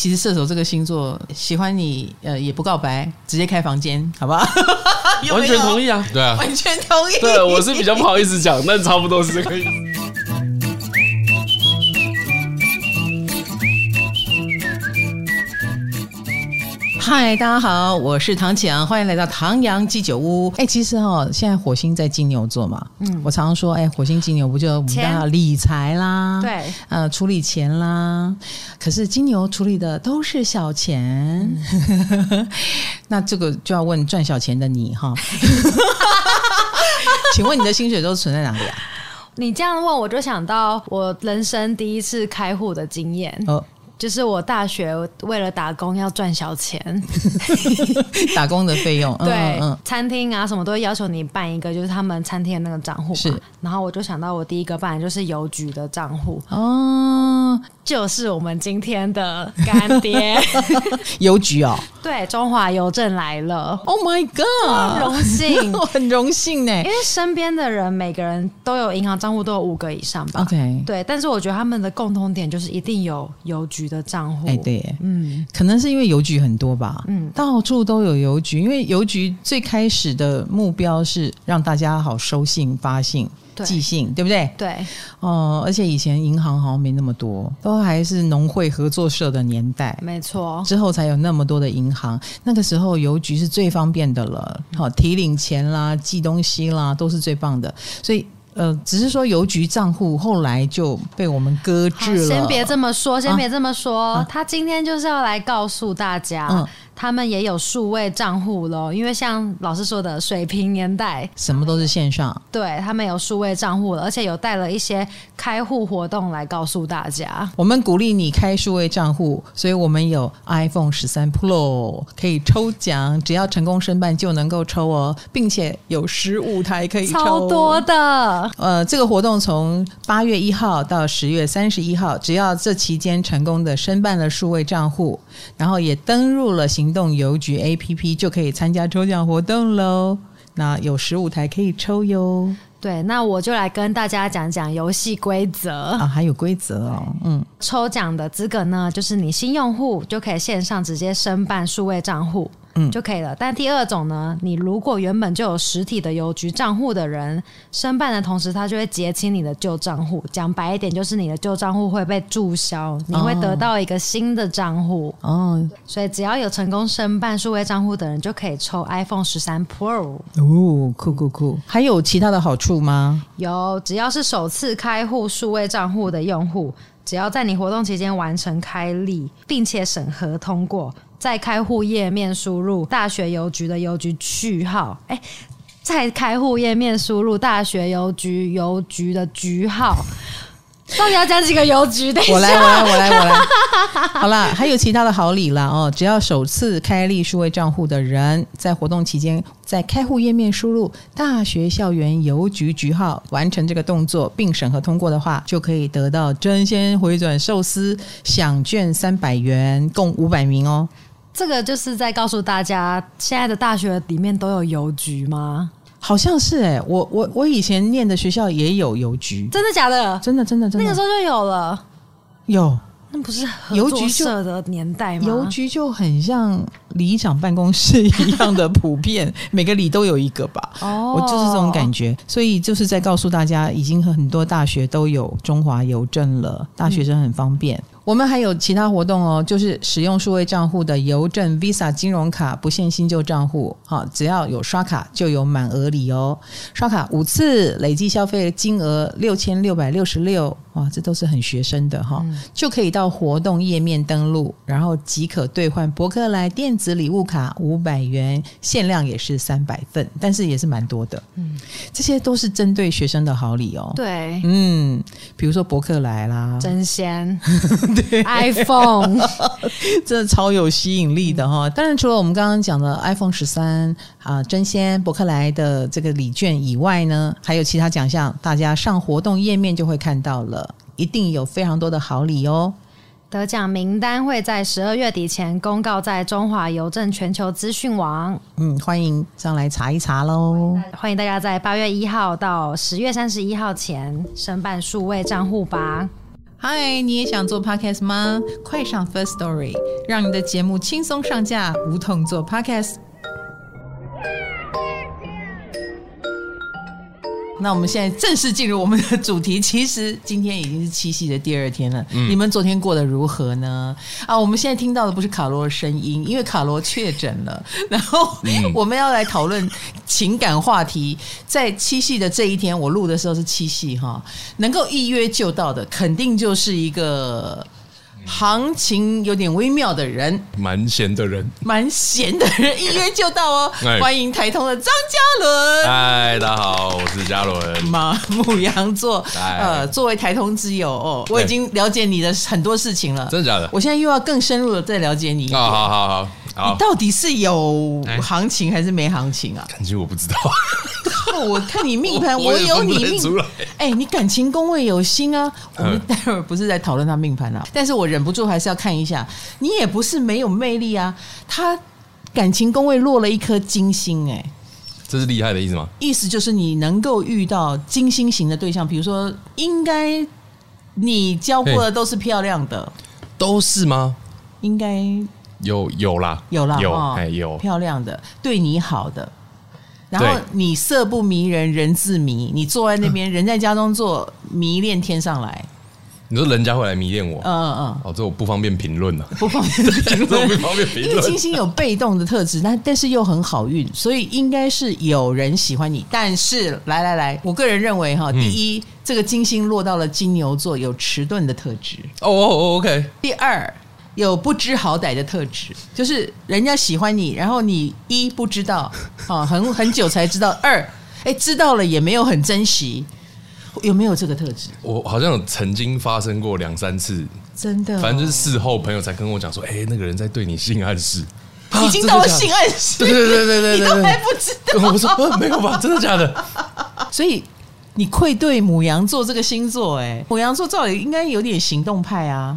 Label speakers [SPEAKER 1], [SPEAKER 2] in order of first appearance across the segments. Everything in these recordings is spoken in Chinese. [SPEAKER 1] 其实射手这个星座喜欢你，呃，也不告白，直接开房间，好 不好？有
[SPEAKER 2] 完
[SPEAKER 1] 没有
[SPEAKER 2] 全同意啊。
[SPEAKER 3] 对啊，
[SPEAKER 1] 完全同意。
[SPEAKER 2] 对，我是比较不好意思讲，但差不多是这个意思。
[SPEAKER 1] 嗨，大家好，我是唐启阳，欢迎来到唐阳鸡酒屋。哎、其实哦，现在火星在金牛座嘛，嗯，我常常说，哎、火星金牛不就我们
[SPEAKER 4] 钱
[SPEAKER 1] 大家理财啦，
[SPEAKER 4] 对，
[SPEAKER 1] 呃，处理钱啦，可是金牛处理的都是小钱， 那这个就要问赚小钱的你哈， 请问你的薪水都存在哪里啊？
[SPEAKER 4] 你这样问我就想到我人生第一次开户的经验，
[SPEAKER 1] 哦，
[SPEAKER 4] 就是我大学为了打工要赚小钱，
[SPEAKER 1] 打工的费用，嗯
[SPEAKER 4] 对，
[SPEAKER 1] 嗯，
[SPEAKER 4] 餐厅啊什么都会要求你办一个，就是他们餐厅的那个账户嘛。
[SPEAKER 1] 是
[SPEAKER 4] 然后我就想到我第一个办的就是邮局的账户，
[SPEAKER 1] 嗯哦，
[SPEAKER 4] 就是我们今天的干爹，
[SPEAKER 1] 邮局哦
[SPEAKER 4] 对，中华邮政来了，
[SPEAKER 1] ，Oh my
[SPEAKER 4] 很
[SPEAKER 1] God，。
[SPEAKER 4] 荣幸
[SPEAKER 1] 很荣幸呢
[SPEAKER 4] 因为身边的人，每个人都有银行账户，都有五个以上吧。
[SPEAKER 1] ，OK。
[SPEAKER 4] 对，但是我觉得他们的共通点就是一定有邮局的账户。
[SPEAKER 1] 哎、对耶，
[SPEAKER 4] 嗯，
[SPEAKER 1] 可能是因为邮局很多吧，嗯
[SPEAKER 4] 嗯，
[SPEAKER 1] 到处都有邮局。因为邮局最开始的目标是让大家好收信、发信、
[SPEAKER 4] 对
[SPEAKER 1] 寄信，对不对？
[SPEAKER 4] 对，
[SPEAKER 1] 哦、而且以前银行好像没那么多，都还是农会合作社的年代。
[SPEAKER 4] 没错，
[SPEAKER 1] 之后才有那么多的银行，那个时候邮局是最方便的了，好、提领钱啦、寄东西啦，都是最棒的。所以，呃，只是说邮局账户后来就被我们搁
[SPEAKER 4] 好
[SPEAKER 1] 置了。
[SPEAKER 4] 先别这么说，先
[SPEAKER 1] 啊
[SPEAKER 4] 别这么说。他今天就是要来告诉大家，
[SPEAKER 1] 嗯
[SPEAKER 4] 他们也有数位账户喽。因为像老师说的，水平年代，
[SPEAKER 1] 什么都是线上，
[SPEAKER 4] 对他们有数位账户了，而且有带了一些开户活动来告诉大家。
[SPEAKER 1] 我们鼓励你开数位账户，所以我们有 iPhone 十三 Pro 可以抽奖，只要成功申办就能够抽哦，并且有十五台可以抽，哦
[SPEAKER 4] 超多。的，
[SPEAKER 1] 呃，这个活动从八月一号到十月三十一号，只要这期间成功的申办了数位账户，然后也登入了行动邮局 APP，就可以参加抽奖活动喽。那有十五台可以抽哟，
[SPEAKER 4] 对，那我就来跟大家讲讲游戏规则。
[SPEAKER 1] 啊，还有规则哦，嗯，
[SPEAKER 4] 抽奖的资格呢，就是你新用户就可以线上直接申办数位账户，
[SPEAKER 1] 嗯
[SPEAKER 4] 就可以了。但第二种呢，你如果原本就有实体的邮局账户的人，申办的同时，他就会结清你的旧账户。讲白一点，就是你的旧账户会被注销，你会得到一个新的账户。
[SPEAKER 1] 哦，
[SPEAKER 4] 所以只要有成功申办数位账户的人，就可以抽 iPhone 十三 Pro。
[SPEAKER 1] 哦，酷酷酷，还有其他的好处吗？
[SPEAKER 4] 有，只要是首次开户数位账户的用户，只要在你活动期间完成开立，并且审核通过，在开户页面输入大学邮局的邮局序号，哎、在开户页面输入大学邮局邮局的局号，到底要讲几个邮局？等一
[SPEAKER 1] 我来，
[SPEAKER 4] 下，
[SPEAKER 1] 我来，我 来，我来。好啦，还有其他的好礼啦哦！只要首次开立数位账户的人，在活动期间在开户页面输入大学校园邮局局号，完成这个动作并审核通过的话，就可以得到真鲜回转寿司享券三百元，共五百名哦。
[SPEAKER 4] 这个就是在告诉大家，现在的大学里面都有邮局吗？
[SPEAKER 1] 好像是哎、我我我以前念的学校也有邮局，
[SPEAKER 4] 真的假的？
[SPEAKER 1] 真的真的真
[SPEAKER 4] 那
[SPEAKER 1] 的、
[SPEAKER 4] 个时候就有了。
[SPEAKER 1] 有。
[SPEAKER 4] 那不是合
[SPEAKER 1] 邮局
[SPEAKER 4] 作
[SPEAKER 1] 就
[SPEAKER 4] 社的年代吗？
[SPEAKER 1] 邮局就很像里长办公室一样的普遍， 每个里都有一个吧。
[SPEAKER 4] 哦
[SPEAKER 1] 我就是这种感觉，所以就是在告诉大家，已经很多大学都有中华邮政了，大学生很方便。嗯我们还有其他活动哦，就是使用数位账户的邮政 Visa 金融卡不限新旧账户，好，只要有刷卡就有满额礼哦。刷卡五次，累计消费金额六千六百六十六，哇，这都是很学生的哈、就可以到活动页面登录，然后即可兑换博客来电子礼物卡五百元，限量也是三百份，但是也是蛮多的。嗯，这些都是针对学生的好礼哦。，
[SPEAKER 4] 对，
[SPEAKER 1] 嗯，比如说博客来啦，
[SPEAKER 4] 真鲜，iPhone，
[SPEAKER 1] 真的超有吸引力的哈、当然，除了我们刚刚讲的 iPhone 十三啊、真仙、博客来的这个礼券以外呢，还有其他奖项，大家上活动页面就会看到了，一定有非常多的好礼哦。
[SPEAKER 4] 得奖名单会在十二月底前公告在中华邮政全球资讯网，
[SPEAKER 1] 嗯，欢迎上来查一查喽。
[SPEAKER 4] 欢迎大家在八月一号到十月三十一号前申办数位账户吧。
[SPEAKER 1] 嗨，你也想做 podcast 吗？快上 First Story，让你的节目轻松上架，无痛做 podcast。那我们现在正式进入我们的主题。其实今天已经是七夕的第二天了，你们昨天过得如何呢？啊，我们现在听到的不是卡罗的声音，因为卡罗确诊了。 然后我们要来讨论情感话题。在七夕的这一天，我录的时候是七夕哈，能够一约就到的，肯定就是一个行情有点微妙的人。
[SPEAKER 2] 蛮闲的 人。
[SPEAKER 1] 蛮闲的人一约就到哦，
[SPEAKER 2] 哎
[SPEAKER 1] 欢迎台通的张嘉伦。
[SPEAKER 2] 嗨，哎大家好，我是嘉伦。
[SPEAKER 1] 嘛，母羊座，
[SPEAKER 2] 哎
[SPEAKER 1] 呃，作为台通之友哦，我已经了解你的很多事情了，
[SPEAKER 2] 真的假的
[SPEAKER 1] 我现在又要更深入的再了解你一
[SPEAKER 2] 啊，
[SPEAKER 1] 点，
[SPEAKER 2] 好好好哎好
[SPEAKER 1] 你，到底是有
[SPEAKER 2] 哎
[SPEAKER 1] 行情还是没行情啊？
[SPEAKER 2] 感情我不知道，
[SPEAKER 1] 靠我看你命盘，
[SPEAKER 2] 我
[SPEAKER 1] 我
[SPEAKER 2] 也
[SPEAKER 1] 有
[SPEAKER 2] 分不
[SPEAKER 1] 你
[SPEAKER 2] 得出
[SPEAKER 1] 命
[SPEAKER 2] 来，
[SPEAKER 1] 哎，你感情宫位有心啊。我们
[SPEAKER 2] 嗯
[SPEAKER 1] 待会儿不是在讨论他命盘啊，但是我忍不住还是要看一下，你也不是没有魅力啊，他感情宫位落了一颗金星，哎。
[SPEAKER 2] 这是厉害的意思吗？
[SPEAKER 1] 意思就是你能够遇到金星型的对象，比如说，应该你交过的都是漂亮的，
[SPEAKER 2] 都是吗？
[SPEAKER 1] 应该
[SPEAKER 2] 有有啦，
[SPEAKER 1] 有啦，
[SPEAKER 2] 有
[SPEAKER 1] 哦
[SPEAKER 2] 哎有，
[SPEAKER 1] 漂亮的，对你好的。然后
[SPEAKER 2] 对嗯
[SPEAKER 1] 你色不迷人，人自迷。你坐在那边，人在家中坐，迷恋天上来。
[SPEAKER 2] 你说人家会来迷恋我
[SPEAKER 1] 嗯？嗯嗯，
[SPEAKER 2] 哦，这我不方便评 论了，
[SPEAKER 1] 不方便评
[SPEAKER 2] 这我
[SPEAKER 1] 论
[SPEAKER 2] 不方便评
[SPEAKER 1] 因为 金
[SPEAKER 2] 论。
[SPEAKER 1] 星有被动的特质，但但是又很好运，所以应该是有人喜欢你。但是来来来，我个人认为哈，
[SPEAKER 2] 嗯
[SPEAKER 1] 第一，这个金星落到了金牛座，有迟钝的特质；
[SPEAKER 2] 哦哦哦，OK，
[SPEAKER 1] 第二，有不知好歹的特质，就是人家喜欢你，然后你一不知道，啊， 很很久才知道；二，哎、知道了也没有很珍惜，有没有这个特质？
[SPEAKER 2] 我好像有曾经发生过两三次，
[SPEAKER 1] 真的哦、
[SPEAKER 2] 反正就是事后朋友才跟我讲说，哎，那个人在对你性暗示，
[SPEAKER 1] 已经到了性
[SPEAKER 2] 暗，
[SPEAKER 1] 暗 示，
[SPEAKER 2] 对对对 对对
[SPEAKER 1] 你
[SPEAKER 2] 对
[SPEAKER 1] 都还
[SPEAKER 2] 对
[SPEAKER 1] 不知道。
[SPEAKER 2] 我说呃没有吧，真的假的？
[SPEAKER 1] 所以你愧对母羊座这个星座、哎，母羊座照理应该有点行动派啊，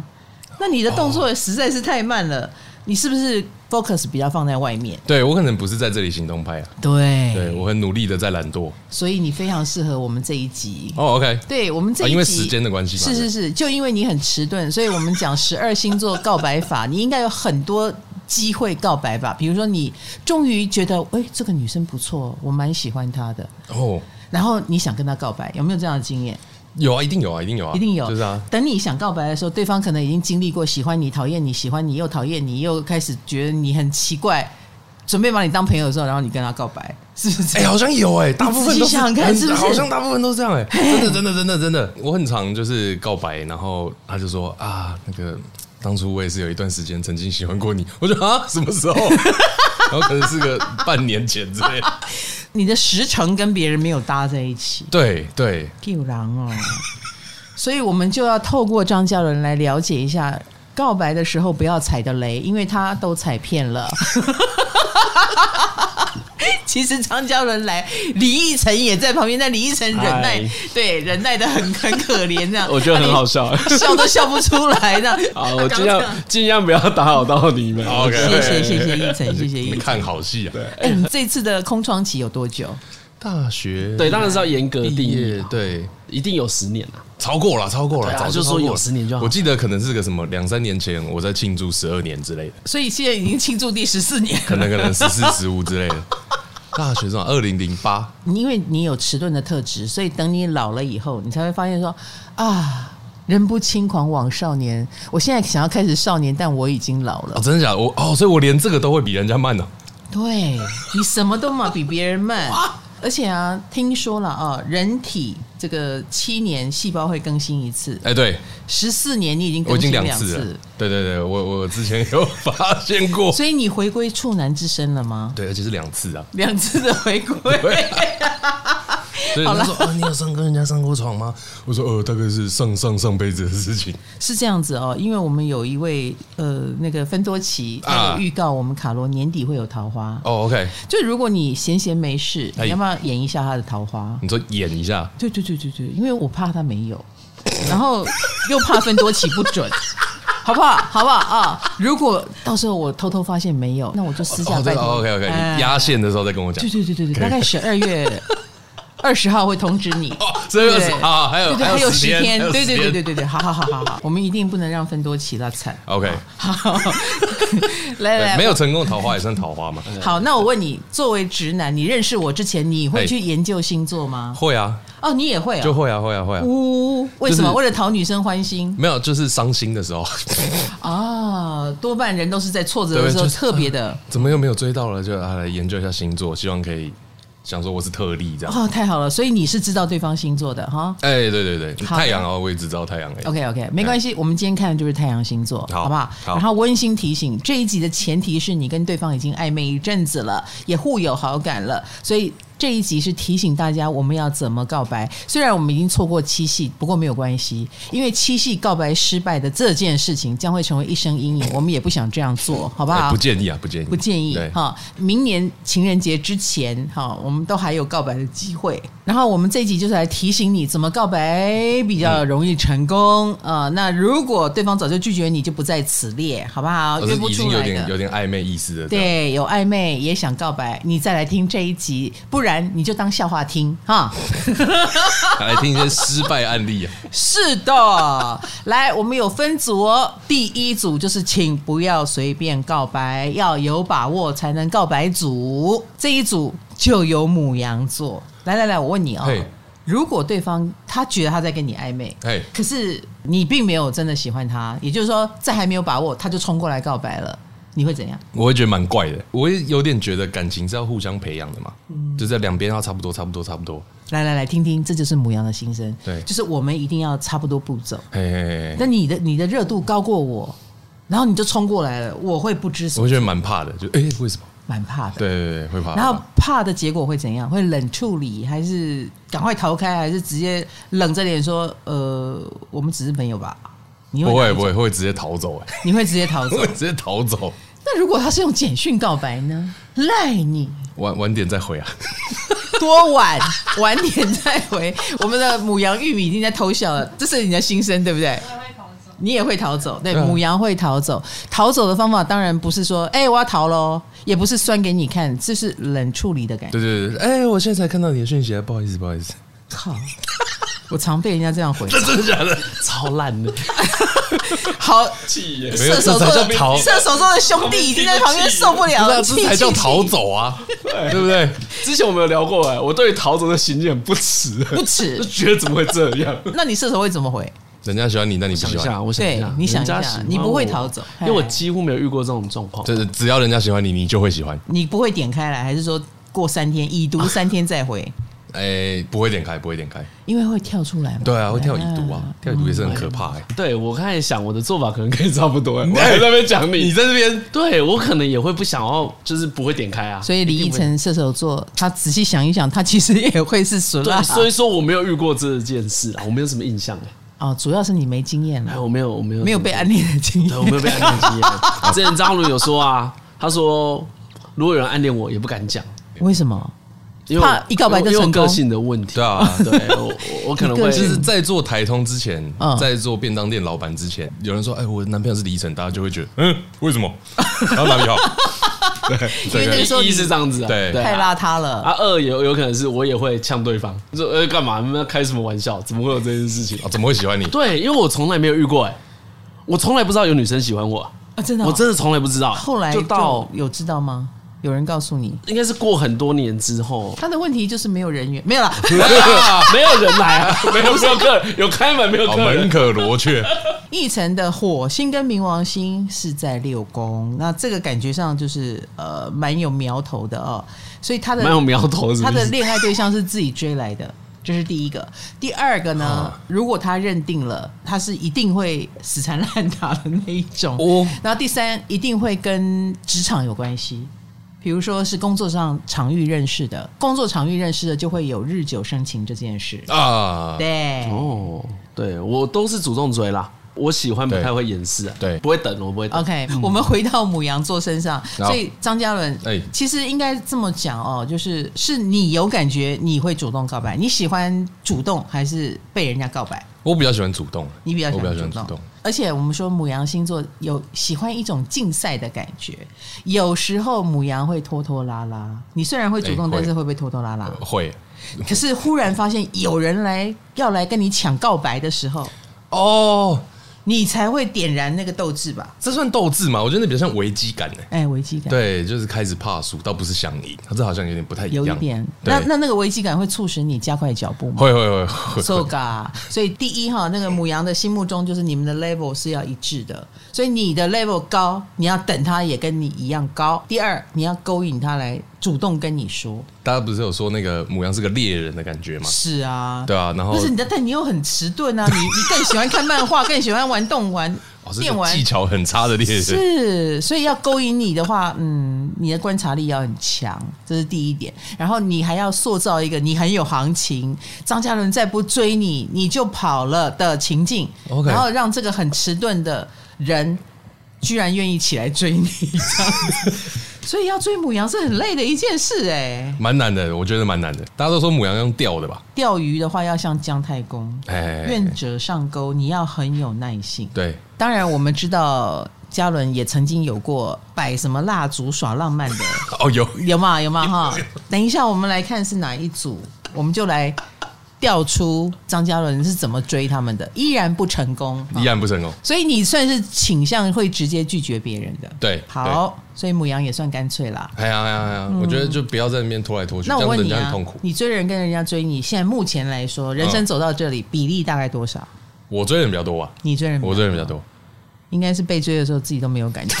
[SPEAKER 1] 那你的动作实在是太慢了，你是不是 focus 比较放在外面？
[SPEAKER 2] 对我可能不是在这里行动派啊，
[SPEAKER 1] 对
[SPEAKER 2] 对我很努力的在懒惰。
[SPEAKER 1] 所以你非常适合我们这一集。
[SPEAKER 2] 哦，OK，
[SPEAKER 1] 对我们这一集、
[SPEAKER 2] 啊因为时间的关系嘛
[SPEAKER 1] 是是是，就因为你很迟钝，所以我们讲十二星座告白法， 你应该有很多机会告白吧？比如说，你终于觉得，哎、这个女生不错，我蛮喜欢她的，
[SPEAKER 2] 哦，
[SPEAKER 1] 然后你想跟她告白，有没有这样的经验？
[SPEAKER 2] 有啊，一定有啊，一定有啊，
[SPEAKER 1] 一定有。
[SPEAKER 2] 就是啊，
[SPEAKER 1] 等你想告白的时候，对方可能已经经历过喜欢你、讨厌你、喜欢你又讨厌你，又开始觉得你很奇怪，准备把你当朋友的时候，然后你跟他告白，是不是这
[SPEAKER 2] 哎、
[SPEAKER 1] 样？
[SPEAKER 2] 好像有哎、大部分都
[SPEAKER 1] 你仔细想想看
[SPEAKER 2] 很
[SPEAKER 1] 是不是
[SPEAKER 2] 好像大部分都是这样哎、真的真的真的真的，我很常就是告白，然后他就说啊，那个当初我也是有一段时间曾经喜欢过你， 我就啊什么时 候？然后可能是个半年前之类的，
[SPEAKER 1] 你的时程跟别人没有搭在一起，
[SPEAKER 2] 对对，
[SPEAKER 1] 救狼哦。所以我们就要透过张嘉伦来了解一下。告白的时候不要踩的雷，因为他都踩遍了。其实张嘉伦来，李义成也在旁边，但李义成忍耐
[SPEAKER 2] 嗨，
[SPEAKER 1] 对忍耐的很很可怜 这样。
[SPEAKER 2] 我觉得很好笑
[SPEAKER 1] 他连笑都笑不出来的。
[SPEAKER 2] 好
[SPEAKER 1] 他
[SPEAKER 2] 我
[SPEAKER 1] 刚
[SPEAKER 2] 尽量
[SPEAKER 1] 刚
[SPEAKER 2] 尽量不要打扰到你们。
[SPEAKER 1] 谢谢谢谢义成，谢谢义
[SPEAKER 2] 你
[SPEAKER 1] 成。
[SPEAKER 2] 看好戏啊！对，
[SPEAKER 1] 哎，你这次的空窗期有多久？
[SPEAKER 2] 大学
[SPEAKER 3] 对，当然是要严格定
[SPEAKER 2] 毕业
[SPEAKER 3] 义，，啊
[SPEAKER 2] 对，
[SPEAKER 3] 一定有十 年啊。
[SPEAKER 2] 超过了，超过了，
[SPEAKER 3] 对啊
[SPEAKER 2] 早
[SPEAKER 3] 就
[SPEAKER 2] 超
[SPEAKER 3] 说
[SPEAKER 2] 过
[SPEAKER 3] 有
[SPEAKER 2] 了
[SPEAKER 3] 十年就好
[SPEAKER 2] 我记得可能是个什么两三年前，我在庆祝十二年之 类的，
[SPEAKER 1] 所以现在已经庆祝第十四年
[SPEAKER 2] 可能可能十四十五之类的。大学生二零零八，
[SPEAKER 1] 因为你有迟钝的特质，所以等你老了以后，你才会发现说啊，人不轻狂枉少年。我现在想要开始少年，但我已经老
[SPEAKER 2] 哦，
[SPEAKER 1] 了。
[SPEAKER 2] 真的假的？我哦，所以我连这个都会比人家慢哦呢、
[SPEAKER 1] 对你什么都嘛比别人 慢，而且啊，听说了啊，人体这个七年细胞会更新一次，
[SPEAKER 2] 哎、对
[SPEAKER 1] 十四年你已经
[SPEAKER 2] 我
[SPEAKER 1] 更
[SPEAKER 2] 已经
[SPEAKER 1] 新
[SPEAKER 2] 两
[SPEAKER 1] 两
[SPEAKER 2] 次了。对对对，我我之前有发现 过，
[SPEAKER 1] 所以你回归处男之身了吗？
[SPEAKER 2] 对，而且是两次啊。
[SPEAKER 1] 两次的回 归，
[SPEAKER 2] 所以他说啊，你有上跟人家上过床吗？我说呃，大概是上上上辈子的事情。
[SPEAKER 1] 是这样子哦，因为我们有一位呃那个芬多奇，他有
[SPEAKER 2] 啊
[SPEAKER 1] 预告我们卡罗年底会有桃花，
[SPEAKER 2] 哦，OK，
[SPEAKER 1] 就如果你闲闲没事，
[SPEAKER 2] 哎
[SPEAKER 1] 你要不要演一下他的桃花？
[SPEAKER 2] 你说演一下，
[SPEAKER 1] 对对对对对，因为我怕他没有，然后又怕分多起不准，好不好？好不好啊？如果到时候我偷偷发现没有，那我就私下
[SPEAKER 2] 哦，
[SPEAKER 1] 拜
[SPEAKER 2] 对
[SPEAKER 1] 托。
[SPEAKER 2] ，OK OK，
[SPEAKER 1] 哎
[SPEAKER 2] 你压线的时候再跟我讲
[SPEAKER 1] 对。对对对对，大概十二月二十号会通知你。
[SPEAKER 2] 哦，所以二十
[SPEAKER 1] 对
[SPEAKER 2] 啊，还有
[SPEAKER 1] 对对，还有
[SPEAKER 2] 十
[SPEAKER 1] 十天，对对对对
[SPEAKER 2] 对。
[SPEAKER 1] 对对，好好好好好，我们一定不能让芬多奇拉惨。
[SPEAKER 2] OK，
[SPEAKER 1] 好，来来，
[SPEAKER 2] 对没有成功的桃花也算桃花嘛？
[SPEAKER 1] 好，那我问你，作为直男，你认识我之前，你会
[SPEAKER 2] 哎
[SPEAKER 1] 去研究星座吗？
[SPEAKER 2] 会啊，
[SPEAKER 1] 哦，你也会
[SPEAKER 2] 就
[SPEAKER 1] 哦。
[SPEAKER 2] 会啊，会啊，会啊。
[SPEAKER 1] 呜，为什么？
[SPEAKER 2] 就是
[SPEAKER 1] 为了讨女生欢心
[SPEAKER 2] 没有，就是伤心的时候，
[SPEAKER 1] 啊？多半人都是在挫折的
[SPEAKER 2] 对
[SPEAKER 1] 时候
[SPEAKER 2] 就是嗯
[SPEAKER 1] 特别的。
[SPEAKER 2] 怎么又没有追到了？就啊，来研究一下星座，希望可以想说我是特例这样。
[SPEAKER 1] 哦，太好了，所以你是知道对方星座的哈。
[SPEAKER 2] 哎，对对对，
[SPEAKER 1] 好
[SPEAKER 2] 太阳啊，我也只知道太阳而已。
[SPEAKER 1] OK OK，没关系，我们今天看的就是太阳星座，
[SPEAKER 2] 好
[SPEAKER 1] 好不好？
[SPEAKER 2] 好
[SPEAKER 1] 然后温馨提醒，这一集的前提是你跟对方已经暧昧一阵子了，也互有好感了，所以这一集是提醒大家我们要怎么告白。虽然我们已经错过七夕，不过没有关系，因为七夕告白失败的这件事情将会成为一生阴影，我们也不想这样做，好不
[SPEAKER 2] 哎
[SPEAKER 1] 好？
[SPEAKER 2] 不建议啊，不建议，
[SPEAKER 1] 不建议
[SPEAKER 2] 对
[SPEAKER 1] 哈。明年情人节之前哈，我们都还有告白的机会。然后我们这一集就是来提醒你怎么告白比较容易成功
[SPEAKER 2] 嗯
[SPEAKER 1] 啊、呃那如果对方早就拒绝你，就不在此列，好不好？
[SPEAKER 2] 而
[SPEAKER 1] 约
[SPEAKER 2] 哦是
[SPEAKER 1] 不
[SPEAKER 2] 已经
[SPEAKER 1] 出
[SPEAKER 2] 有
[SPEAKER 1] 来
[SPEAKER 2] 点有
[SPEAKER 1] 的。
[SPEAKER 2] 点暧昧意思的。，
[SPEAKER 1] 对，有暧昧也想告白，你再来听这一集，不然你就当笑话听哈。
[SPEAKER 2] 来听一些失败案例啊。
[SPEAKER 1] 是的， 来，我们有分组哦。第一组就是请不要随便告白，要有把握才能告白组。这一组就有母羊座。来来来，我问你哦
[SPEAKER 2] 嘿，
[SPEAKER 1] 如果对方他觉得他在跟你暧昧，
[SPEAKER 2] 哎，
[SPEAKER 1] 可是你并没有真的喜欢他，也就是说，在还没有把握，他就冲过来告白了，你会怎样？
[SPEAKER 2] 我会觉得蛮怪的，我也有点觉得感情是要互相培养的嘛，就在两边要差不多，差不多，差不多。
[SPEAKER 1] 来来来，听听，这就是母羊的心声。
[SPEAKER 2] 对
[SPEAKER 1] 就是我们一定要差不多步骤。
[SPEAKER 2] 嘿嘿嘿
[SPEAKER 1] 那
[SPEAKER 2] 嘿，
[SPEAKER 1] 你的你的热度高过我，然后你就冲过来了，我会不知
[SPEAKER 2] 我
[SPEAKER 1] 所
[SPEAKER 2] 会觉得蛮怕的，就哎、为什么？
[SPEAKER 1] 蛮怕的。
[SPEAKER 2] 对对对，会怕。
[SPEAKER 1] 然后
[SPEAKER 2] 会怕
[SPEAKER 1] 怕的结果会怎样？会冷处理，还是赶快逃开，还是直接冷着脸说：“呃，我们只是朋友吧？”你
[SPEAKER 2] 不
[SPEAKER 1] 哪
[SPEAKER 2] 会
[SPEAKER 1] 一种
[SPEAKER 2] 不会，会直接逃走、 哎，
[SPEAKER 1] 你会直接逃走
[SPEAKER 2] 会。直接逃走，
[SPEAKER 1] 那如果他是用简讯告白呢？赖你
[SPEAKER 2] 晚晚点再回啊。
[SPEAKER 1] 多晚，晚点再回。我们的母羊玉米已经在偷笑了，这是你的心声，对不对？你也会逃走，对，
[SPEAKER 2] 对啊
[SPEAKER 1] 母羊会逃走。逃走的方法当然不是说，哎、我要逃喽，也不是酸给你看，这是冷处理的感觉。
[SPEAKER 2] 对对对，对哎、我现在才看到你的讯息，啊不好意思不好意思，
[SPEAKER 1] 靠，我常被人家这样回。
[SPEAKER 2] 真的假的？
[SPEAKER 3] 超烂的，
[SPEAKER 1] 好，
[SPEAKER 3] 气耶！
[SPEAKER 2] 没有
[SPEAKER 1] 射手座
[SPEAKER 2] 这才
[SPEAKER 1] 的
[SPEAKER 2] 叫逃
[SPEAKER 1] 射手座的兄弟已经在旁边受不了
[SPEAKER 2] 不是、
[SPEAKER 1] 了，
[SPEAKER 2] 啊，
[SPEAKER 1] 气
[SPEAKER 2] 这才叫逃。
[SPEAKER 1] 气气
[SPEAKER 2] 走啊，对不对？
[SPEAKER 3] 之前我们有聊过哎，我对陶喆的行径很不耻，
[SPEAKER 1] 不耻
[SPEAKER 3] 就觉得怎么会这样？
[SPEAKER 1] 那你射手会怎么回？
[SPEAKER 2] 人家喜欢你，那你不
[SPEAKER 3] 想
[SPEAKER 2] 喜
[SPEAKER 3] 一
[SPEAKER 2] 欢，
[SPEAKER 3] 下，我想一下
[SPEAKER 1] 对，你想一下
[SPEAKER 3] 人家喜欢
[SPEAKER 1] 你不会
[SPEAKER 3] 我
[SPEAKER 1] 逃走
[SPEAKER 3] 因为我几乎没有遇过这种状况。
[SPEAKER 2] 就是只要人家喜欢你，你就会喜欢。
[SPEAKER 1] 你不会点开来，还是说过三天已读三天再回？
[SPEAKER 2] 哎、不会点开，不会点开。
[SPEAKER 1] 因为会跳出来嘛。嗯
[SPEAKER 2] 对啊，会跳已读啊，跳已读也是很可怕哎、
[SPEAKER 3] 对我刚才想，我的做法可能跟你差不多哎，我还在那边讲你，
[SPEAKER 2] 你在这边
[SPEAKER 3] 对我可能也会不想要，就是不会点开啊。
[SPEAKER 1] 所以李
[SPEAKER 3] 一
[SPEAKER 1] 依
[SPEAKER 3] 定会
[SPEAKER 1] 晨射手座，他仔细想一想，他其实也会是熟辣
[SPEAKER 3] 对，。啊所以说我没有遇过这件事啊，我没有什么印象哎，
[SPEAKER 1] 哦，主要是你没经验
[SPEAKER 3] 哎，
[SPEAKER 1] 了，
[SPEAKER 3] 我没有，我没有，
[SPEAKER 1] 没有被暗恋的经
[SPEAKER 3] 对，我没有
[SPEAKER 1] 验。
[SPEAKER 3] 被暗恋经 验。之前张伦有说啊，他说如果有人暗恋我，也不敢讲，
[SPEAKER 1] 为什么？
[SPEAKER 3] 因为我
[SPEAKER 1] 怕一告白就
[SPEAKER 3] 因为我
[SPEAKER 1] 成功
[SPEAKER 3] 个性的问题。
[SPEAKER 2] 对啊
[SPEAKER 3] 对我我我可能
[SPEAKER 1] 一个
[SPEAKER 3] 会
[SPEAKER 1] 性
[SPEAKER 2] 就是在做台通之前，
[SPEAKER 1] 嗯
[SPEAKER 2] 在做便当店老板之前，有人说：“哎，我男朋友是李晨。”大家就会觉得：“嗯，为 什么？然后哪 里好？”对，
[SPEAKER 1] 因为那个时候
[SPEAKER 3] 一是这样子啊，
[SPEAKER 2] 对
[SPEAKER 1] 太
[SPEAKER 3] 啊
[SPEAKER 1] 邋遢了。
[SPEAKER 3] 啊二有有可能是我也会呛对方，就说呃干嘛你们要开什么玩笑？怎么会有这件事情？
[SPEAKER 2] 啊，怎么会喜欢 你？
[SPEAKER 3] 对，因为我从来没有遇过哎，我从来不知道有女生喜欢我啊，
[SPEAKER 1] 啊真的哦
[SPEAKER 3] 我真的从来不知道。
[SPEAKER 1] 后来
[SPEAKER 3] 就到
[SPEAKER 1] 有知道吗？有人告诉你，
[SPEAKER 3] 应该是过很多年之后，
[SPEAKER 1] 他的问题就是没有人缘，没有啦。
[SPEAKER 3] 没有人来啊，没有没有客人，有开门没有
[SPEAKER 2] 啊，
[SPEAKER 3] 客
[SPEAKER 2] 门
[SPEAKER 3] 人。
[SPEAKER 2] 可罗雀，
[SPEAKER 1] 奕晨的火星跟冥王星是在六宫，那这个感觉上就是呃蛮有苗头的哦，所以他的
[SPEAKER 3] 蛮有苗头是不是
[SPEAKER 1] 他的恋爱对象是自己追来的。这是第一个，第二个呢？
[SPEAKER 3] 啊
[SPEAKER 1] 如果他认定了，他是一定会死缠烂打的那一种。
[SPEAKER 3] 哦
[SPEAKER 1] 然后第三，一定会跟职场有关系，比如说是工作上场域认识的，工作场域认识的就会有日久生情这件事。
[SPEAKER 2] 啊，
[SPEAKER 1] 对，
[SPEAKER 3] 哦，对我都是主动追啦，我喜欢不太会掩饰啊，
[SPEAKER 2] 对
[SPEAKER 3] 不会等，我不会等。
[SPEAKER 1] OK，、我们回到母羊座身上，
[SPEAKER 2] 嗯好
[SPEAKER 1] 所以张嘉伦，
[SPEAKER 2] 哎
[SPEAKER 1] 其实应该这么讲哦，就是是你有感觉，你会主动告白，你喜欢主动还是被人家告白？
[SPEAKER 2] 我比较喜欢主动，
[SPEAKER 1] 你比较喜
[SPEAKER 2] 我比较
[SPEAKER 1] 欢
[SPEAKER 2] 喜
[SPEAKER 1] 主
[SPEAKER 2] 欢
[SPEAKER 1] 动，
[SPEAKER 2] 主动，
[SPEAKER 1] 而且我们说母羊星座有喜欢一种竞赛的感觉，有时候母羊会拖拖拉拉。你虽然会主动，
[SPEAKER 2] 哎会
[SPEAKER 1] 但是会不会拖拖拉拉？
[SPEAKER 2] 会
[SPEAKER 1] 可是忽然发现有人来要来跟你抢告白的时候，
[SPEAKER 2] 哦，
[SPEAKER 1] 你才会点燃那个斗志吧？
[SPEAKER 2] 这算斗志嘛？我觉得那比较像危机感呢、欸
[SPEAKER 1] 哎，危机感，，
[SPEAKER 2] 对，就是开始怕输，倒不是想赢，这好像有点不太一样。
[SPEAKER 1] 有一点。
[SPEAKER 2] 对
[SPEAKER 1] 那那那个危机感会促使你加快脚步吗？
[SPEAKER 2] 会会会会
[SPEAKER 1] so
[SPEAKER 2] 会，
[SPEAKER 1] ga，所以第一哈，那个母羊的心目中就是你们的 level 是要一致的，所以你的 level 高，你要等他也跟你一样高。第二，你要勾引他来主动跟你说，
[SPEAKER 2] 大家不是有说那个母羊是个猎人的感觉吗？
[SPEAKER 1] 是啊，
[SPEAKER 2] 对啊，然后
[SPEAKER 1] 不是你的，但你又很迟钝啊，你你更喜欢看漫画，更喜欢玩动 玩
[SPEAKER 2] 哦，是
[SPEAKER 1] 电
[SPEAKER 2] 个
[SPEAKER 1] 玩
[SPEAKER 2] 技。巧很差的猎人，
[SPEAKER 1] 是，所以要勾引你的话，嗯，你的观察力要很强，这是第一点。然后你还要塑造一个你很有行情，张嘉伦再不追你，你就跑了的情境
[SPEAKER 2] OK
[SPEAKER 1] 然后让这个很迟钝的人居然愿意起来追你，这样子。所以要追母羊是很累的一件事、哎，
[SPEAKER 2] 蛮难的，我觉得蛮难的。大家都说母羊用钓的吧？
[SPEAKER 1] 钓鱼的话要像姜太公，
[SPEAKER 2] 哎，
[SPEAKER 1] 愿者上钩，你要很有耐性。
[SPEAKER 2] 对，
[SPEAKER 1] 当然，我们知道嘉伦也曾经有过摆什么蜡烛耍浪漫的，
[SPEAKER 2] 哦有，
[SPEAKER 1] 有吗？有吗？ 哈，等一下我们来看是哪一组，我们就来调出张嘉伦是怎么追他们的，依然不成功。
[SPEAKER 2] 依
[SPEAKER 1] 哈
[SPEAKER 2] 然不成功。
[SPEAKER 1] 所以你算是倾向会直接拒绝别人的。
[SPEAKER 2] 对
[SPEAKER 1] 好，所以母羊也算干脆啦。
[SPEAKER 2] 哎呀哎呀哎呀！我觉得就不要在那边拖来拖去，
[SPEAKER 1] 那
[SPEAKER 2] 这
[SPEAKER 1] 我
[SPEAKER 2] 样
[SPEAKER 1] 问
[SPEAKER 2] 人
[SPEAKER 1] 你
[SPEAKER 2] 家很
[SPEAKER 1] 啊
[SPEAKER 2] 痛苦，。
[SPEAKER 1] 你追人跟人家追你，现在目前来说，人生走到这里、比例大概多少？
[SPEAKER 2] 我追的人比较多吧，
[SPEAKER 1] 你追人，
[SPEAKER 2] 我追的人比 较，多。
[SPEAKER 1] 应该是被追的时候自己都没有感觉。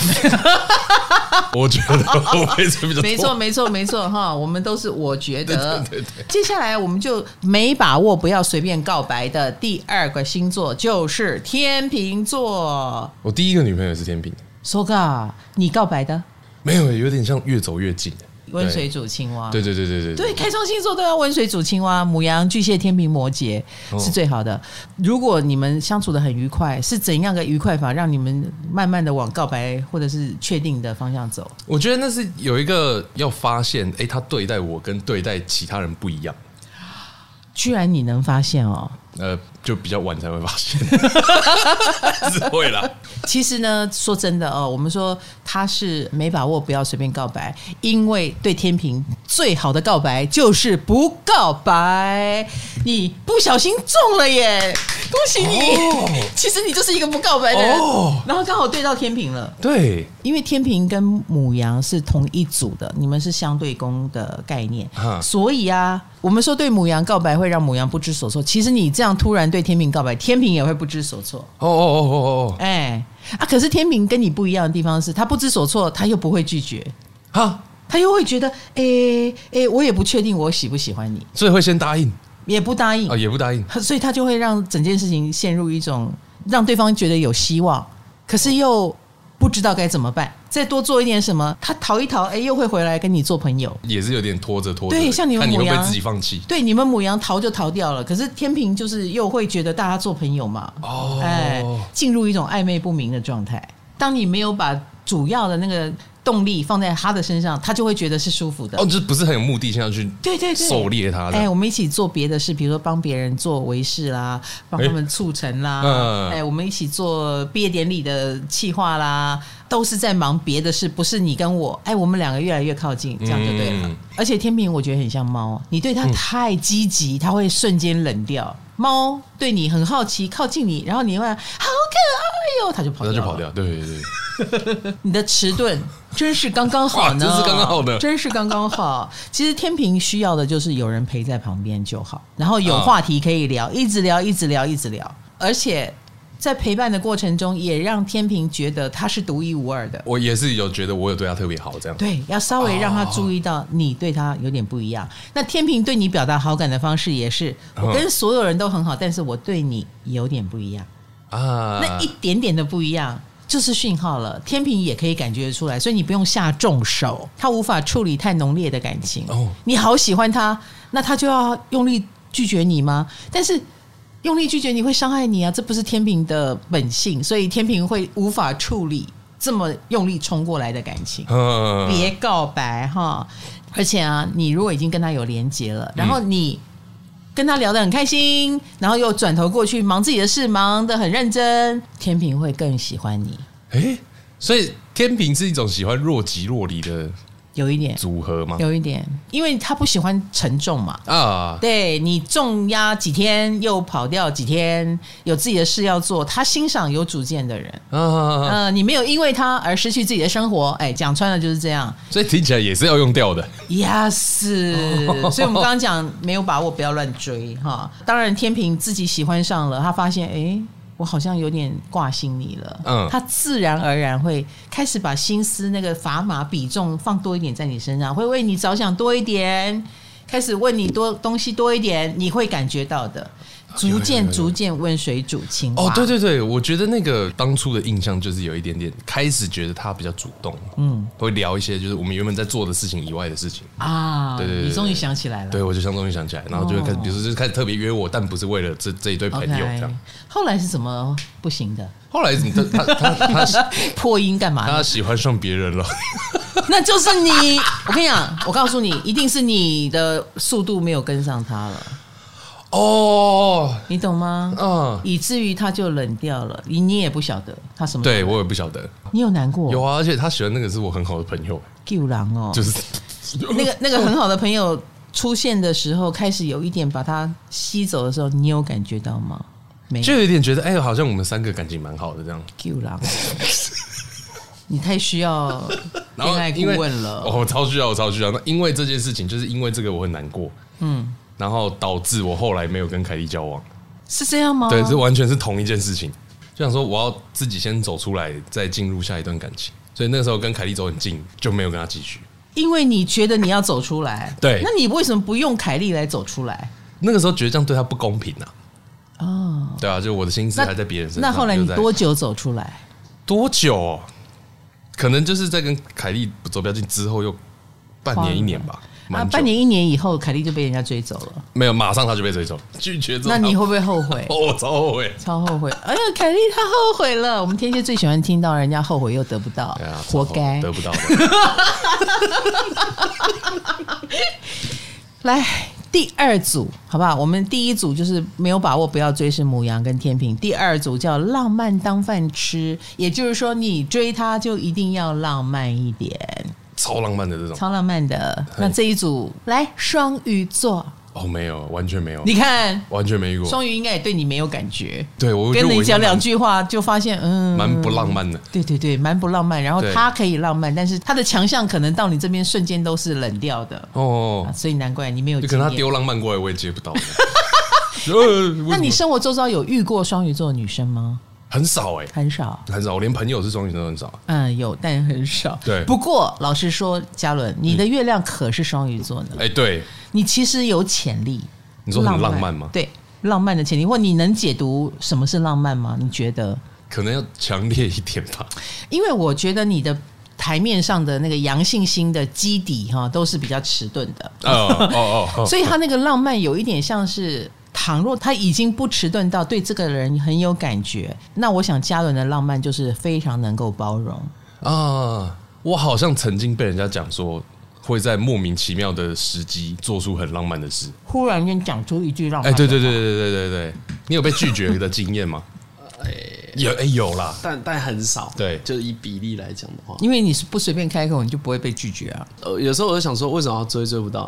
[SPEAKER 2] 我觉得我被追比较多。
[SPEAKER 1] 没错，，没错，没错，哈，我们都是我觉得。
[SPEAKER 2] 对对对
[SPEAKER 1] 接下来我们就没把握，不要随便告白的第二个星座就是天秤座。
[SPEAKER 2] 我第一个女朋友也是天秤，
[SPEAKER 1] s o g a 你告白的
[SPEAKER 2] 没有，有点像越走越近。
[SPEAKER 1] 温水煮青蛙，
[SPEAKER 2] 对对对对对
[SPEAKER 1] 啊对，开创星座都要温水煮青蛙，母羊、巨蟹、天平、摩羯
[SPEAKER 2] 哦
[SPEAKER 1] 是最好的。如果你们相处的很愉快，是怎样个愉快法让你们慢慢的往告白或者是确定的方向走？
[SPEAKER 2] 我觉得那是有一个要发现，哎、他对待我跟对待其他人不一样，
[SPEAKER 1] 居然你能发现哦，
[SPEAKER 2] 呃，就比较晚才会发 现， 是会啦。
[SPEAKER 1] 其实呢，说真的哦，我们说他是没把握，不要随便告白，因为对天平最好的告白就是不告白。你不小心中了耶，恭喜你！ 其实你就是一个不告白的人，
[SPEAKER 2] 哦
[SPEAKER 1] 然后刚好对到天平了。
[SPEAKER 2] 对，
[SPEAKER 1] 因为天平跟母羊是同一组的，你们是相对宫的概念，
[SPEAKER 2] 哈
[SPEAKER 1] 所以啊，我们说对母羊告白会让母羊不知所措。其实你这样突然对天平告白，天平也会不知所措。
[SPEAKER 2] 哦哦哦哦哦，
[SPEAKER 1] 哎、啊，可是天平跟你不一样的地方是，他不知所措，他又不会拒绝，
[SPEAKER 2] 哈，
[SPEAKER 1] 他又会觉得，哎、哎、我也不确定我喜不喜欢你，
[SPEAKER 2] 所以会先答应
[SPEAKER 1] 也不答应
[SPEAKER 2] 啊、，也不答应，
[SPEAKER 1] 所以他就会让整件事情陷入一种让对方觉得有希望，可是又不知道该怎么办，再多做一点什么，他逃一逃，哎、又会回来跟你做朋友。
[SPEAKER 2] 也是有点拖着拖着，
[SPEAKER 1] 对像你们
[SPEAKER 2] 看你会不
[SPEAKER 1] 母
[SPEAKER 2] 会
[SPEAKER 1] 羊
[SPEAKER 2] 自己放弃。
[SPEAKER 1] 对，你们母羊逃就逃掉了，可是天平就是又会觉得大家做朋友嘛，
[SPEAKER 2] 哦
[SPEAKER 1] 哎，进入一种暧昧不明的状态。当你没有把主要的那个动力放在他的身上，他就会觉得是舒服的。
[SPEAKER 2] 哦，就不是很有目的性要去
[SPEAKER 1] 对对对，
[SPEAKER 2] 狩猎他的。
[SPEAKER 1] 哎、我们一起做别的事，比如说帮别人做维事啦，帮他们促成啦，哎、
[SPEAKER 2] 哎嗯
[SPEAKER 1] 我们一起做毕业典礼的企划啦，都是在忙别的事，不是你跟我，哎、我们两个越来越靠近，这样就对了。
[SPEAKER 2] 嗯
[SPEAKER 1] 而且天平我觉得很像猫，啊你对它太积极，它会瞬间冷掉。猫对你很好奇，靠近你，然后你会好可爱哟、它就跑
[SPEAKER 2] 他
[SPEAKER 1] 掉，
[SPEAKER 2] 就跑。掉，对对对，
[SPEAKER 1] 你的迟钝真是刚刚好 呢，
[SPEAKER 2] 哇啊真是刚刚好的
[SPEAKER 1] 真是刚刚好。其实天平需要的就是有人陪在旁边就好，然后有
[SPEAKER 2] 啊
[SPEAKER 1] 话题可以聊，一直聊，一直聊，一直聊，而且。在陪伴的过程中，也让天平觉得他是独一无二的。
[SPEAKER 2] 我也是有觉得我有对他特别好这样，
[SPEAKER 1] 对，要稍微让他注意到你对他有点不一样。那天平对你表达好感的方式也是，
[SPEAKER 2] 嗯
[SPEAKER 1] 我跟所有人都很好，但是我对你有点不一样。
[SPEAKER 2] 啊，
[SPEAKER 1] 那一点点的不一样。就是讯号了，天平也可以感觉出来，所以你不用下重手，他无法处理太浓烈的感情。
[SPEAKER 2] 哦
[SPEAKER 1] 你好喜欢他，那他就要用力拒绝你吗？但是用力拒绝你会伤害你啊，这不是天平的本性，所以天平会无法处理这么用力冲过来的感情。
[SPEAKER 2] 嗯
[SPEAKER 1] 别告白哈。而且啊，你如果已经跟他有连结了，然后你跟他聊得很开心，然后又转头过去忙自己的事，忙得很认真，天平会更喜欢你。
[SPEAKER 2] 哎、所以天平是一种喜欢若即若离的
[SPEAKER 1] 有一点，
[SPEAKER 2] 组合吗？
[SPEAKER 1] 有一点，因为他不喜欢沉重嘛。
[SPEAKER 2] 啊，
[SPEAKER 1] 对你重压几天，又跑掉几天，有自己的事要做。他欣赏有主见的人，
[SPEAKER 2] 啊啊，啊
[SPEAKER 1] 呃，你没有因为他而失去自己的生活。哎，讲穿了就是这样。
[SPEAKER 2] 所以听起来也是要用掉的。
[SPEAKER 1] Yes，所以我们刚刚讲没有把握，不要乱追哈。当然，天平自己喜欢上了，他发现哎、诶我好像有点挂心你了，
[SPEAKER 2] 嗯
[SPEAKER 1] 他自然而然会开始把心思那个砝码比重放多一点在你身上，会为你着想多一点，开始问你多东西多一点，你会感觉到的，逐
[SPEAKER 2] 有有有
[SPEAKER 1] 渐
[SPEAKER 2] 有
[SPEAKER 1] 逐渐温水煮青蛙。
[SPEAKER 2] 哦，对对对，我觉得那个当初的印象就是有一点点，开始觉得他比较主动，嗯，会聊一些就是我们原本在做的事情以外的事情。
[SPEAKER 1] 啊，
[SPEAKER 2] 对对对对
[SPEAKER 1] 你终于想起来了，
[SPEAKER 2] 对，我就像终于想起来，然后就会开始，比如说就是开始特别约我，但不是为了这这一对朋友这
[SPEAKER 1] OK
[SPEAKER 2] 样。。
[SPEAKER 1] 后来是怎么不行 的？
[SPEAKER 2] 后来你他他他他他
[SPEAKER 1] 破音干嘛呢？
[SPEAKER 2] 他喜欢上别人了，
[SPEAKER 1] 那就是你。我跟你讲，我告诉你，一定是你的速度没有跟上他了，
[SPEAKER 2] 哦，
[SPEAKER 1] 你懂吗？
[SPEAKER 2] 嗯，
[SPEAKER 1] 以至于他就冷掉了，你你也不晓得他什么。，
[SPEAKER 2] 对我也不晓得，
[SPEAKER 1] 你有难过？
[SPEAKER 2] 有啊，而且他喜欢那个是我很好的朋友，
[SPEAKER 1] 救狼哦，
[SPEAKER 2] 就是
[SPEAKER 1] 那个那个很好的朋友出现的时候，开始有一点把他吸走的时候，你有感觉到吗？没
[SPEAKER 2] 就
[SPEAKER 1] 有，
[SPEAKER 2] 有点觉得，哎、好像我们三个感情蛮好的这样。
[SPEAKER 1] 救狼。你太需要
[SPEAKER 2] 然
[SPEAKER 1] 恋
[SPEAKER 2] 后
[SPEAKER 1] 爱顾
[SPEAKER 2] 因为
[SPEAKER 1] 问了，
[SPEAKER 2] 哦，我超需要，我超需要。那因为这件事情，就是因为这个我很难过，嗯，然后导致我后来没有跟凯莉交往。
[SPEAKER 1] 是这样吗？
[SPEAKER 2] 对，这完全是同一件事情。就想说我要自己先走出来，再进入下一段感情。所以那时候跟凯莉走很近，就没有跟她继续。
[SPEAKER 1] 因为你觉得你要走出来，
[SPEAKER 2] 对
[SPEAKER 1] 那你为什么不用凯莉来走出来？
[SPEAKER 2] 那个时候觉得这样对她不公平啊。
[SPEAKER 1] 哦，
[SPEAKER 2] 对啊，就我的心思还在别人身上。
[SPEAKER 1] 那后来你
[SPEAKER 2] 就在
[SPEAKER 1] 多久走出来？
[SPEAKER 2] 多久哦、可能就是在跟凯莉走比较近之后，又半年一年吧，蛮
[SPEAKER 1] 啊，
[SPEAKER 2] 久
[SPEAKER 1] 半年一年以后，凯莉就被人家追走了。
[SPEAKER 2] 没有，马上她就被追走，拒绝之后
[SPEAKER 1] 那
[SPEAKER 2] 她。
[SPEAKER 1] 你会不会后 悔？
[SPEAKER 2] 哦，我超后悔。
[SPEAKER 1] 超后悔！哎呀，凯莉她后悔了。我们天蝎最喜欢听到人家后悔又得不到，
[SPEAKER 2] 对啊，
[SPEAKER 1] 活该
[SPEAKER 2] 得。不 到的。
[SPEAKER 1] 来，第二组好不好？我们第一组就是没有把握，不要追是母羊跟天平。第二组叫浪漫当饭吃，也就是说你追他就一定要浪漫一点，
[SPEAKER 2] 超浪漫的这种
[SPEAKER 1] 超浪漫的。那这一组来双鱼座，
[SPEAKER 2] 哦，没有，完全没有，
[SPEAKER 1] 你看
[SPEAKER 2] 完全没遇过。
[SPEAKER 1] 双鱼应该也对你没有感觉。
[SPEAKER 2] 对我
[SPEAKER 1] 跟你讲两
[SPEAKER 2] 句，
[SPEAKER 1] 句话，就发现嗯，
[SPEAKER 2] 蛮不浪漫的。
[SPEAKER 1] 对对对，蛮不浪漫。然后
[SPEAKER 2] 对
[SPEAKER 1] 他可以浪漫，但是他的强项可能到你这边瞬间都是冷掉的，
[SPEAKER 2] 哦
[SPEAKER 1] 啊，所以难怪你没有
[SPEAKER 2] 就
[SPEAKER 1] 经
[SPEAKER 2] 可能他
[SPEAKER 1] 验。
[SPEAKER 2] 丢浪漫过来，我也 接不到。 呃
[SPEAKER 1] 那你
[SPEAKER 2] 为什么
[SPEAKER 1] 生活周遭有遇过双鱼座的女生吗？
[SPEAKER 2] 很少哎，
[SPEAKER 1] 很少，
[SPEAKER 2] 很少，我连朋友是双鱼座都很少。
[SPEAKER 1] 嗯，有，但很少。
[SPEAKER 2] 对
[SPEAKER 1] 不过老实说，嘉伦，你的月亮可是双鱼座呢，
[SPEAKER 2] 哎，对，
[SPEAKER 1] 你其实有潜力。
[SPEAKER 2] 你说很浪漫吗？
[SPEAKER 1] 对，浪漫的潜力，或你能解读什么是浪漫吗？你觉得？
[SPEAKER 2] 可能要强烈一点 吧。
[SPEAKER 1] 因为我觉得你的台面上的那个阳性心的基底哈，都是比较迟钝的。
[SPEAKER 2] 哦哦 哦，
[SPEAKER 1] 所以他那个浪漫有一点像是，倘若他已经不迟钝到对这个人很有感觉，那我想嘉伦的浪漫就是非常能够包容。
[SPEAKER 2] 啊，我好像曾经被人家讲说，会在莫名其妙的时机做出很浪漫的事。
[SPEAKER 1] 忽然间讲出一句浪
[SPEAKER 2] 哎，
[SPEAKER 1] 漫，
[SPEAKER 2] 对对对，对对对对，你有被拒绝的经验吗？
[SPEAKER 1] 呃
[SPEAKER 2] 有哎有啦，
[SPEAKER 3] 但但很少，
[SPEAKER 2] 对
[SPEAKER 3] 就是以比例来讲的话，
[SPEAKER 1] 因为你是不随便开口，你就不会被拒绝啊。
[SPEAKER 3] 呃，有时候我就想说，为什么要追追不 到？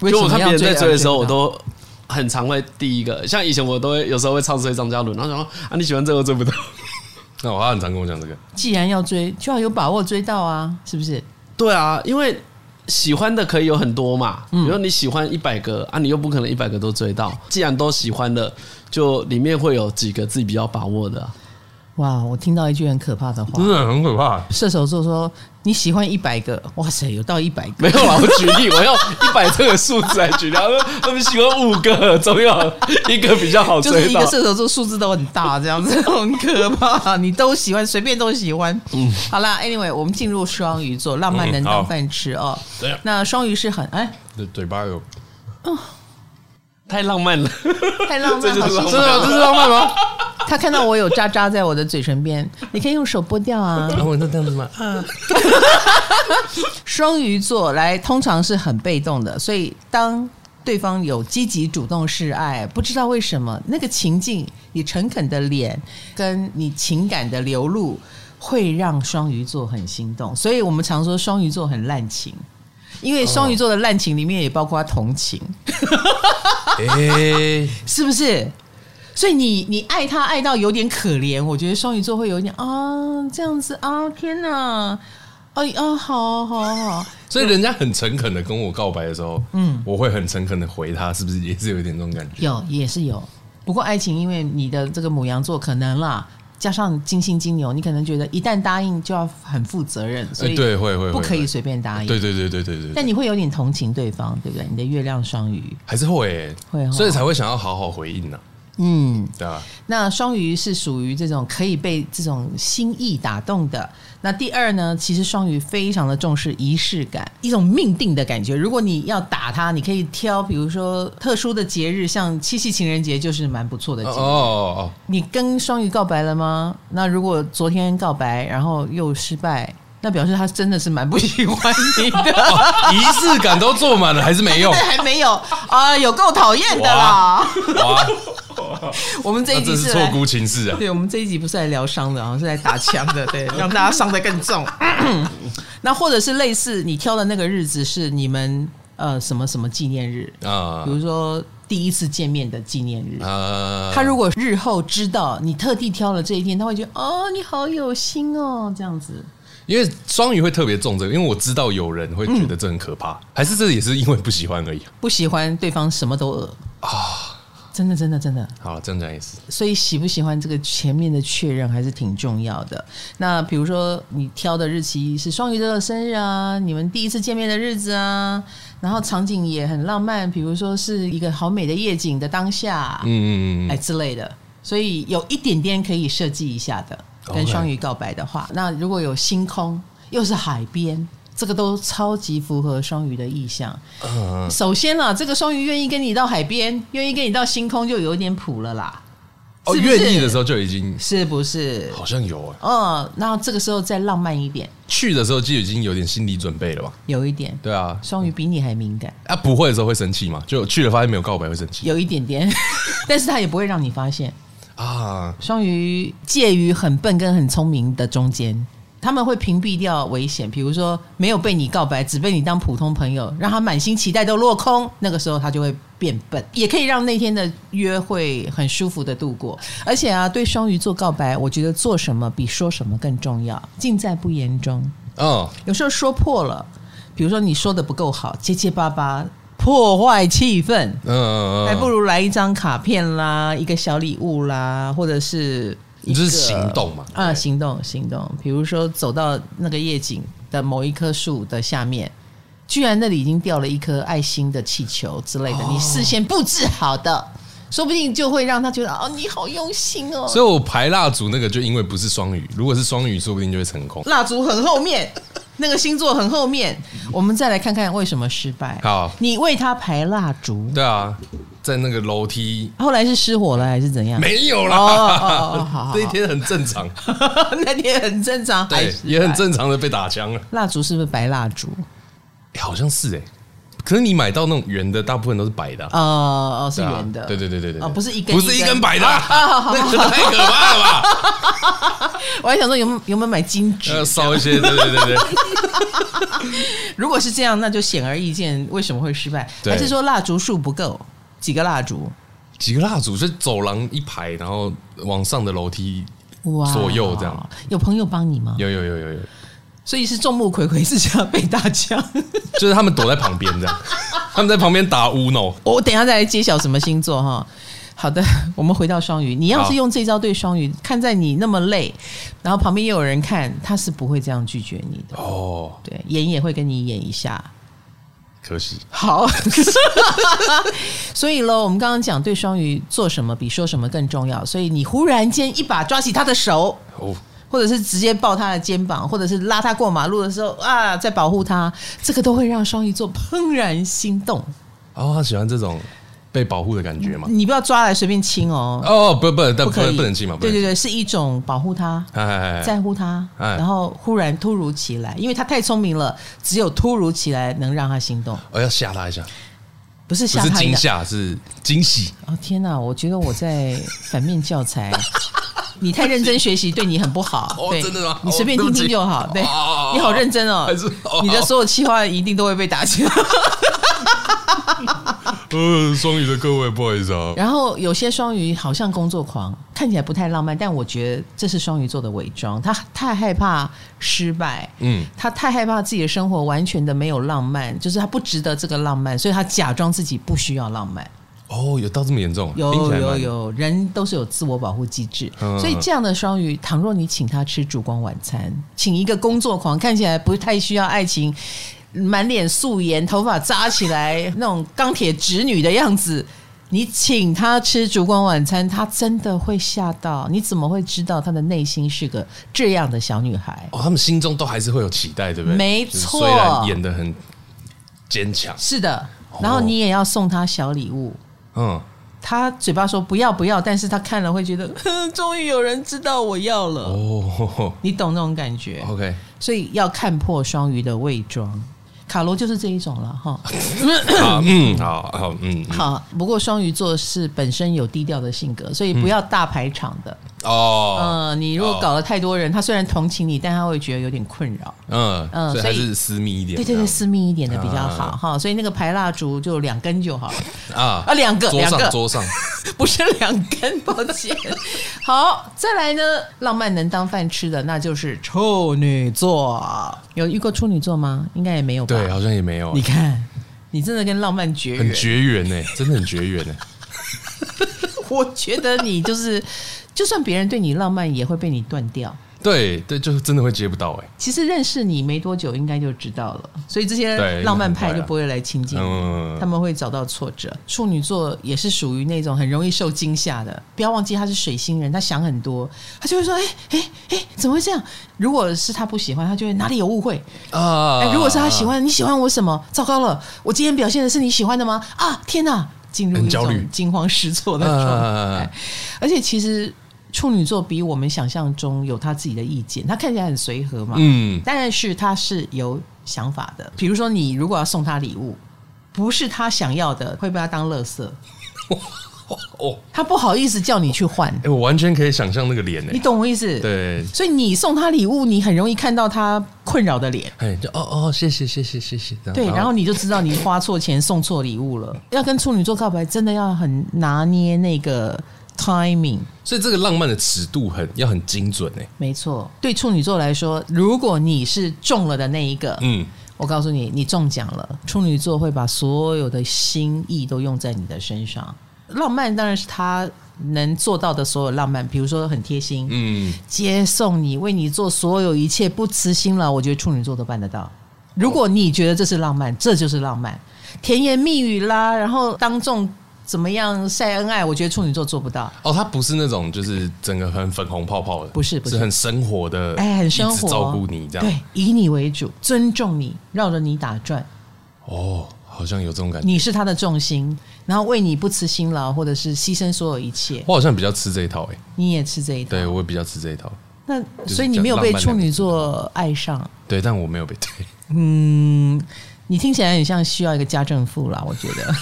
[SPEAKER 1] 为
[SPEAKER 3] 就
[SPEAKER 1] 什
[SPEAKER 3] 我
[SPEAKER 1] 么
[SPEAKER 3] 看别
[SPEAKER 1] 要
[SPEAKER 3] 人在追的时候，
[SPEAKER 1] 而
[SPEAKER 3] 我
[SPEAKER 1] 不到
[SPEAKER 3] 都很常会第一个，像以前我都会有时候会唱衰张嘉伦，然后想说啊你喜欢这个追不到，
[SPEAKER 2] 那我他很常跟我讲这个，
[SPEAKER 1] 既然要追，就要有把握追到啊，是不是？
[SPEAKER 3] 对啊，因为喜欢的可以有很多嘛，比如你喜欢一百个啊，你又不可能一百个都追到，既然都喜欢了，就里面会有几个自己比较把握的啊，
[SPEAKER 1] 哇，我听到一句很可怕的话，
[SPEAKER 2] 的很可怕。
[SPEAKER 1] 射手座说你喜欢一百个，哇塞，有到一百个，
[SPEAKER 3] 没有啦，我举例，我用一百这个数字来举例，他们他们喜欢五个，总有一个比较好
[SPEAKER 1] 就是
[SPEAKER 3] 追
[SPEAKER 1] 一
[SPEAKER 3] 到
[SPEAKER 1] 个。射手座数字都很大，这样子 很可怕。你都喜欢，随便都喜欢。嗯，好啦 a n y w a y 我们进入双鱼座，浪
[SPEAKER 3] 嗯
[SPEAKER 1] 漫能当饭吃哦。
[SPEAKER 2] 对啊
[SPEAKER 1] 那双鱼是很哎，
[SPEAKER 2] 对，嘴巴有
[SPEAKER 3] 太浪漫了，
[SPEAKER 1] 太浪
[SPEAKER 3] 这
[SPEAKER 1] 漫，
[SPEAKER 3] 就
[SPEAKER 1] 好
[SPEAKER 3] 是
[SPEAKER 1] 舒
[SPEAKER 3] 浪
[SPEAKER 1] 服
[SPEAKER 3] 漫。。是浪漫吗？
[SPEAKER 1] 他看到我有渣渣在我的嘴唇边，你可以用手拨掉啊。
[SPEAKER 2] 然后那这样子吗？啊，
[SPEAKER 1] 双鱼座来通常是很被动的，所以当对方有积极主动示爱，不知道为什么那个情境，你诚恳的脸跟你情感的流露，会让双鱼座很心动。所以我们常说双鱼座很滥情，因为双鱼座的滥情里面也包括同情，
[SPEAKER 2] 哎，
[SPEAKER 1] 是不是？所以你你爱他爱到有点可怜，我觉得双鱼座会有一点啊这样子啊，天哪，哎啊，好好好，
[SPEAKER 2] 所以人家很诚恳的跟我告白的时候，嗯，我会很诚恳的回他，是不是也是有一点这种感觉？
[SPEAKER 1] 有也是有，不过爱情因为你的这个母羊座可能啦，加上金星金牛，你可能觉得一旦答应就要很负责任，所以
[SPEAKER 2] 哎对会会会
[SPEAKER 1] 不可以随便答应。
[SPEAKER 2] 对对对对对对对，
[SPEAKER 1] 但你会有点同情对方，对不对？你的月亮双鱼，
[SPEAKER 2] 还是会
[SPEAKER 1] 会哦
[SPEAKER 2] 欸，所以才会想要好好回应呐，啊
[SPEAKER 1] 嗯，
[SPEAKER 2] 对啊吧？
[SPEAKER 1] 那双鱼是属于这种可以被这种心意打动的。那第二呢，其实双鱼非常的重视仪式感，一种命定的感觉。如果你要打它，你可以挑，比如说特殊的节日，像七夕情人节就是蛮不错的节
[SPEAKER 2] 哦
[SPEAKER 1] 日。
[SPEAKER 2] 哦
[SPEAKER 1] 你跟双鱼告白了吗？那如果昨天告白，然后又失败，那表示他真的是蛮不喜欢你 的，
[SPEAKER 2] 哦，仪式感都做满了，还是没 用
[SPEAKER 1] 但还没有啊、有够讨厌的啦。
[SPEAKER 2] 哇！
[SPEAKER 1] 我们这
[SPEAKER 2] 那
[SPEAKER 1] 一集
[SPEAKER 2] 真是
[SPEAKER 1] 是
[SPEAKER 2] 错
[SPEAKER 1] 来，
[SPEAKER 2] 估情势啊！
[SPEAKER 1] 对我们这一集不是来疗伤的，啊，是来打枪 的，对，让大家伤得更重。那或者是类似你挑的那个日子是你们呃什么什么纪念日，
[SPEAKER 2] 啊
[SPEAKER 1] 比如说第一次见面的纪念日。
[SPEAKER 2] 啊，
[SPEAKER 1] 他如果日后知道你特地挑了这一天，他会觉得哦，你好有心哦，这样子。
[SPEAKER 2] 因为双鱼会特别重这个，因为我知道有人会觉得这很可怕，还是这也是因为不喜欢而已。
[SPEAKER 1] 不喜欢对方什么都恶啊，真的真的真的，
[SPEAKER 2] 好了，这样讲也是。
[SPEAKER 1] 所以喜不喜欢这个前面的确认还是挺重要的。那比如说你挑的日期是双鱼座的生日啊，你们第一次见面的日子啊，然后场景也很浪漫，比如说是一个好美的夜景的当下，
[SPEAKER 2] 嗯嗯嗯
[SPEAKER 1] 哎之类的，所以有一点点可以设计一下的。跟
[SPEAKER 2] OK
[SPEAKER 1] 双鱼告白的话那如果有星空，又是海边，这个都超级符合双鱼的意向。
[SPEAKER 2] 嗯，
[SPEAKER 1] 首先啦，这个双鱼愿意跟你到海边，愿意跟你到星空，就有点谱了啦。
[SPEAKER 2] 哦，
[SPEAKER 1] 是不是
[SPEAKER 2] 愿意的时候就已经
[SPEAKER 1] 是不是？
[SPEAKER 2] 好像有哎，
[SPEAKER 1] 哦，那这个时候再浪漫一点，
[SPEAKER 2] 去的时候就已经有点心理准备了吧？
[SPEAKER 1] 有一点，
[SPEAKER 2] 对啊，
[SPEAKER 1] 双鱼比你还敏感，
[SPEAKER 2] 啊不会的时候会生气嘛？就去了发现没有告白会生气
[SPEAKER 1] 有一点点， 但是他也不会让你发现。
[SPEAKER 2] 啊。
[SPEAKER 1] 双鱼介于很笨跟很聪明的中间，他们会屏蔽掉危险，比如说没有被你告白，只被你当普通朋友，让他满心期待都落空，那个时候他就会变笨， 也可以让那天的约会很舒服的度过。而且啊，对双鱼座告白，我觉得做什么比说什么更重要，尽在不言中。
[SPEAKER 2] 嗯，
[SPEAKER 1] 有时候说破了，比如说你说的不够好，结结巴巴，破坏气氛。
[SPEAKER 2] 嗯嗯，嗯
[SPEAKER 1] 还不如来一张卡片啦，一个小礼物啦，或者是一
[SPEAKER 2] 你
[SPEAKER 1] 个
[SPEAKER 2] 就是行动嘛
[SPEAKER 1] 啊，
[SPEAKER 2] 对
[SPEAKER 1] 行动行动。比如说走到那个夜景的某一棵树的下面，居然那里已经掉了一颗爱心的气球之类的，
[SPEAKER 2] 哦
[SPEAKER 1] 你事先布置好的，说不定就会让他觉得哦，你好用心哦。
[SPEAKER 2] 所以我排蜡烛那个就因为不是双鱼，如果是双鱼，说不定就会成功。
[SPEAKER 1] 蜡烛很后面，那个星座很后面，我们再来看看为什么失败。
[SPEAKER 2] 好
[SPEAKER 1] 你为他排蜡烛，
[SPEAKER 2] 对啊，在那个楼梯
[SPEAKER 1] 后来是失火了还是怎样？
[SPEAKER 2] 没有
[SPEAKER 1] 哦哦哦哦好好
[SPEAKER 2] 啦
[SPEAKER 1] 好，
[SPEAKER 2] 这一天很正常，
[SPEAKER 1] 那天很正常，还
[SPEAKER 2] 对，
[SPEAKER 1] 失
[SPEAKER 2] 也很
[SPEAKER 1] 败
[SPEAKER 2] 正常的被打枪了。
[SPEAKER 1] 蜡烛是不是白蜡烛？
[SPEAKER 2] 欸好像是哎、可是你买到那种圆的，大部分都是白的啊、
[SPEAKER 1] 呃，哦，是
[SPEAKER 2] 对啊
[SPEAKER 1] 圆的，
[SPEAKER 2] 对对对对对，
[SPEAKER 1] 哦，不是一根，哦
[SPEAKER 2] 不是一根白的啊、
[SPEAKER 1] 好好
[SPEAKER 2] 那个太可怕了 吧？
[SPEAKER 1] 我还想说有没有有没有买金纸？
[SPEAKER 2] 要烧一些，对对对对，
[SPEAKER 1] 如果是这样，那就显而易见为什么会失败，
[SPEAKER 2] 对
[SPEAKER 1] 还是说蜡烛数不够，几个蜡烛？
[SPEAKER 2] 几个蜡烛，就走廊一排，然后往上的楼梯，
[SPEAKER 1] 哇
[SPEAKER 2] 左右这样，
[SPEAKER 1] 有朋友帮你吗？
[SPEAKER 2] 有有有有有，
[SPEAKER 1] 所以是众目睽睽之下被大枪。
[SPEAKER 2] 就是他们躲在旁边这样，他们在旁边打 Uno，
[SPEAKER 1] 我等一下再来揭晓什么星座哈。好的， 我们回到双鱼。你要是
[SPEAKER 2] 好
[SPEAKER 1] 用这招对双鱼，看在你那么累，然后旁边又有人看，他是不会这样拒绝你的。
[SPEAKER 2] 哦，
[SPEAKER 1] 对，演也会跟你演一下。
[SPEAKER 2] 可惜，
[SPEAKER 1] 好， 所以喽，我们刚刚讲对双鱼做什么比说什么更重要。所以你忽然间一把抓起他的手，
[SPEAKER 2] 哦，
[SPEAKER 1] 或者是直接抱他的肩膀，或者是拉他过马路的时候啊，在保护他，这个都会让双鱼座怦然心动。
[SPEAKER 2] 哦，他喜欢这种被保护的感觉嘛？
[SPEAKER 1] 你不要抓来随便亲哦，
[SPEAKER 2] 哦，不不，但
[SPEAKER 1] 嗯不
[SPEAKER 2] 嗯不
[SPEAKER 1] 可以，
[SPEAKER 2] 不能进嘛，不
[SPEAKER 1] 对对
[SPEAKER 2] 能进，
[SPEAKER 1] 对，是一种保护他。
[SPEAKER 2] 哎哎哎，
[SPEAKER 1] 在乎他，
[SPEAKER 2] 哎
[SPEAKER 1] 然后忽然突如其来，因为他太聪明了，只有突如其来能让他心动，
[SPEAKER 2] 我哦要吓他一下，
[SPEAKER 1] 不是
[SPEAKER 2] 不
[SPEAKER 1] 吓
[SPEAKER 2] 是
[SPEAKER 1] 他一
[SPEAKER 2] 惊
[SPEAKER 1] 跳。
[SPEAKER 2] 吓，是惊喜。
[SPEAKER 1] 哦天哪，我觉得我在反面教材。 你太认真学习对你很不好。
[SPEAKER 2] 哦
[SPEAKER 1] 对
[SPEAKER 2] 真的吗
[SPEAKER 1] 你随便
[SPEAKER 2] 哦对
[SPEAKER 1] 听
[SPEAKER 2] 不起
[SPEAKER 1] 听就好。对，
[SPEAKER 2] 哦哦哦哦
[SPEAKER 1] 你好认真哦
[SPEAKER 2] 还是哦，
[SPEAKER 1] 你的所有计划一定都会被打击。
[SPEAKER 2] 呃，双鱼的各位，不好意思啊，
[SPEAKER 1] 然后有些双鱼好像工作狂，看起来不太浪漫，但我觉得这是双鱼座的伪装。他太害怕失败，
[SPEAKER 2] 嗯，
[SPEAKER 1] 他太害怕自己的生活完全的没有浪漫，就是他不值得这个浪漫，所以他假装自己不需要浪漫。
[SPEAKER 2] 哦，有到这么严重？听起
[SPEAKER 1] 有
[SPEAKER 2] 来
[SPEAKER 1] 有
[SPEAKER 2] 蛮，
[SPEAKER 1] 有，人都是有自我保护机制，
[SPEAKER 2] 嗯
[SPEAKER 1] 所以这样的双鱼，倘若你请他吃烛光晚餐，请一个工作狂，看起来不太需要爱情，满脸素颜，头发扎起来，那种钢铁直女的样子。你请他吃烛光晚餐，他真的会吓到。你怎么会知道他的内心是个这样的小女孩？
[SPEAKER 2] 哦，他们心中都还是会有期待，对不对？
[SPEAKER 1] 没
[SPEAKER 2] 就是
[SPEAKER 1] 错
[SPEAKER 2] 虽然演的很坚强，
[SPEAKER 1] 是的，然后你也要送他小礼物。
[SPEAKER 2] 嗯，
[SPEAKER 1] 他嘴巴说不要不要，但是他看了会觉得， 哼终于有人知道我要了。
[SPEAKER 2] 哦
[SPEAKER 1] 你懂那种感觉，
[SPEAKER 2] ，OK，
[SPEAKER 1] 所以要看破双鱼的伪装。卡罗就是这一种了哈。
[SPEAKER 2] 好，嗯，好好，嗯，嗯
[SPEAKER 1] 好，不过双鱼座是本身有低调的性格，所以不要大排场的。
[SPEAKER 2] 哦，
[SPEAKER 1] 嗯、你如果搞了太多人，他虽然同情你，但他会觉得有点困扰。
[SPEAKER 2] 嗯
[SPEAKER 1] 嗯
[SPEAKER 2] 嗯，所以还
[SPEAKER 1] 所以
[SPEAKER 2] 是私密一点，
[SPEAKER 1] 对对
[SPEAKER 2] 这
[SPEAKER 1] 对，
[SPEAKER 2] 样
[SPEAKER 1] 私密一点的比较好
[SPEAKER 2] 啊
[SPEAKER 1] 哈、所以那个排蜡烛就两根就好了，
[SPEAKER 2] 啊
[SPEAKER 1] 啊两个
[SPEAKER 2] 桌
[SPEAKER 1] 两个
[SPEAKER 2] 上桌上，
[SPEAKER 1] 不是两根，抱 歉。好，再来呢，浪漫能当饭吃的那就是处女座。有遇过处女座吗？应该也没有吧。
[SPEAKER 2] 对，好像也没有啊，
[SPEAKER 1] 你看，你真的跟浪漫绝
[SPEAKER 2] 很
[SPEAKER 1] 缘。
[SPEAKER 2] 绝缘呢，真的很绝缘呢， 欸
[SPEAKER 1] 我觉得你就是，就算别人对你浪漫，也会被你断掉。
[SPEAKER 2] 对对，就是真的会接不到哎，
[SPEAKER 1] 其实认识你没多久，应该就知道了，所以这些
[SPEAKER 2] 对
[SPEAKER 1] 浪漫派
[SPEAKER 2] 应该很快啊
[SPEAKER 1] 就不会来亲近
[SPEAKER 2] 嗯
[SPEAKER 1] 你，他们会找到挫折。处女座也是属于那种很容易受惊吓的，不要忘记他是水星人，他想很多，他就会说：“哎哎哎，怎么会这样？”如果是他不喜欢，他就会哪里有误会，
[SPEAKER 2] 啊
[SPEAKER 1] 哎、如果是他喜欢，你喜欢我什么？糟糕了，我今天表现的是你喜欢的吗？啊，天哪，进入一
[SPEAKER 2] 很焦
[SPEAKER 1] 种
[SPEAKER 2] 虑
[SPEAKER 1] 惊慌失措的
[SPEAKER 2] 啊
[SPEAKER 1] 状态。哎而且其实处女座比我们想象中有他自己的意见，他看起来很随和嘛，
[SPEAKER 2] 嗯，
[SPEAKER 1] 但是他是有想法的。比如说，你如果要送他礼物，不是他想要的，会被他当垃 圾，
[SPEAKER 2] 哦，
[SPEAKER 1] 他不好意思叫你去换，
[SPEAKER 2] 哎，我完全可以想象那个脸
[SPEAKER 1] 你
[SPEAKER 2] 哎，
[SPEAKER 1] 懂我意思？。
[SPEAKER 2] 对，
[SPEAKER 1] 所以你送他礼物，你很容易看到他困扰的脸。
[SPEAKER 2] 哎，就哦哦，谢谢谢谢谢谢，
[SPEAKER 1] 对，然后你就知道你花错钱送错礼物了。要跟处女座告白，真的要很拿捏那个 timing。
[SPEAKER 2] 所以这个浪漫的尺度很要很精准哎，
[SPEAKER 1] 没错，对处女座来说，如果你是中了的那一个，
[SPEAKER 2] 嗯，
[SPEAKER 1] 我告诉你，你中奖了。处女座会把所有的心意都用在你的身上。浪漫当然是他能做到的所有浪漫，比如说很贴心，
[SPEAKER 2] 嗯，
[SPEAKER 1] 接送你，为你做所有一切，不辞辛劳，我觉得处女座都办得到。如果你觉得这是浪漫，这就是浪漫，甜言蜜语啦，然后当众怎么样晒恩爱，我觉得处女座做不到。
[SPEAKER 2] 哦，它不是那种就是整个很粉红泡泡的，
[SPEAKER 1] 不是不是
[SPEAKER 2] 是很生活的，
[SPEAKER 1] 哎，很生
[SPEAKER 2] 一
[SPEAKER 1] 活，
[SPEAKER 2] 直照顾你这样，
[SPEAKER 1] 对，以你为主，尊重你，绕着你打转，
[SPEAKER 2] 哦，好像有这种感觉，
[SPEAKER 1] 你是他的重心，然后为你不辞辛劳，或者是牺牲所有一切，
[SPEAKER 2] 我好像比较吃这一套哎，
[SPEAKER 1] 你也吃这一套。
[SPEAKER 2] 哦对我比较吃这一套，
[SPEAKER 1] 那
[SPEAKER 2] 是
[SPEAKER 1] 所以你没有
[SPEAKER 2] 讲
[SPEAKER 1] 被
[SPEAKER 2] 浪漫
[SPEAKER 1] 处
[SPEAKER 2] 两个
[SPEAKER 1] 女
[SPEAKER 2] 字
[SPEAKER 1] 座爱上，
[SPEAKER 2] 对，但我没有被 对，
[SPEAKER 1] 嗯，你听起来很像需要一个家政妇啦，我觉 得。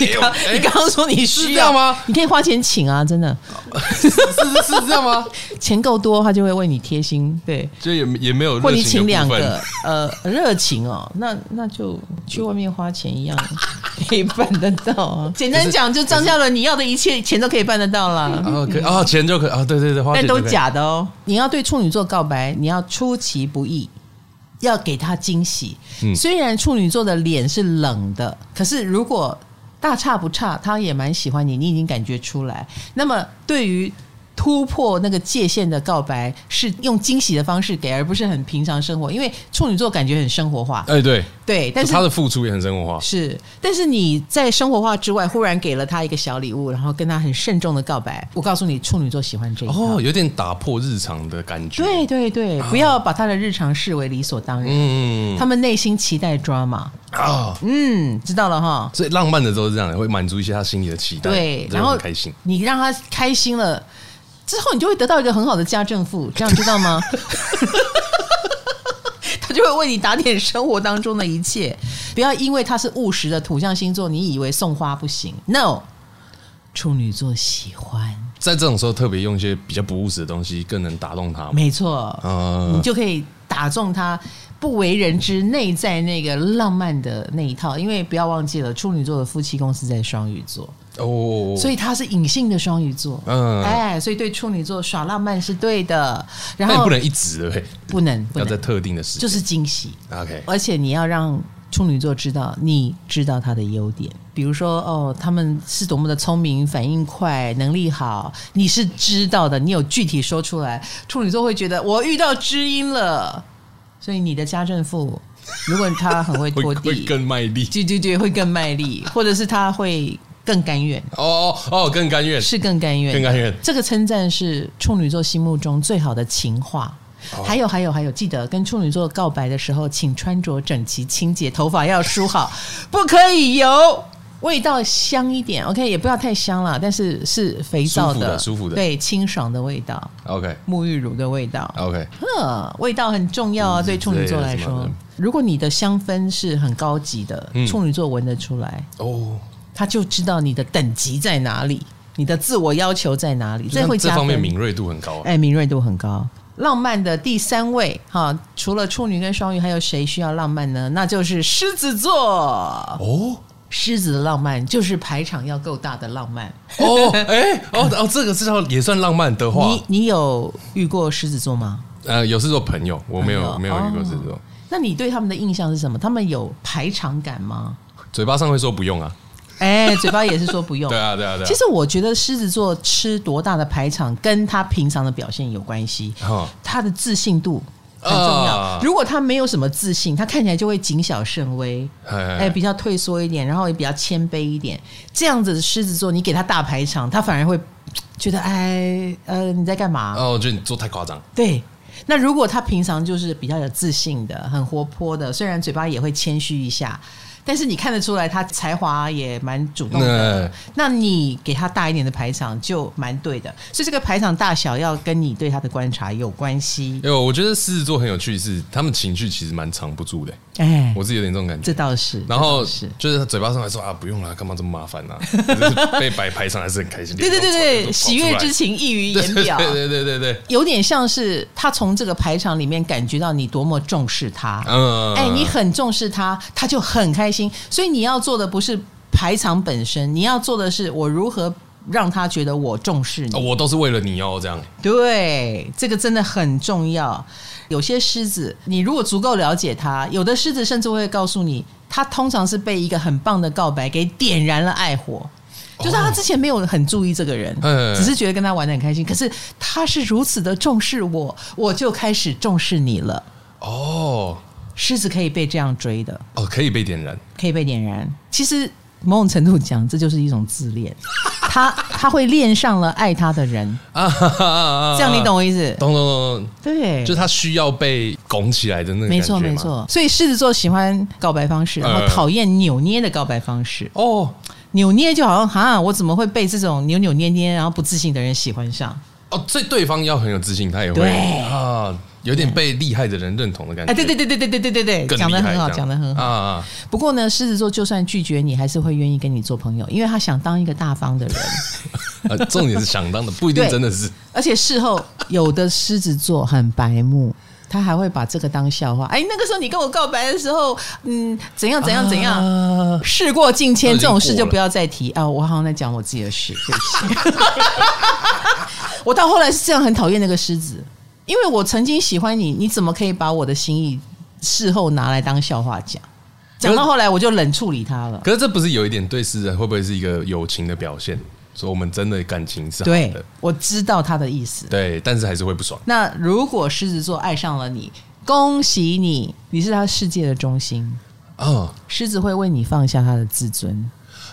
[SPEAKER 1] 你刚
[SPEAKER 2] 哎
[SPEAKER 1] 你刚刚说你需要
[SPEAKER 2] 是这样吗？
[SPEAKER 1] 你可以花钱请啊，真的，
[SPEAKER 2] 是是这样吗？
[SPEAKER 1] 钱够多，他就会为你贴心，对。
[SPEAKER 2] 就也也没有
[SPEAKER 1] 或
[SPEAKER 2] 热
[SPEAKER 1] 你
[SPEAKER 2] 情
[SPEAKER 1] 请
[SPEAKER 2] 的
[SPEAKER 1] 两
[SPEAKER 2] 部分
[SPEAKER 1] 个，呃，热情哦，那那就去外面花钱一 样可以办得到啊。简单讲，就张嘉伦你要的一切钱都可以办得到啦。
[SPEAKER 2] 啊，可以啊，钱就可以啊，对对对，花
[SPEAKER 1] 但
[SPEAKER 2] 钱
[SPEAKER 1] 都
[SPEAKER 2] 就可以，
[SPEAKER 1] 假的哦。你要对处女座告白，你要出其不意，要给他惊喜。
[SPEAKER 2] 嗯
[SPEAKER 1] 虽然处女座的脸是冷的，可是如果大差不差，他也蛮喜欢你，你已经感觉出来。那么对于突破那个界限的告白，是用惊喜的方式给，而不是很平常生活。因为处女座感觉很生活化，
[SPEAKER 2] 哎，对，
[SPEAKER 1] 对，但是
[SPEAKER 2] 他的付出也很生 活化，
[SPEAKER 1] 是，但是你在生活化之外，忽然给了他一个小礼物，然后跟他很慎重的告白。我告诉你，处女座喜欢这一套。
[SPEAKER 2] 哦，有点打破日常的感觉，
[SPEAKER 1] 对对对，不要把他的日常视为理所当然，
[SPEAKER 2] 啊嗯，嗯
[SPEAKER 1] 他们内心期待 drama。
[SPEAKER 2] 啊，
[SPEAKER 1] 嗯，知道了哈。
[SPEAKER 2] 所以浪漫的时候是这样的，会满足一些他心里的期待，
[SPEAKER 1] 对，
[SPEAKER 2] 这样
[SPEAKER 1] 然后
[SPEAKER 2] 很开心。
[SPEAKER 1] 你让他开心了之后，你就会得到一个很好的家政 妇，这样知道吗？他就会为你打点生活当中的一切，不要因为他是务实的土象星座，你以为送花不行。No，处女座喜欢。
[SPEAKER 2] 在这种时候特别用一些比较不务实的东西，更能打动他嘛。
[SPEAKER 1] 没错，你
[SPEAKER 2] 嗯，
[SPEAKER 1] 就可以打中他不为人知内在那个浪漫的那一套。因为不要忘记了，处女座的夫妻宫是在双鱼座，
[SPEAKER 2] 哦，
[SPEAKER 1] 所
[SPEAKER 2] 以
[SPEAKER 1] 以他是隐性的双鱼座。
[SPEAKER 2] 嗯
[SPEAKER 1] 哎，所以对处女座耍浪漫是对的，然
[SPEAKER 2] 那你
[SPEAKER 1] 后
[SPEAKER 2] 不能一直对不对，
[SPEAKER 1] 不能不
[SPEAKER 2] 要在
[SPEAKER 1] 能，
[SPEAKER 2] 特定的时
[SPEAKER 1] 就
[SPEAKER 2] 间。
[SPEAKER 1] 是惊喜。
[SPEAKER 2] OK，
[SPEAKER 1] 而且你要让处女座知道你知道他的优点，比如说哦，他们是多么的聪明、反应快、能力好，你是知道的，你有具体说出来，处女座会觉得我遇到知音了。所以你的家政妇，如果他很会
[SPEAKER 2] 会
[SPEAKER 1] 拖
[SPEAKER 2] 会
[SPEAKER 1] 地，
[SPEAKER 2] 更卖力。
[SPEAKER 1] 对对对，会更卖力，或者是他会更甘愿，
[SPEAKER 2] 哦哦哦，更甘愿，
[SPEAKER 1] 是更甘愿，
[SPEAKER 2] 更甘愿。
[SPEAKER 1] 这个称赞是处女座心目中最好的情话。
[SPEAKER 2] 哦
[SPEAKER 1] 还有还有还有，记得跟处女座告白的时候，请穿着整齐、清洁，头发要梳好，不可以油，味道香一点。OK，也不要太香了，但是是肥皂
[SPEAKER 2] 舒服的舒服的
[SPEAKER 1] 对，清爽的味道，
[SPEAKER 2] OK
[SPEAKER 1] 沐浴乳的味道。
[SPEAKER 2] OK，
[SPEAKER 1] 呵，味道很重要啊，
[SPEAKER 2] 嗯
[SPEAKER 1] 对处女座来
[SPEAKER 2] 之类的什么
[SPEAKER 1] 说
[SPEAKER 2] 的。
[SPEAKER 1] 如果你的香氛是很高级的，
[SPEAKER 2] 嗯
[SPEAKER 1] 处女座闻得出来，
[SPEAKER 2] 哦，
[SPEAKER 1] 他就知道你的等级在哪里，你的自我要求在哪里，
[SPEAKER 2] 就
[SPEAKER 1] 这
[SPEAKER 2] 像
[SPEAKER 1] 会
[SPEAKER 2] 这
[SPEAKER 1] 加
[SPEAKER 2] 方面
[SPEAKER 1] 分。
[SPEAKER 2] 敏锐度很高啊。
[SPEAKER 1] 哎，敏锐度很高。浪漫的第三位哈，除了处女跟双鱼，还有谁需要浪漫呢？那就是狮子座。
[SPEAKER 2] 哦
[SPEAKER 1] 狮子的浪漫就是排场要够大的浪漫。
[SPEAKER 2] 哦，哎哦哦，这个是叫也算浪漫的话。
[SPEAKER 1] 你你有遇过狮子座吗？
[SPEAKER 2] 呃，有是做朋友，我
[SPEAKER 1] 朋
[SPEAKER 2] 没
[SPEAKER 1] 友
[SPEAKER 2] 有没有遇过
[SPEAKER 1] 哦
[SPEAKER 2] 这种，
[SPEAKER 1] 那你对他们的印象是什么？他们有排场感吗？
[SPEAKER 2] 嘴巴上会说不用啊。
[SPEAKER 1] 哎，嘴巴也是说不用
[SPEAKER 2] 对。啊对啊对啊。
[SPEAKER 1] 其实我觉得狮子座吃多大的排场，跟他平常的表现有关系。
[SPEAKER 2] 哈
[SPEAKER 1] 他的自信度很重要。
[SPEAKER 2] 啊
[SPEAKER 1] 如果他没有什么自信，他看起来就会谨小慎微，哎、
[SPEAKER 2] 哎
[SPEAKER 1] 比较退缩一点，然后也比较谦卑一点。这样子的狮子座，你给他大排场，他反而会觉得哎呃你在干嘛？
[SPEAKER 2] 哦，我觉得你做太夸张。
[SPEAKER 1] 对。那如果他平常就是比较有自信的、很活泼的，虽然嘴巴也会谦虚一下，但是你看得出来他才华也蛮主动的
[SPEAKER 2] 嗯。
[SPEAKER 1] 那你给他大一点的排场就蛮对的，所以这个排场大小要跟你对他的观察有关系。
[SPEAKER 2] 因为我觉得狮子座很有趣是，他们情绪其实蛮藏不住的，
[SPEAKER 1] 哎，
[SPEAKER 2] 我自己有点这种感觉。
[SPEAKER 1] 这倒是。
[SPEAKER 2] 然后
[SPEAKER 1] 这倒是，
[SPEAKER 2] 就是他嘴巴上还说啊，不用了，干嘛这么麻烦 呢、啊？就是被摆排场还是很开心。
[SPEAKER 1] 对对对
[SPEAKER 2] 脸
[SPEAKER 1] 对，
[SPEAKER 2] 都
[SPEAKER 1] 喜悦
[SPEAKER 2] 跑出
[SPEAKER 1] 之
[SPEAKER 2] 来
[SPEAKER 1] 情溢于言表。
[SPEAKER 2] 对对对对对对，
[SPEAKER 1] 有点像是他从这个排场里面感觉到你多么重视他，
[SPEAKER 2] 嗯，
[SPEAKER 1] 哎、你很重视他，他就很开心。所以你要做的不是排场本身，你要做的是我如何让他觉得我重视你。
[SPEAKER 2] 哦我都是为了你哦，这样
[SPEAKER 1] 对，这个真的很重要。有些狮子，你如果足够了解它，有的狮子甚至会告诉你，它通常是被一个很棒的告白给点燃了爱火。就是他之前没有很注意这个人，
[SPEAKER 2] 嗯
[SPEAKER 1] 只是觉得跟他玩的很开心。可是他是如此的重视我，我就开始重视你了。
[SPEAKER 2] 哦
[SPEAKER 1] 狮子可以被这样追的，
[SPEAKER 2] 哦，可以被点燃，
[SPEAKER 1] 可以被点燃。其实某种程度讲，这就是一种自恋。他他会恋上了爱他的人，
[SPEAKER 2] 啊哈哈 啊，
[SPEAKER 1] 这样你懂我意思？
[SPEAKER 2] 懂懂懂懂，
[SPEAKER 1] 对，
[SPEAKER 2] 就是他需要被拱起来的那个
[SPEAKER 1] 没
[SPEAKER 2] 感觉
[SPEAKER 1] 错
[SPEAKER 2] 嘛
[SPEAKER 1] 没。错，所以狮子座喜欢告白方式，然后
[SPEAKER 2] 呃
[SPEAKER 1] 讨厌扭捏的告白方式。
[SPEAKER 2] 哦
[SPEAKER 1] 扭捏就好像哈，我怎么会被这种扭扭捏捏然后不自信的人喜欢上？
[SPEAKER 2] 哦，所以对方要很有自信，他也会
[SPEAKER 1] 对
[SPEAKER 2] 啊，有点被厉害的人认同的感觉。
[SPEAKER 1] 哎，对对对对对对对对对，
[SPEAKER 2] 更
[SPEAKER 1] 讲
[SPEAKER 2] 厉
[SPEAKER 1] 的
[SPEAKER 2] 害这样，
[SPEAKER 1] 很好，讲的很好。
[SPEAKER 2] 啊啊，
[SPEAKER 1] 不过呢，狮子座就算拒绝你，还是会愿意跟你做朋友，因为他想当一个大方的 人。
[SPEAKER 2] 啊 重点是想当的，不一定
[SPEAKER 1] 对
[SPEAKER 2] 真的是。
[SPEAKER 1] 而且事后有的狮子座很白目，他还会把这个当笑话。哎，那个时候你跟我告白的时候，嗯，怎样怎样怎样，
[SPEAKER 2] 啊
[SPEAKER 1] 事过境迁，
[SPEAKER 2] 都
[SPEAKER 1] 这
[SPEAKER 2] 已经
[SPEAKER 1] 种事
[SPEAKER 2] 过
[SPEAKER 1] 就
[SPEAKER 2] 了
[SPEAKER 1] 不要再提啊！我好像在讲我自己的事， 对不起。我到后来是这样很讨厌那个狮子，因为我曾经喜欢你，你怎么可以把我的心意事后拿来当笑话讲？讲到后来我就冷处理他了。
[SPEAKER 2] 可是这不是有一点对诗人会不会是一个友情的表现？说我们真的感情是好
[SPEAKER 1] 对
[SPEAKER 2] 的，，
[SPEAKER 1] 我知道他的意思。
[SPEAKER 2] 对，但是还是会不爽。
[SPEAKER 1] 那如果狮子座爱上了你，恭喜你，你是他世界的中心。
[SPEAKER 2] 啊
[SPEAKER 1] 狮子会为你放下他的自尊，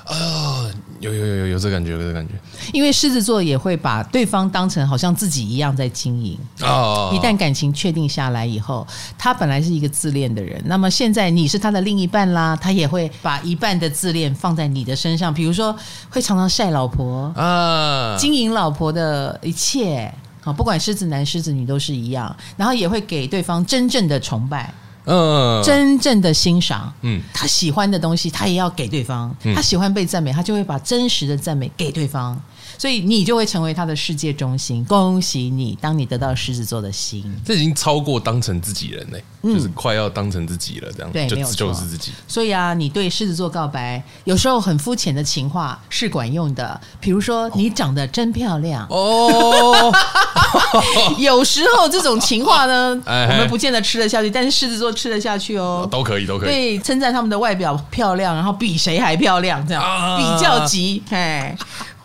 [SPEAKER 2] 啊，有有有有有这感觉，有这感觉
[SPEAKER 1] 因为狮子座也会把对方当成好像自己一样在经营。
[SPEAKER 2] 啊！
[SPEAKER 1] 一旦感情确定下来以后，他本来是一个自恋的人，那么现在你是他的另一半啦，他也会把一半的自恋放在你的身上，比如说会常常晒老婆，
[SPEAKER 2] 啊，
[SPEAKER 1] 经营老婆的一切。好，不管狮子男狮子女都是一样，然后也会给对方真正的崇拜、
[SPEAKER 2] 嗯，
[SPEAKER 1] 真正的欣赏。
[SPEAKER 2] 嗯
[SPEAKER 1] 他喜欢的东西，他也要给对方；他喜欢被赞美，他就会把真实的赞美给对方。所以你就会成为他的世界中心。恭喜你，当你得到狮子座的心。
[SPEAKER 2] 这已经超过当成自己人嘞、就是快要当成自己了，这样
[SPEAKER 1] 嗯对
[SPEAKER 2] 就
[SPEAKER 1] 没有错
[SPEAKER 2] 就是自己。
[SPEAKER 1] 所以啊，你对狮子座告白，有时候很肤浅的情话是管用的，比如说你长得真漂亮。
[SPEAKER 2] 哦，
[SPEAKER 1] 有时候这种情话呢，
[SPEAKER 2] 哎
[SPEAKER 1] 我们不见得吃得下去，但是狮子座吃得下去哦。
[SPEAKER 2] 都可以，都可以。
[SPEAKER 1] 对，称赞他们的外表漂亮，然后比谁还漂亮，这样、
[SPEAKER 2] 啊
[SPEAKER 1] 比较级。哎，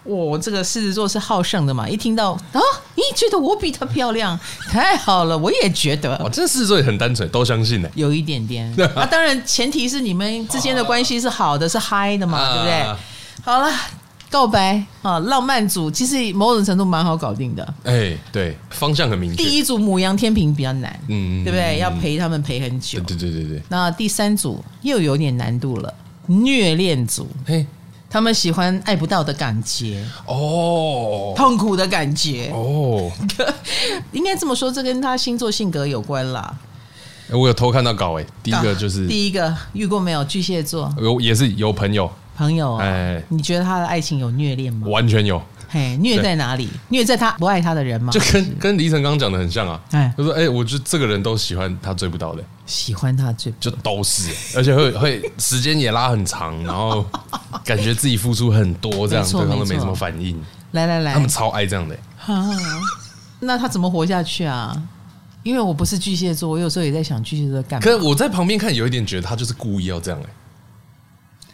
[SPEAKER 1] 我这个狮子座是好胜的嘛，一听到啊，你觉得我比她漂亮，太好了，我也觉
[SPEAKER 2] 哇，
[SPEAKER 1] 得。
[SPEAKER 2] 这狮子座也很单纯，都相信呢、
[SPEAKER 1] 有一点 点，啊，当然前提是你们之间的关系是好的，是嗨的嘛，
[SPEAKER 2] 啊
[SPEAKER 1] 对不对？好了，告白啊，浪漫组其实某种程度蛮好搞定的。
[SPEAKER 2] 哎、对，方向很明确。
[SPEAKER 1] 第一组母羊天平比较难，
[SPEAKER 2] 嗯
[SPEAKER 1] 对不对？要
[SPEAKER 2] 嗯
[SPEAKER 1] 陪他们陪很久
[SPEAKER 2] 对。对对对对，
[SPEAKER 1] 那第三组又有点难度了，虐恋组，
[SPEAKER 2] 嘿，
[SPEAKER 1] 他们喜欢爱不到的感觉，
[SPEAKER 2] 哦，
[SPEAKER 1] 痛苦的感觉。
[SPEAKER 2] 哦，
[SPEAKER 1] 应该这么说，这跟他星座性格有关啦。
[SPEAKER 2] 哎我有偷看到稿哎、第一个就是
[SPEAKER 1] 啊、第一个遇过没有？巨蟹座
[SPEAKER 2] 有也是有朋友，
[SPEAKER 1] 朋友、啊，
[SPEAKER 2] 哎
[SPEAKER 1] 你觉得他的爱情有虐恋吗？
[SPEAKER 2] 完全有，
[SPEAKER 1] 嘿，虐在哪里？虐在他不爱他的人吗
[SPEAKER 2] 就？跟跟黎晨刚刚讲的很像啊。
[SPEAKER 1] 哎
[SPEAKER 2] 就说哎、我就这个人都喜欢他追不到的、
[SPEAKER 1] 喜欢他最
[SPEAKER 2] 就都是、欸而 且会会时间也拉很长，然后感觉自己付出很多，这样
[SPEAKER 1] 没
[SPEAKER 2] 对
[SPEAKER 1] 错
[SPEAKER 2] 方都
[SPEAKER 1] 没错
[SPEAKER 2] 没
[SPEAKER 1] 哎
[SPEAKER 2] 什么反应，
[SPEAKER 1] 来来来
[SPEAKER 2] 他，们超爱这样的、欸
[SPEAKER 1] 啊，那他怎么活下去啊？因为我不是巨蟹座，我有时候也在想巨蟹座干嘛
[SPEAKER 2] 可？是我在旁边看，有一点觉得他就是故意要这样哎、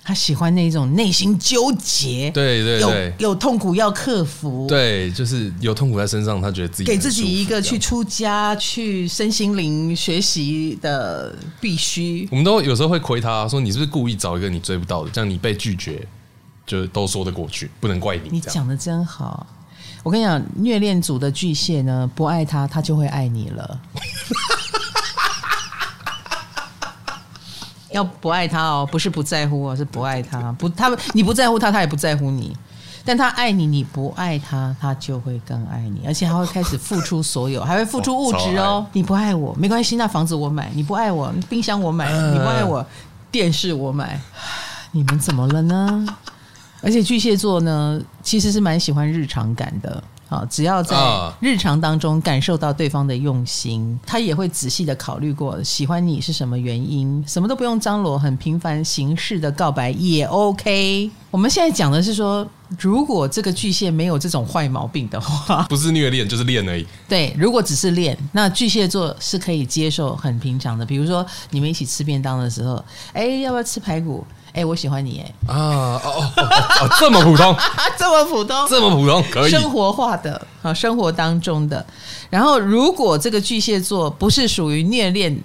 [SPEAKER 1] 他喜欢那种内心纠结，
[SPEAKER 2] 对对对
[SPEAKER 1] 有有痛苦要克服，，
[SPEAKER 2] 对，就是有痛苦在身上，他觉得自己
[SPEAKER 1] 给
[SPEAKER 2] 很
[SPEAKER 1] 自
[SPEAKER 2] 舒服
[SPEAKER 1] 己一个
[SPEAKER 2] 这
[SPEAKER 1] 去
[SPEAKER 2] 样。
[SPEAKER 1] 出家、去身心灵学习的必须。
[SPEAKER 2] 我们都有时候会亏他说你是不是故意找一个你追不到的，这样你被拒绝就都说得过去，不能怪
[SPEAKER 1] 你
[SPEAKER 2] 你这样。
[SPEAKER 1] 讲的真好。我跟你讲，虐恋组的巨蟹呢，不爱他，他就会爱你了。要不爱他哦，不是不在乎哦，是不爱他。不，他你不在乎他，他也不在乎你。但他爱你，你不爱他，他就会更爱你，而且他会开始付出所有，还会付出物质
[SPEAKER 2] 哦
[SPEAKER 1] 哦。你不爱我没关系，那房子我买；你不爱我，冰箱我买；你不爱我，电视我买。你们怎么了呢？而且巨蟹座呢，其实是蛮喜欢日常感的。啊，只要在
[SPEAKER 2] 啊
[SPEAKER 1] 日常当中感受到对方的用心，他也会仔细的考虑过喜欢你是什么原因，什么都不用张罗，很平凡形式的告白也 OK。我们现在讲的是说，如果这个巨蟹没有这种坏毛病的话，
[SPEAKER 2] 不是虐恋就是恋而已，
[SPEAKER 1] 对，如果只是练，那巨蟹座是可以接受很平常的，比如说你们一起吃便当的时候，哎、要不要吃排骨？哎、我喜欢你、哎，
[SPEAKER 2] 啊哦哦哦哦，这么普通，
[SPEAKER 1] 啊，这么普通，
[SPEAKER 2] 这么普通可以。
[SPEAKER 1] 生活化的啊，生活当中的。然后，如果这个巨蟹座不是属于虐恋，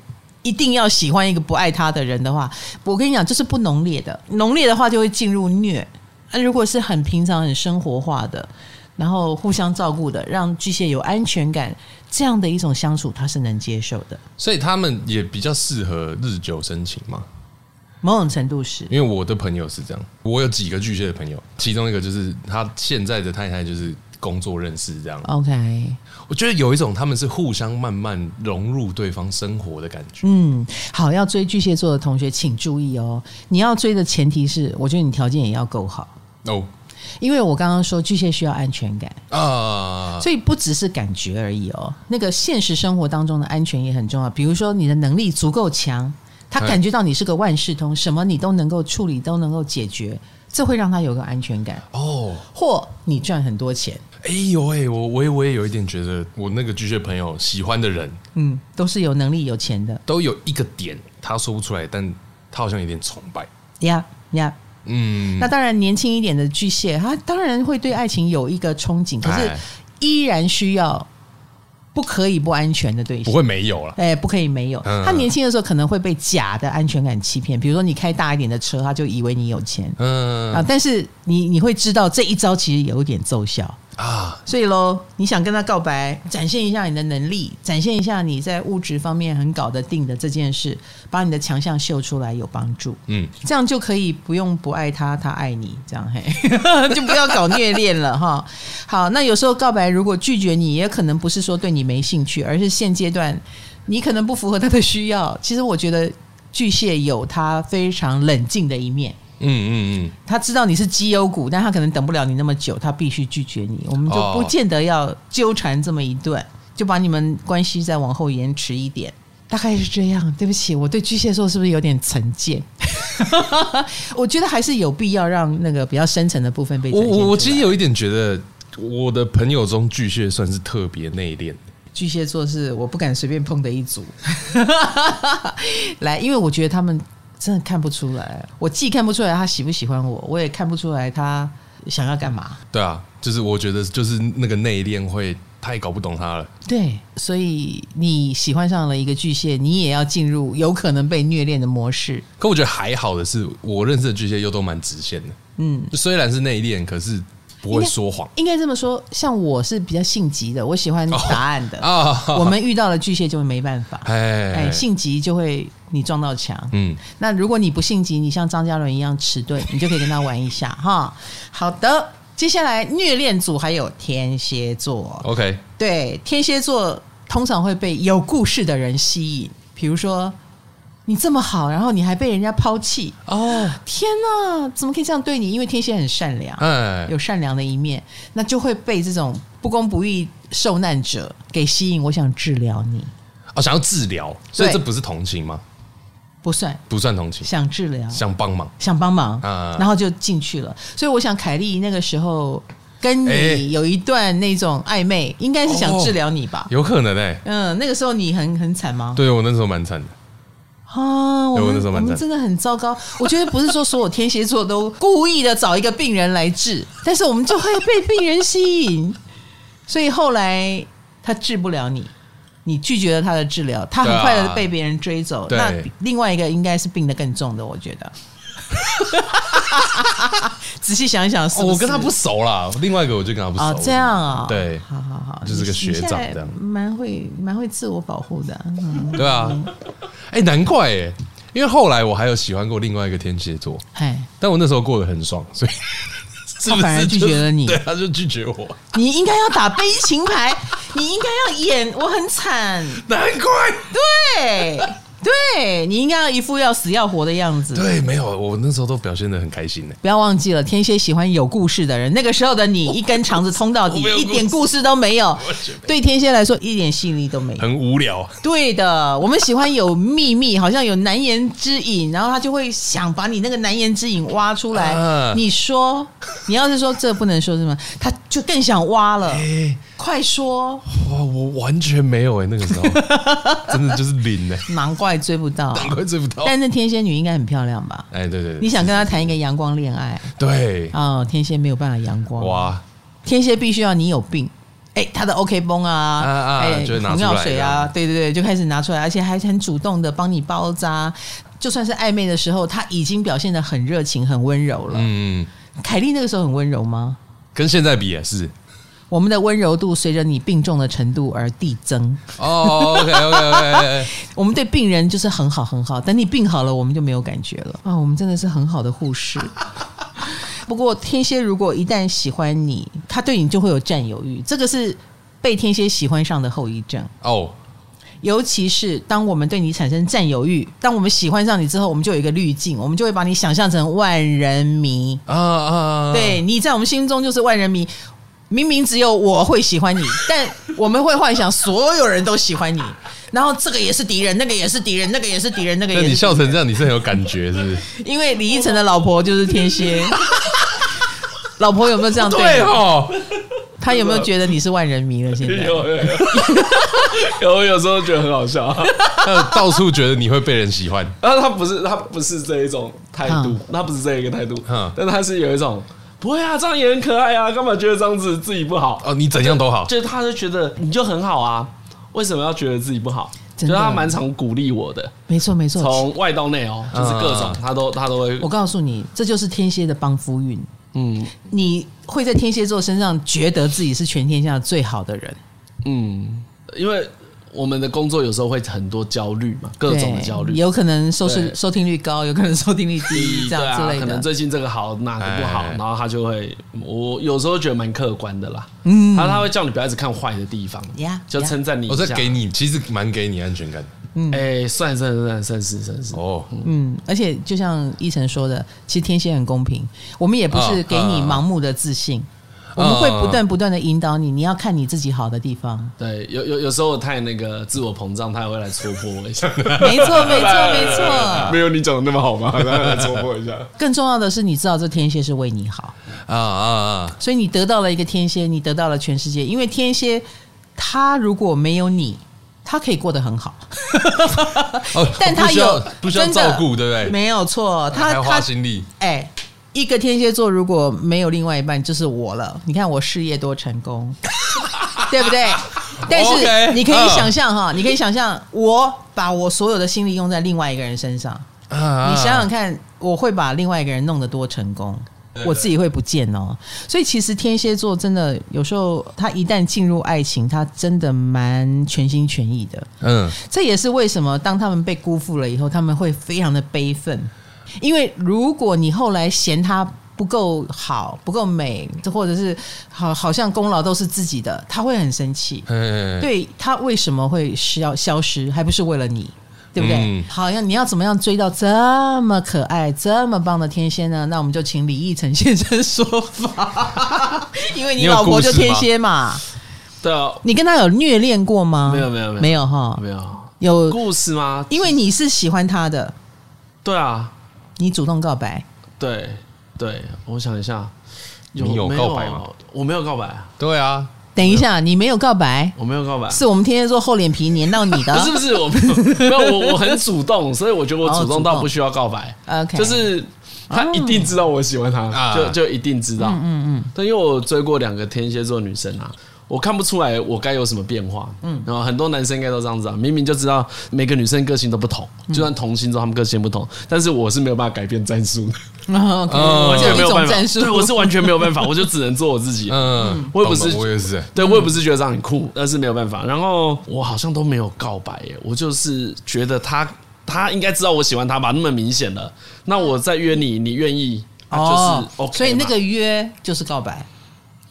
[SPEAKER 1] 一定要喜欢一个不爱他的人的话，我跟你讲，这是不浓烈的。浓烈的话就会进入虐。那、如果是很平常、很生活化的，然后互相照顾的，让巨蟹有安全感，这样的一种相处，他是能接受的。
[SPEAKER 2] 所以他们也比较适合日久生情嘛。
[SPEAKER 1] 某种程度是，
[SPEAKER 2] 因为我的朋友是这样，我有几个巨蟹的朋友，其中一个就是他现在的太太就是工作认识这样。
[SPEAKER 1] OK，
[SPEAKER 2] 我觉得有一种他们是互相慢慢融入对方生活的感觉。
[SPEAKER 1] 嗯，好，要追巨蟹座的同学请注意哦，你要追的前提是，我觉得你条件也要够好。
[SPEAKER 2] 哦
[SPEAKER 1] 因为我刚刚说巨蟹需要安全感，
[SPEAKER 2] 啊，
[SPEAKER 1] 所以不只是感觉而已哦。那个现实生活当中的安全也很重要，比如说你的能力足够强，他
[SPEAKER 2] 哎
[SPEAKER 1] 感觉到你是个万事通，什么你都能够处理，都能够解决，这会让他有个安全感。
[SPEAKER 2] 哦，
[SPEAKER 1] 或你赚很多钱，
[SPEAKER 2] 哎呦哎，我我也我也有一点觉得，我那个巨蟹朋友喜欢的人
[SPEAKER 1] 嗯，都是有能力有钱的
[SPEAKER 2] 都有一个点，他说不出来，但他好像有点崇拜。
[SPEAKER 1] 呀呀。
[SPEAKER 2] 嗯，
[SPEAKER 1] 那当然，年轻一点的巨蟹，他当然会对爱情有一个憧憬，可是
[SPEAKER 2] 哎
[SPEAKER 1] 依然需要不可以不安全的对象
[SPEAKER 2] 不。会没有了。
[SPEAKER 1] 哎、不可以没有。
[SPEAKER 2] 嗯
[SPEAKER 1] 他年轻的时候可能会被假的安全感欺骗，比如说你开大一点的车，他就以为你有钱、
[SPEAKER 2] 嗯
[SPEAKER 1] 啊。但是你你会知道这一招其实有一点奏效，
[SPEAKER 2] 啊，
[SPEAKER 1] 所以喽，你想跟他告白，展现一下你的能力，展现一下你在物质方面很搞得定的这件事，把你的强项秀出来有帮助。
[SPEAKER 2] 嗯，
[SPEAKER 1] 这样就可以不用不爱他，他爱你，这样嘿， 就不要搞虐恋了哈。好，那有时候告白如果拒绝你，也可能不是说对你没兴趣，而是现阶段你可能不符合他的需要。其实我觉得巨蟹有他非常冷静的一面，
[SPEAKER 2] 嗯嗯
[SPEAKER 1] 他知道你是绩优股，但他可能等不了你那么久，他必须拒绝你。我们
[SPEAKER 2] 哦
[SPEAKER 1] 就不见得要纠缠这么一段，就把你们关系再往后延迟一点。大概是这样。对不起，我对巨蟹座是不是有点成见？ 我觉得还是有必要让那个比较深层的部分被
[SPEAKER 2] 嗯，
[SPEAKER 1] 展
[SPEAKER 2] 我
[SPEAKER 1] 现
[SPEAKER 2] 我我
[SPEAKER 1] 出来
[SPEAKER 2] 其实有一点觉得，我的朋友中巨蟹算是特别内敛。
[SPEAKER 1] 巨蟹座是我不敢随便碰的一组。 来，因为我觉得他们真的看不出来，我既看不出来他喜不喜欢我，我也看不出来他想要干嘛。
[SPEAKER 2] 对啊，就是我觉得就是那个内敛会，他也搞不懂他了。
[SPEAKER 1] 对，所以你喜欢上了一个巨蟹，你也要进入有可能被虐恋的模式。
[SPEAKER 2] 可我觉得还好的是，我认识的巨蟹又都蛮直线的。
[SPEAKER 1] 嗯，
[SPEAKER 2] 虽然是内敛，可是不会说谎
[SPEAKER 1] 应该这么说，像我是比较性急的，我喜欢答案的。
[SPEAKER 2] 啊。
[SPEAKER 1] 我们遇到了巨蟹就没办法，哎，
[SPEAKER 2] 哎，
[SPEAKER 1] 性急就会你撞到墙。
[SPEAKER 2] 嗯，
[SPEAKER 1] 那如果你不性急，你像张嘉伦一样迟钝，你就可以跟他玩一下哈。好的，接下来虐恋组还有天蝎座，
[SPEAKER 2] OK，
[SPEAKER 1] 对，天蝎座通常会被有故事的人吸引，比如说你这么好，然后你还被人家抛弃，
[SPEAKER 2] 哦，
[SPEAKER 1] 天哪，怎么可以这样对你？因为天蝎很善良，
[SPEAKER 2] 哎，
[SPEAKER 1] 有善良的一面，那就会被这种不公不义受难者给吸引。我想治疗你，
[SPEAKER 2] 哦，想要治疗，所以
[SPEAKER 1] 对
[SPEAKER 2] 这不是同情吗？
[SPEAKER 1] 不算
[SPEAKER 2] 不算同情，
[SPEAKER 1] 想治疗，
[SPEAKER 2] 想帮忙。
[SPEAKER 1] 想帮忙，
[SPEAKER 2] 啊
[SPEAKER 1] 然后就进去了。所以我想凯莉那个时候跟
[SPEAKER 2] 哎
[SPEAKER 1] 你有一段那种暧昧，应该是想治疗你吧？
[SPEAKER 2] 有可能哎、
[SPEAKER 1] 嗯，那个时候你很很惨吗？
[SPEAKER 2] 对我那时候蛮惨的，
[SPEAKER 1] 啊，我
[SPEAKER 2] 对我
[SPEAKER 1] 们
[SPEAKER 2] 那时候蛮
[SPEAKER 1] 我们
[SPEAKER 2] 惨
[SPEAKER 1] 真的很糟糕。我觉得不是说所有天蝎座都故意的找一个病人来治， 但是我们就会被病人吸引，所以后来他治不了你。你拒绝了他的治疗，他很
[SPEAKER 2] 对啊
[SPEAKER 1] 快的被别人追走。
[SPEAKER 2] 对啊
[SPEAKER 1] 那另外一个应该是病得更重的，我觉得。 仔细想一想是
[SPEAKER 2] 哦
[SPEAKER 1] 是
[SPEAKER 2] 我跟他不熟啦。另外一个我就跟他不熟。
[SPEAKER 1] 哦，这样啊、
[SPEAKER 2] 对
[SPEAKER 1] 好好好，
[SPEAKER 2] 就是个
[SPEAKER 1] 你
[SPEAKER 2] 学长
[SPEAKER 1] 你现在
[SPEAKER 2] 这样
[SPEAKER 1] 蛮会蛮会自我保护的啊、嗯，
[SPEAKER 2] 对啊，哎、难怪哎、因为后来我还有喜欢过另外一个天蝎座，
[SPEAKER 1] 嗨，
[SPEAKER 2] 但我那时候过得很爽， 所以是不是
[SPEAKER 1] 反而拒绝了你
[SPEAKER 2] 对，他就 拒绝我，
[SPEAKER 1] 你应该要打悲情牌，你应该要演我很惨，
[SPEAKER 2] 难怪。
[SPEAKER 1] 对对，你应该要一副要死要活的样子。
[SPEAKER 2] 对，没有，我那时候都表现的很开心呢、欸
[SPEAKER 1] 不要忘记了，天蝎喜欢有故事的人。那个时候的你，一根肠子通到底
[SPEAKER 2] 我没，有
[SPEAKER 1] 一
[SPEAKER 2] 故事
[SPEAKER 1] 点故事都没有
[SPEAKER 2] 完全没。有
[SPEAKER 1] 对天蝎来说，一点吸引力都没 有。
[SPEAKER 2] 很无聊。
[SPEAKER 1] 对的，我们喜欢有秘密，好像有难言之隐，然后他就会想把你那个难言之隐挖出来。
[SPEAKER 2] 啊
[SPEAKER 1] 你说，你要是说这不能说什么，他就更想挖了。
[SPEAKER 2] 哎、
[SPEAKER 1] 快说，
[SPEAKER 2] 哇，我完全没有哎、那 个时候真的就是零欸呢、
[SPEAKER 1] 难怪追不到。
[SPEAKER 2] 难怪追不到。
[SPEAKER 1] 但是天蝎女应该很漂亮吧？
[SPEAKER 2] 哎、对对
[SPEAKER 1] 你
[SPEAKER 2] 对，
[SPEAKER 1] 想跟她谈一个阳光恋爱
[SPEAKER 2] 对，
[SPEAKER 1] 哦，天蝎没有办法阳光，
[SPEAKER 2] 哇，
[SPEAKER 1] 天蝎必须要你有病。哎、她的 OK 绷啊，
[SPEAKER 2] 啊啊
[SPEAKER 1] 哎
[SPEAKER 2] 就会拿出
[SPEAKER 1] 红
[SPEAKER 2] 来
[SPEAKER 1] 药水啊，
[SPEAKER 2] 这样
[SPEAKER 1] 对对对，就开始拿出来，而且还很主动的帮你包扎。就算是暧昧的时候，她已经表现的很热情、很温柔了。
[SPEAKER 2] 嗯，
[SPEAKER 1] 凯莉那个时候很温柔吗？
[SPEAKER 2] 跟现在比也是。
[SPEAKER 1] 我们的温柔度随着你病重的程度而递增。
[SPEAKER 2] 哦，OK OK OK，
[SPEAKER 1] 我们对病人就是很好很好，等你病好了，我们就没有感觉了啊！我们真的是很好的护士。 不过天蝎如果一旦喜欢你，他对你就会有占有欲，这个是被天蝎喜欢上的后遗症。
[SPEAKER 2] 哦，
[SPEAKER 1] 尤其是当我们对你产生占有欲，当我们喜欢上你之后，我们就有一个滤镜，我们就会把你想象成万人迷。
[SPEAKER 2] 啊
[SPEAKER 3] 嗯
[SPEAKER 2] 啊，
[SPEAKER 1] 对你在我们心中就是万人迷。明明只有我会喜 欢你，但我们会幻想所有人都喜欢你，然后这个也是敌人，那个也是敌人，那个也是敌人，那个
[SPEAKER 2] 那
[SPEAKER 1] 也
[SPEAKER 2] 你
[SPEAKER 1] 是
[SPEAKER 2] 笑成这样，你是很有感觉，是不是？
[SPEAKER 1] 因为李依晨的老婆就是天 蝎，老婆有没有这样对你？
[SPEAKER 2] 哦，
[SPEAKER 1] 他有没有觉得你是万人迷了？现在
[SPEAKER 3] 有有 有，有我有时候觉得很好笑。
[SPEAKER 2] 他到处觉得你会被人喜欢，
[SPEAKER 3] 然后他不是他不是这一种态度
[SPEAKER 1] 嗯，
[SPEAKER 3] 他不是这一个态度
[SPEAKER 2] 嗯，
[SPEAKER 3] 但他是有一种不会啊，这样也很可爱啊，干嘛觉得这样子自己不好？
[SPEAKER 2] 哦，你怎样都好，
[SPEAKER 3] 就是他就觉得你就很好啊，为什么要觉得自己不好？就
[SPEAKER 1] 真
[SPEAKER 3] 是
[SPEAKER 1] 的
[SPEAKER 3] 他蛮常鼓励我的，
[SPEAKER 1] 没错没错，
[SPEAKER 3] 从外到内哦，就是各种
[SPEAKER 2] 嗯
[SPEAKER 3] 他都他都会
[SPEAKER 1] 我告诉你，这就是天蝎的帮夫运。
[SPEAKER 3] 嗯
[SPEAKER 1] 你会在天蝎座身上觉得自己是全天下最好的人，
[SPEAKER 3] 嗯，因为我们的工作有时候会很多焦虑嘛，各种的
[SPEAKER 1] 对
[SPEAKER 3] 焦虑，
[SPEAKER 1] 有可能收视
[SPEAKER 3] 对
[SPEAKER 1] 收听率高，有可能收听率低，这
[SPEAKER 3] 对
[SPEAKER 1] 样之
[SPEAKER 3] 啊，
[SPEAKER 1] 类
[SPEAKER 3] 可能
[SPEAKER 1] 的。
[SPEAKER 3] 最近这个好，那个不好
[SPEAKER 2] 哎，
[SPEAKER 3] 然后他就会，我有时候觉得蛮客观的啦。
[SPEAKER 1] 嗯
[SPEAKER 3] 啊嗯，他他会叫你不要一直看坏的地方
[SPEAKER 1] 呀
[SPEAKER 3] 就称赞你一
[SPEAKER 2] 我
[SPEAKER 3] 下
[SPEAKER 2] 在。给你，其实蛮给你安全感的。
[SPEAKER 3] 嗯，哎，算算算算是算是，
[SPEAKER 2] 哦，
[SPEAKER 1] 嗯，而且就像依晨说的，其实天蝎很公平，我们也不
[SPEAKER 2] 啊
[SPEAKER 1] 是给你盲目的自信，我们会不断不断的引导你，你要看你自己好的地 方。
[SPEAKER 3] 对，有有有时候我太那个自我膨胀，他也会来戳破我一下。
[SPEAKER 1] 没错，没错，没错。
[SPEAKER 3] 没有你讲的那么好吗？ 他来戳破一下。
[SPEAKER 1] 更重要的是，你知道这天蝎是为你好，
[SPEAKER 2] 啊啊啊！
[SPEAKER 1] 所以你得到了一个天蝎，你得到了全世界。因为天蝎，他如果没有你，他可以过得很好，
[SPEAKER 2] 哦，
[SPEAKER 1] 但他
[SPEAKER 2] 不需要
[SPEAKER 1] 有
[SPEAKER 2] 不需要
[SPEAKER 1] 真的
[SPEAKER 2] 照顾，对不对？
[SPEAKER 1] 没有错。
[SPEAKER 2] 还
[SPEAKER 1] 他
[SPEAKER 2] 要
[SPEAKER 1] 他
[SPEAKER 2] 花心力，
[SPEAKER 1] 哎、一个天蝎座如果没有另外一半，就是我了。你看我事业多成功，对不对？但
[SPEAKER 2] OK，
[SPEAKER 1] 是你可以
[SPEAKER 2] 嗯
[SPEAKER 1] 想象哈，你可以想象我把我所有的心力用在另外一个人身上，
[SPEAKER 2] 你
[SPEAKER 1] 你想想看，我会把另外一个人弄得多成功。我自己会不见哦，所以其实天蝎座真的有时候，他一旦进入爱情，他真的蛮全心全意的。
[SPEAKER 2] 嗯，
[SPEAKER 1] 这也是为什么当他们被辜负了以后，他们会非常的悲愤，因为如果你后来嫌他不够好、不够美，或者是好好像功劳都是自己的，他会很生气。
[SPEAKER 2] 对，
[SPEAKER 1] 对他为什么会是要消失，还不是为了你？对不对？
[SPEAKER 2] 嗯
[SPEAKER 1] 好像你要怎么样追到这么可爱、这么棒的天蝎呢？那我们就请李义成先生说 法，因为
[SPEAKER 2] 你
[SPEAKER 1] 你
[SPEAKER 2] 有
[SPEAKER 1] 老婆
[SPEAKER 2] 故事
[SPEAKER 1] 就
[SPEAKER 2] 吗
[SPEAKER 1] 天蝎嘛。
[SPEAKER 3] 对啊，
[SPEAKER 1] 你跟他有虐恋过吗？
[SPEAKER 3] 没有没有没有
[SPEAKER 1] 没有哈，
[SPEAKER 3] 没有
[SPEAKER 1] 有
[SPEAKER 3] 故事吗？
[SPEAKER 1] 因为你是喜欢他的，
[SPEAKER 3] 对啊，
[SPEAKER 1] 你主动告白，
[SPEAKER 3] 对对，我想一下，
[SPEAKER 2] 你有
[SPEAKER 3] 没
[SPEAKER 2] 告白吗？
[SPEAKER 3] 我没有告白，
[SPEAKER 2] 对啊，
[SPEAKER 1] 等一下你没有告白，
[SPEAKER 3] 我没有告白。
[SPEAKER 1] 是我们天蝎座厚脸皮黏到你的，
[SPEAKER 3] 不啊是不是，我没有，没有我我很主动，所以我觉得我
[SPEAKER 1] 哦
[SPEAKER 3] 主动
[SPEAKER 1] 主
[SPEAKER 3] 到
[SPEAKER 1] 动
[SPEAKER 3] 不需要告白。
[SPEAKER 1] OK，
[SPEAKER 3] 就是他一定知道我喜欢
[SPEAKER 2] 啊
[SPEAKER 3] 他，就就一定知道。嗯嗯。但因为我追过两个天蝎座女生啊，我看不出来我该有什么变化。嗯。然后很多男生应该都这样子啊，明明就知道每个女生个性都不同，
[SPEAKER 1] 嗯
[SPEAKER 3] 就算同星座他们个性不同，但是我是没有办法改变战术的，
[SPEAKER 1] 嗯，OK，
[SPEAKER 2] 嗯
[SPEAKER 1] 只有
[SPEAKER 3] 没
[SPEAKER 1] 一
[SPEAKER 3] 有
[SPEAKER 1] 种
[SPEAKER 3] 办法
[SPEAKER 1] 战。 术
[SPEAKER 3] 对，，呃我是完全没有办法，我就只能做我自己。
[SPEAKER 2] 嗯，
[SPEAKER 3] 我也不是
[SPEAKER 2] 懂了我也是，
[SPEAKER 3] 对我也不是觉得这样很酷，但是没有办法。然后我好像都没有告白耶，我就是觉得他他应该知道我喜欢他吧，那么明显了。那我再约你，你愿意，啊就是 OK 嘛。
[SPEAKER 1] 哦所以那个约就是告白，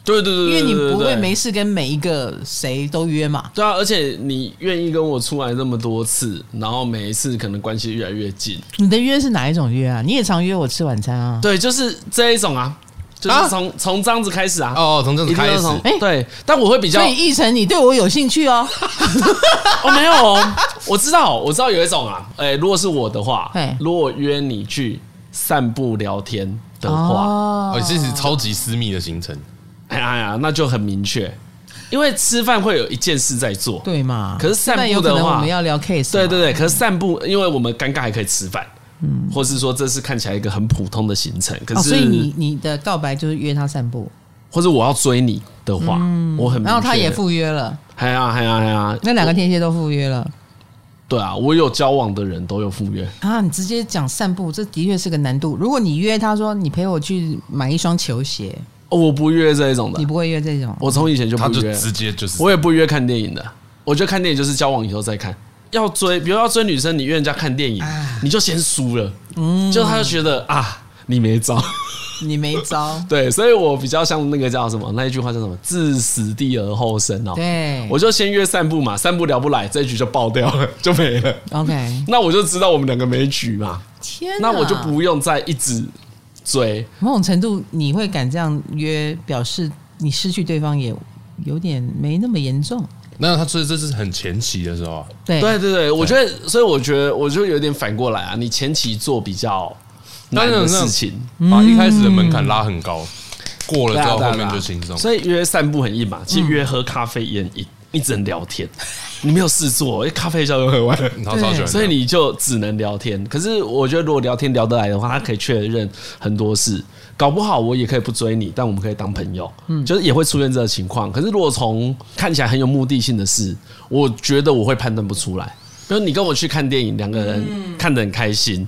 [SPEAKER 3] 对对对，
[SPEAKER 1] 因为
[SPEAKER 3] 对
[SPEAKER 1] 你不会。
[SPEAKER 3] 对对
[SPEAKER 1] 没
[SPEAKER 3] 对
[SPEAKER 1] 事跟每一个谁都约嘛，
[SPEAKER 3] 对啊，而且你愿意跟我出来这么多次，然后每一次可能关系越来越近，
[SPEAKER 1] 你的约是哪一种约啊？你也常约我吃晚餐啊，
[SPEAKER 3] 对，就是这一种啊，就
[SPEAKER 2] 啊
[SPEAKER 3] 是从从这样子开始啊，
[SPEAKER 2] 哦，从这
[SPEAKER 3] 一
[SPEAKER 2] 种
[SPEAKER 3] 定
[SPEAKER 2] 开
[SPEAKER 3] 要
[SPEAKER 2] 始，
[SPEAKER 3] 从
[SPEAKER 1] 哎
[SPEAKER 3] 对，但我会比较
[SPEAKER 1] 所以奕晨你对我有兴趣哦，
[SPEAKER 3] 哦，没有哦，我知道，我知道有一种啊，哎、如果是我的话
[SPEAKER 1] 嘿，
[SPEAKER 3] 如果约你去散步聊天的话，
[SPEAKER 1] 哦
[SPEAKER 2] 哦，这是超级私密的行程，
[SPEAKER 3] 哎呀哎呀，那就很明确，因为吃饭会有一件事在做，
[SPEAKER 1] 对嘛，
[SPEAKER 3] 可是散步的话
[SPEAKER 1] 那有可能我们要聊 case，
[SPEAKER 3] 对
[SPEAKER 1] 嘛
[SPEAKER 3] 对对，可是散步，因为我们尴尬还可以吃饭，嗯，或是说这是看起来一个很普通的行程，可
[SPEAKER 1] 哦，
[SPEAKER 3] 是，
[SPEAKER 1] 所以你你的告白就是约他散步，
[SPEAKER 3] 或者我要追你的话，我嗯很明
[SPEAKER 1] 嗯
[SPEAKER 3] 确，
[SPEAKER 1] 然后他也，赴约了，
[SPEAKER 3] 哎呀哎呀哎呀，
[SPEAKER 1] 那两个天蝎都赴约了。
[SPEAKER 3] 对啊，我有交往的人都有赴约，
[SPEAKER 1] 啊，你直接讲散步，这的确是个难度。如果你约他说你陪我去买一双球鞋，
[SPEAKER 3] 哦我不约这一种的
[SPEAKER 1] 你，不会约这种。
[SPEAKER 3] 我从以前就
[SPEAKER 2] 他
[SPEAKER 3] 不
[SPEAKER 2] 就
[SPEAKER 3] 约，
[SPEAKER 2] 直接就是
[SPEAKER 3] 我也不约看电影的，我觉得看电影就是交往以后再看。要追，比如要追女生，你约人家看电影，你就先输了，就他就觉得啊，你没招。，
[SPEAKER 1] 你没招
[SPEAKER 3] 对，所以我比较像那个叫什么，那一句话叫什么“置死地而后生”哦。
[SPEAKER 1] 对
[SPEAKER 3] 我就先约散步嘛，散步聊不来，这一局就爆掉了， 就没了。
[SPEAKER 1] ，OK，
[SPEAKER 3] 那我就知道我们两个没局嘛，
[SPEAKER 1] 天哪，
[SPEAKER 3] 那我就不用再一直追。
[SPEAKER 1] 某种程度你会敢这样约，表示你失去对方也有点没那么严重。
[SPEAKER 2] 那他所以这是很前期的时候啊，
[SPEAKER 1] 对，
[SPEAKER 3] 对对对，我觉得，所以我觉得，我就有点反过来啊，你前期做比较难
[SPEAKER 2] 当然
[SPEAKER 3] 的
[SPEAKER 2] 那
[SPEAKER 3] 事情。
[SPEAKER 2] 把一开始的门槛拉很高，过了之后
[SPEAKER 3] 对啊
[SPEAKER 2] 后
[SPEAKER 3] 对啊
[SPEAKER 2] 面
[SPEAKER 3] 对
[SPEAKER 2] 就
[SPEAKER 3] 啊嗯
[SPEAKER 2] 轻松。
[SPEAKER 3] 所以约散步很硬嘛，其实约喝咖啡也很硬，你只能聊天，你没有事做，因为咖啡一下就喝完了。
[SPEAKER 2] 嗯他超喜欢，
[SPEAKER 3] 所以你就只能聊天，可是我觉得如果聊天聊得来的话，他可以确认很多事，搞不好我也可以不追你，但我们可以当朋友，嗯，就是也会出现这个情况。可是如果从看起来很有目的性的事，我觉得我会判断不出来。比如你跟我去看电影，两个人看得很开心，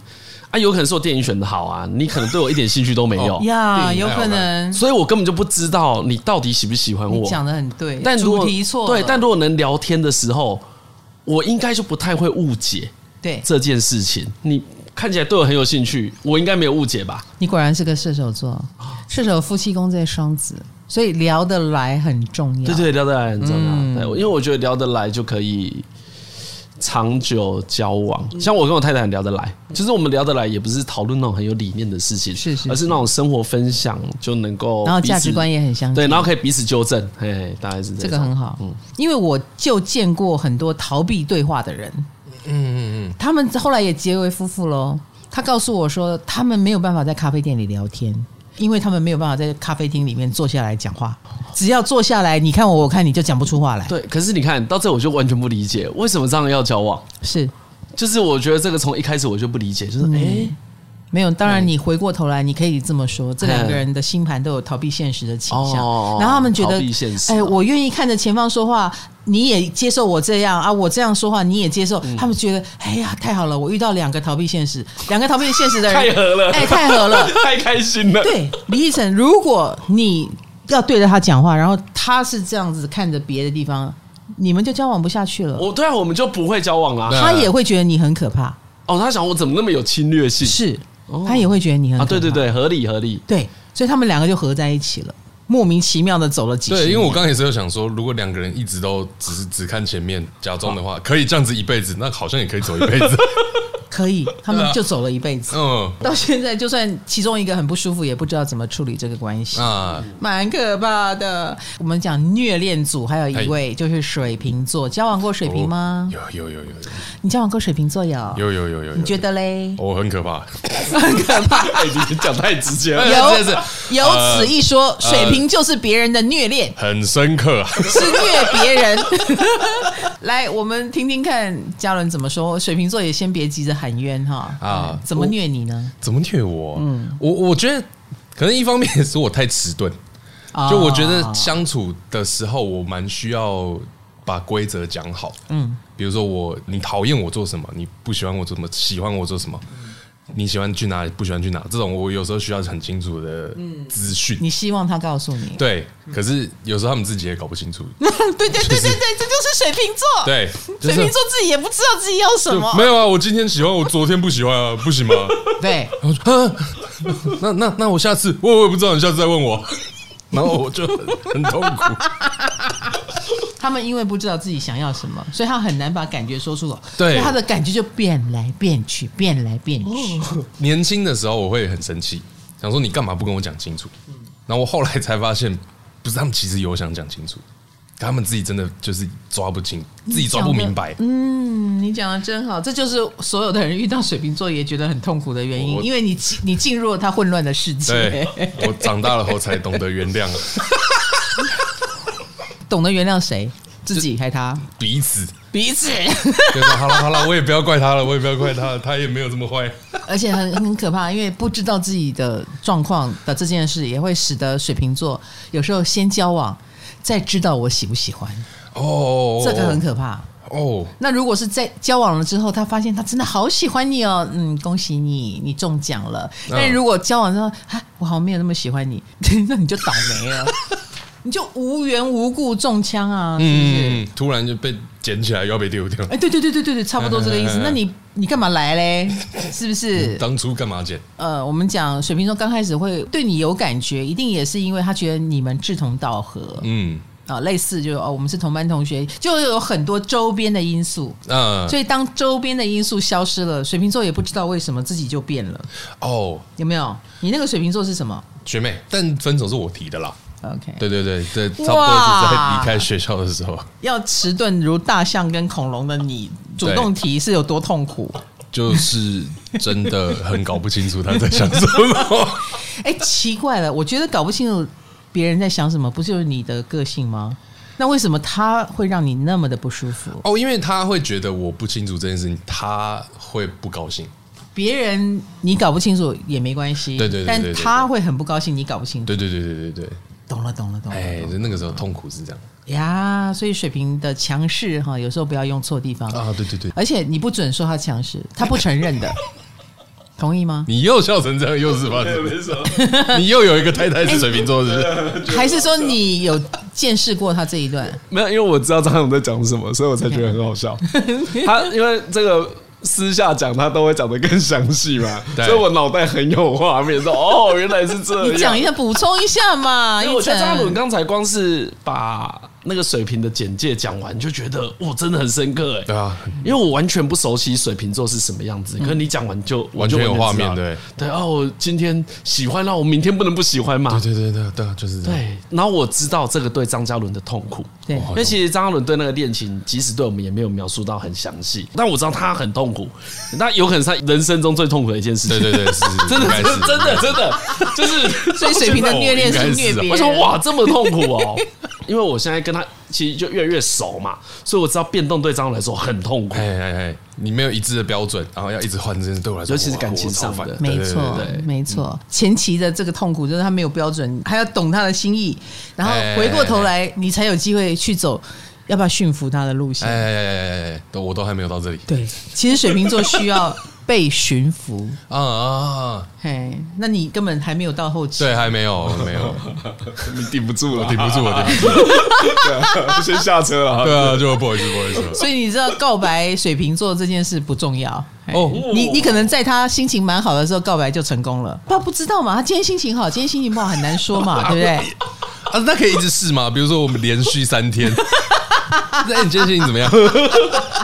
[SPEAKER 3] 啊，有可能是我电影选的好啊，你可能对我一点兴趣都没有，
[SPEAKER 1] 呀，
[SPEAKER 2] 电影
[SPEAKER 1] 有
[SPEAKER 2] 还好
[SPEAKER 1] 可能。
[SPEAKER 3] 所以我根本就不知道你到底喜不喜欢
[SPEAKER 1] 你
[SPEAKER 3] 我。
[SPEAKER 1] 讲的很对，
[SPEAKER 3] 但如
[SPEAKER 1] 主
[SPEAKER 3] 果
[SPEAKER 1] 题错了，
[SPEAKER 3] 对，但如果能聊天的时候，我应该就不太会误解
[SPEAKER 1] 对，
[SPEAKER 3] 这件事情。你看起来对我很有兴趣，我应该没有误解吧？
[SPEAKER 1] 你果然是个射手座，射手夫妻宫在双子，所以聊得来很重要。嗯
[SPEAKER 3] 对对，聊得来很重要。对，因为我觉得聊得来就可以长久交往。像我跟我太太很聊得来，就是我们聊得来，也不是讨论那种很有理念的事情，
[SPEAKER 1] 是是
[SPEAKER 3] 而是那种生活分享就能够，
[SPEAKER 1] 然后价值观也很相近
[SPEAKER 3] 对，然后可以彼此纠正，嘿，大概是
[SPEAKER 1] 这
[SPEAKER 3] 这
[SPEAKER 1] 个
[SPEAKER 3] 种
[SPEAKER 1] 很好，因为我就见过很多逃避对话的人，嗯嗯嗯，他们后来也结为夫妇喽。他告诉我说，他们没有办法在咖啡店里聊天，因为他们没有办法在咖啡厅里面坐下来讲话。只要坐下来，你看我，我看你，就讲不出话来。
[SPEAKER 3] 对，可是你看到这，我就完全不理解为什么这样要交往。
[SPEAKER 1] 是
[SPEAKER 3] 就是我觉得这个从一开始我就不理解，
[SPEAKER 1] 嗯
[SPEAKER 3] 就是哎、诶
[SPEAKER 1] 没有。当然，你回过头来，你可以这么说，这两个人的星盘都有逃避现实的倾向，
[SPEAKER 3] 哦
[SPEAKER 1] 然后他们觉得
[SPEAKER 3] 逃避现，实哦
[SPEAKER 1] 哎、我愿意看着前方说话，你也接受我这样啊，我这样说话你也接受，
[SPEAKER 3] 嗯
[SPEAKER 1] 他们觉得，哎呀，太好了，我遇到两个逃避现实，两个逃避现实的人，
[SPEAKER 3] 太合了
[SPEAKER 1] 哎、太合了。
[SPEAKER 3] 太开心了。
[SPEAKER 1] 对，李易晨，如果你要对着他讲话，然后他是这样子看着别的地方，你们就交往不下去了。
[SPEAKER 3] 我对啊，我们就不会交往啦。
[SPEAKER 2] 对
[SPEAKER 1] 他也会觉得你很可怕，
[SPEAKER 3] 哦，他想我怎么那么有侵略性
[SPEAKER 1] 是，他也会觉得你很可
[SPEAKER 3] 啊？
[SPEAKER 1] 怕
[SPEAKER 3] 对对对，合理合理。
[SPEAKER 1] 对，所以他们两个就合在一起了，莫名其妙的走了几十
[SPEAKER 2] 对，
[SPEAKER 1] 年。
[SPEAKER 2] 因为我刚刚也是有想说，如果两个人一直都只是只看前面，假装的话，可以这样子一辈子，那好像也可以走一辈子。
[SPEAKER 1] 可以，他
[SPEAKER 2] 对
[SPEAKER 1] 们
[SPEAKER 2] 啊
[SPEAKER 1] 就走了一辈子，
[SPEAKER 2] 嗯
[SPEAKER 1] 到现在就算其中一个很不舒服，也不知道怎么处理这个关系。
[SPEAKER 2] 啊，
[SPEAKER 1] 蛮可怕的。我们讲虐恋组，还有一
[SPEAKER 2] 哎
[SPEAKER 1] 位就是水瓶座，交往过水瓶吗？
[SPEAKER 2] 有有有有
[SPEAKER 1] 你交往过水瓶座有？
[SPEAKER 2] 哦有有有有有，
[SPEAKER 1] 你觉得嘞？
[SPEAKER 2] 我很可怕？
[SPEAKER 1] 很可 怕。
[SPEAKER 3] 哎，你讲太直接了。
[SPEAKER 1] 有
[SPEAKER 2] 是是呃
[SPEAKER 1] 有此一说，水瓶就是别人的虐恋，
[SPEAKER 2] 很深刻啊！
[SPEAKER 1] 是虐别人。 来，我们听听看嘉伦怎么说。水瓶座也先别急着喊冤哈啊
[SPEAKER 2] 啊，
[SPEAKER 1] 怎么虐你呢？
[SPEAKER 2] 怎么虐我？嗯，我我觉得可能一方面也是我太迟钝，就我觉
[SPEAKER 1] 啊
[SPEAKER 2] 得相处的时候，我蛮需要把规则讲好。嗯，比如说我，你讨厌我做什么，你不喜欢我做什么，喜欢我做什么，你喜欢去哪里，不喜欢去哪，这种我有时候需要很清楚的资讯。
[SPEAKER 1] 你希望他告诉你，
[SPEAKER 2] 对，可是有时候他们自己也搞不 清楚。
[SPEAKER 1] 对对对对对，这就是水瓶座。
[SPEAKER 2] 对，就
[SPEAKER 1] 水
[SPEAKER 2] 是
[SPEAKER 1] 瓶座自己也不知道自己要什
[SPEAKER 2] 就
[SPEAKER 1] 么
[SPEAKER 2] 没。有啊，我今天喜欢，我昨天不喜欢啊，不行 吗？
[SPEAKER 1] 对，
[SPEAKER 2] 然后就啊，那那那我下次我我也不知道，你下次再 问我，然后我就很很痛苦。
[SPEAKER 1] 他们因为不知道自己想要什么，所以他很难把感觉说出口。
[SPEAKER 2] 对
[SPEAKER 1] 所以他的感觉就变来变去，变来变去。
[SPEAKER 2] 哦年轻的时候我会很生气，想说你干嘛不跟我讲清楚？然后我后来才发现，不是他们其实有想讲清楚，可他们自己真的就是抓不清，自己抓不明白。
[SPEAKER 1] 嗯，你讲的真好，这就是所有的人遇到水瓶座也觉得很痛苦的原因，
[SPEAKER 2] 我
[SPEAKER 1] 因为你进你进入了他混乱的世界
[SPEAKER 2] 对，我长大了后才懂得原谅
[SPEAKER 1] 懂得原谅谁，自己还他
[SPEAKER 2] 彼此。
[SPEAKER 1] 彼此，
[SPEAKER 2] 就说好了好了，我也不要怪他了，我也不要怪他了，他也没有这么坏。
[SPEAKER 1] 而且很很可怕，因为不知道自己的状况的这件事，也会使得水瓶座有时候先交往，再知道我喜不喜欢，
[SPEAKER 2] 哦，
[SPEAKER 1] 这个很可怕。
[SPEAKER 2] 哦，
[SPEAKER 1] 那如果是在交往了之后，他发现他真的好喜欢你哦，嗯，恭喜你，你中奖了。
[SPEAKER 2] 嗯
[SPEAKER 1] 但如果交往之后，啊，我好像没有那么喜欢你， 那你就倒霉 了，你就无缘无故中枪啊，是不是？
[SPEAKER 2] 嗯，突然就被捡起来，又要被丢掉
[SPEAKER 1] 哎、。对对对对对对，差不多这个意思。
[SPEAKER 2] 嗯嗯嗯嗯
[SPEAKER 1] 那你你干嘛来嘞？是不是？
[SPEAKER 2] 当初干嘛捡？
[SPEAKER 1] 呃，我们讲水瓶座刚开始会对你有感觉，一定也是因为他觉得你们志同道合
[SPEAKER 2] 嗯，
[SPEAKER 1] 啊、类似就哦，我们是同班同学，就有很多周边的因素。
[SPEAKER 2] 那
[SPEAKER 1] 所以当周边的因素消失了，水瓶座也不知道为什么自己就变了，
[SPEAKER 2] 哦，
[SPEAKER 1] 有没有？你那个水瓶座是什么
[SPEAKER 2] 学妹，但分手是我提的啦。
[SPEAKER 1] ？OK，
[SPEAKER 2] 对对对对，差不多是在离开学校的时候，
[SPEAKER 1] 要迟钝如大象跟恐龙的你，主动提是有多痛苦？
[SPEAKER 2] 就是真的很搞不清楚他在想什么。
[SPEAKER 1] 哎、奇怪了，我觉得搞不清楚别人在想什么，不就是你的个性吗？那为什么他会让你那么的不舒服？
[SPEAKER 2] 哦，因为他会觉得我不清楚这件事情，他会不高兴。
[SPEAKER 1] 别人你搞不清楚也没关系，
[SPEAKER 2] 对对对对对
[SPEAKER 1] 但他会很不高兴，你搞不清楚。
[SPEAKER 2] 对对对对对对，
[SPEAKER 1] 懂了，懂了，懂了。
[SPEAKER 2] 哎，就那个时候痛苦是这样
[SPEAKER 1] 呀，所以水瓶的强势哈，有时候不要用错地方
[SPEAKER 2] 啊。对对对，
[SPEAKER 1] 而且你不准说他强势，他不承认的，同意吗？
[SPEAKER 2] 你又笑成这样，又是发生，
[SPEAKER 3] 没什么，
[SPEAKER 2] 你又有一个太太是水瓶座，是不是？
[SPEAKER 1] 还是说你有见识过他这一段？
[SPEAKER 3] 没有，因为我知道张勇在讲什么，所以我才觉得很 好笑。他因为这个私下讲，他都会讲的更详细嘛，
[SPEAKER 2] 对
[SPEAKER 3] 所以我脑袋很有画面，说哦，原来是这样。
[SPEAKER 1] 你讲一下，补充一下嘛。
[SPEAKER 3] 因为我觉得
[SPEAKER 1] 一晨
[SPEAKER 3] 张伦刚才光是把那个水瓶的简介讲完，就觉得哇，真的很深刻哎。
[SPEAKER 2] 对啊，嗯
[SPEAKER 3] 因为我完全不熟悉水瓶座是什么样子，可是你讲完就我就
[SPEAKER 2] 完全有画面
[SPEAKER 3] 知道了对哦，我今天喜欢，那我明天不能不喜欢嘛。
[SPEAKER 2] 对对对对对啊，就是这样。
[SPEAKER 3] 对，然后我知道这个对张嘉伦的痛苦，
[SPEAKER 1] 对
[SPEAKER 2] 哦
[SPEAKER 3] 因为其实张嘉伦对那个恋情，即使对我们也没有描述到很详细，但我知道他很痛苦，那有可能是他人生中最痛苦的一件事情
[SPEAKER 2] 对。对对，是是，
[SPEAKER 3] 真的，
[SPEAKER 2] 应该
[SPEAKER 3] 真
[SPEAKER 2] 是
[SPEAKER 3] 的，真的， 真的，就是
[SPEAKER 1] 所以水瓶的虐恋是虐别
[SPEAKER 3] 为什么
[SPEAKER 1] 人。
[SPEAKER 3] 哇这么痛苦哦？ 因为我现在跟他其实就越来越熟嘛，所以我知道变动对张来说很痛苦。
[SPEAKER 2] 哎哎哎，你没有一致的标准，然后要一直换，真的对我来说，
[SPEAKER 3] 尤其是
[SPEAKER 2] 哇
[SPEAKER 3] 感情上的
[SPEAKER 2] 我超烦
[SPEAKER 1] 没
[SPEAKER 2] 对对对
[SPEAKER 1] 错
[SPEAKER 2] 对嗯
[SPEAKER 3] 对对，
[SPEAKER 1] 没错。前期的这个痛苦就是他没有标准，还要懂他的心意，然后
[SPEAKER 2] 哎
[SPEAKER 1] 回过头来，你才有机会去走要不要驯服他的路
[SPEAKER 2] 哎
[SPEAKER 1] 线。
[SPEAKER 2] 哎哎哎哎哎，都我都还没有到这里
[SPEAKER 1] 对，其实水瓶座需要被驯 服。
[SPEAKER 2] 啊啊，啊
[SPEAKER 1] 嘿，那你根本还没有到后期。
[SPEAKER 2] 对，还没有没有，
[SPEAKER 3] 你顶不住
[SPEAKER 2] 我顶不住，我顶不 住，
[SPEAKER 3] 先下车 了。
[SPEAKER 2] 对啊，就不好意思，不好意思。
[SPEAKER 1] 所以你知道告白水瓶座这件事不重要
[SPEAKER 2] 哦
[SPEAKER 1] 哦，你你可能在他心情蛮好的时候告白就成功了，
[SPEAKER 2] 哦
[SPEAKER 1] 他不知道嘛，他今天心情好，今天心情不好很难说 嘛，对不对？哎
[SPEAKER 2] 啊，那可以一直试吗？比如说我们连续三天， 那你今天心情怎 么样？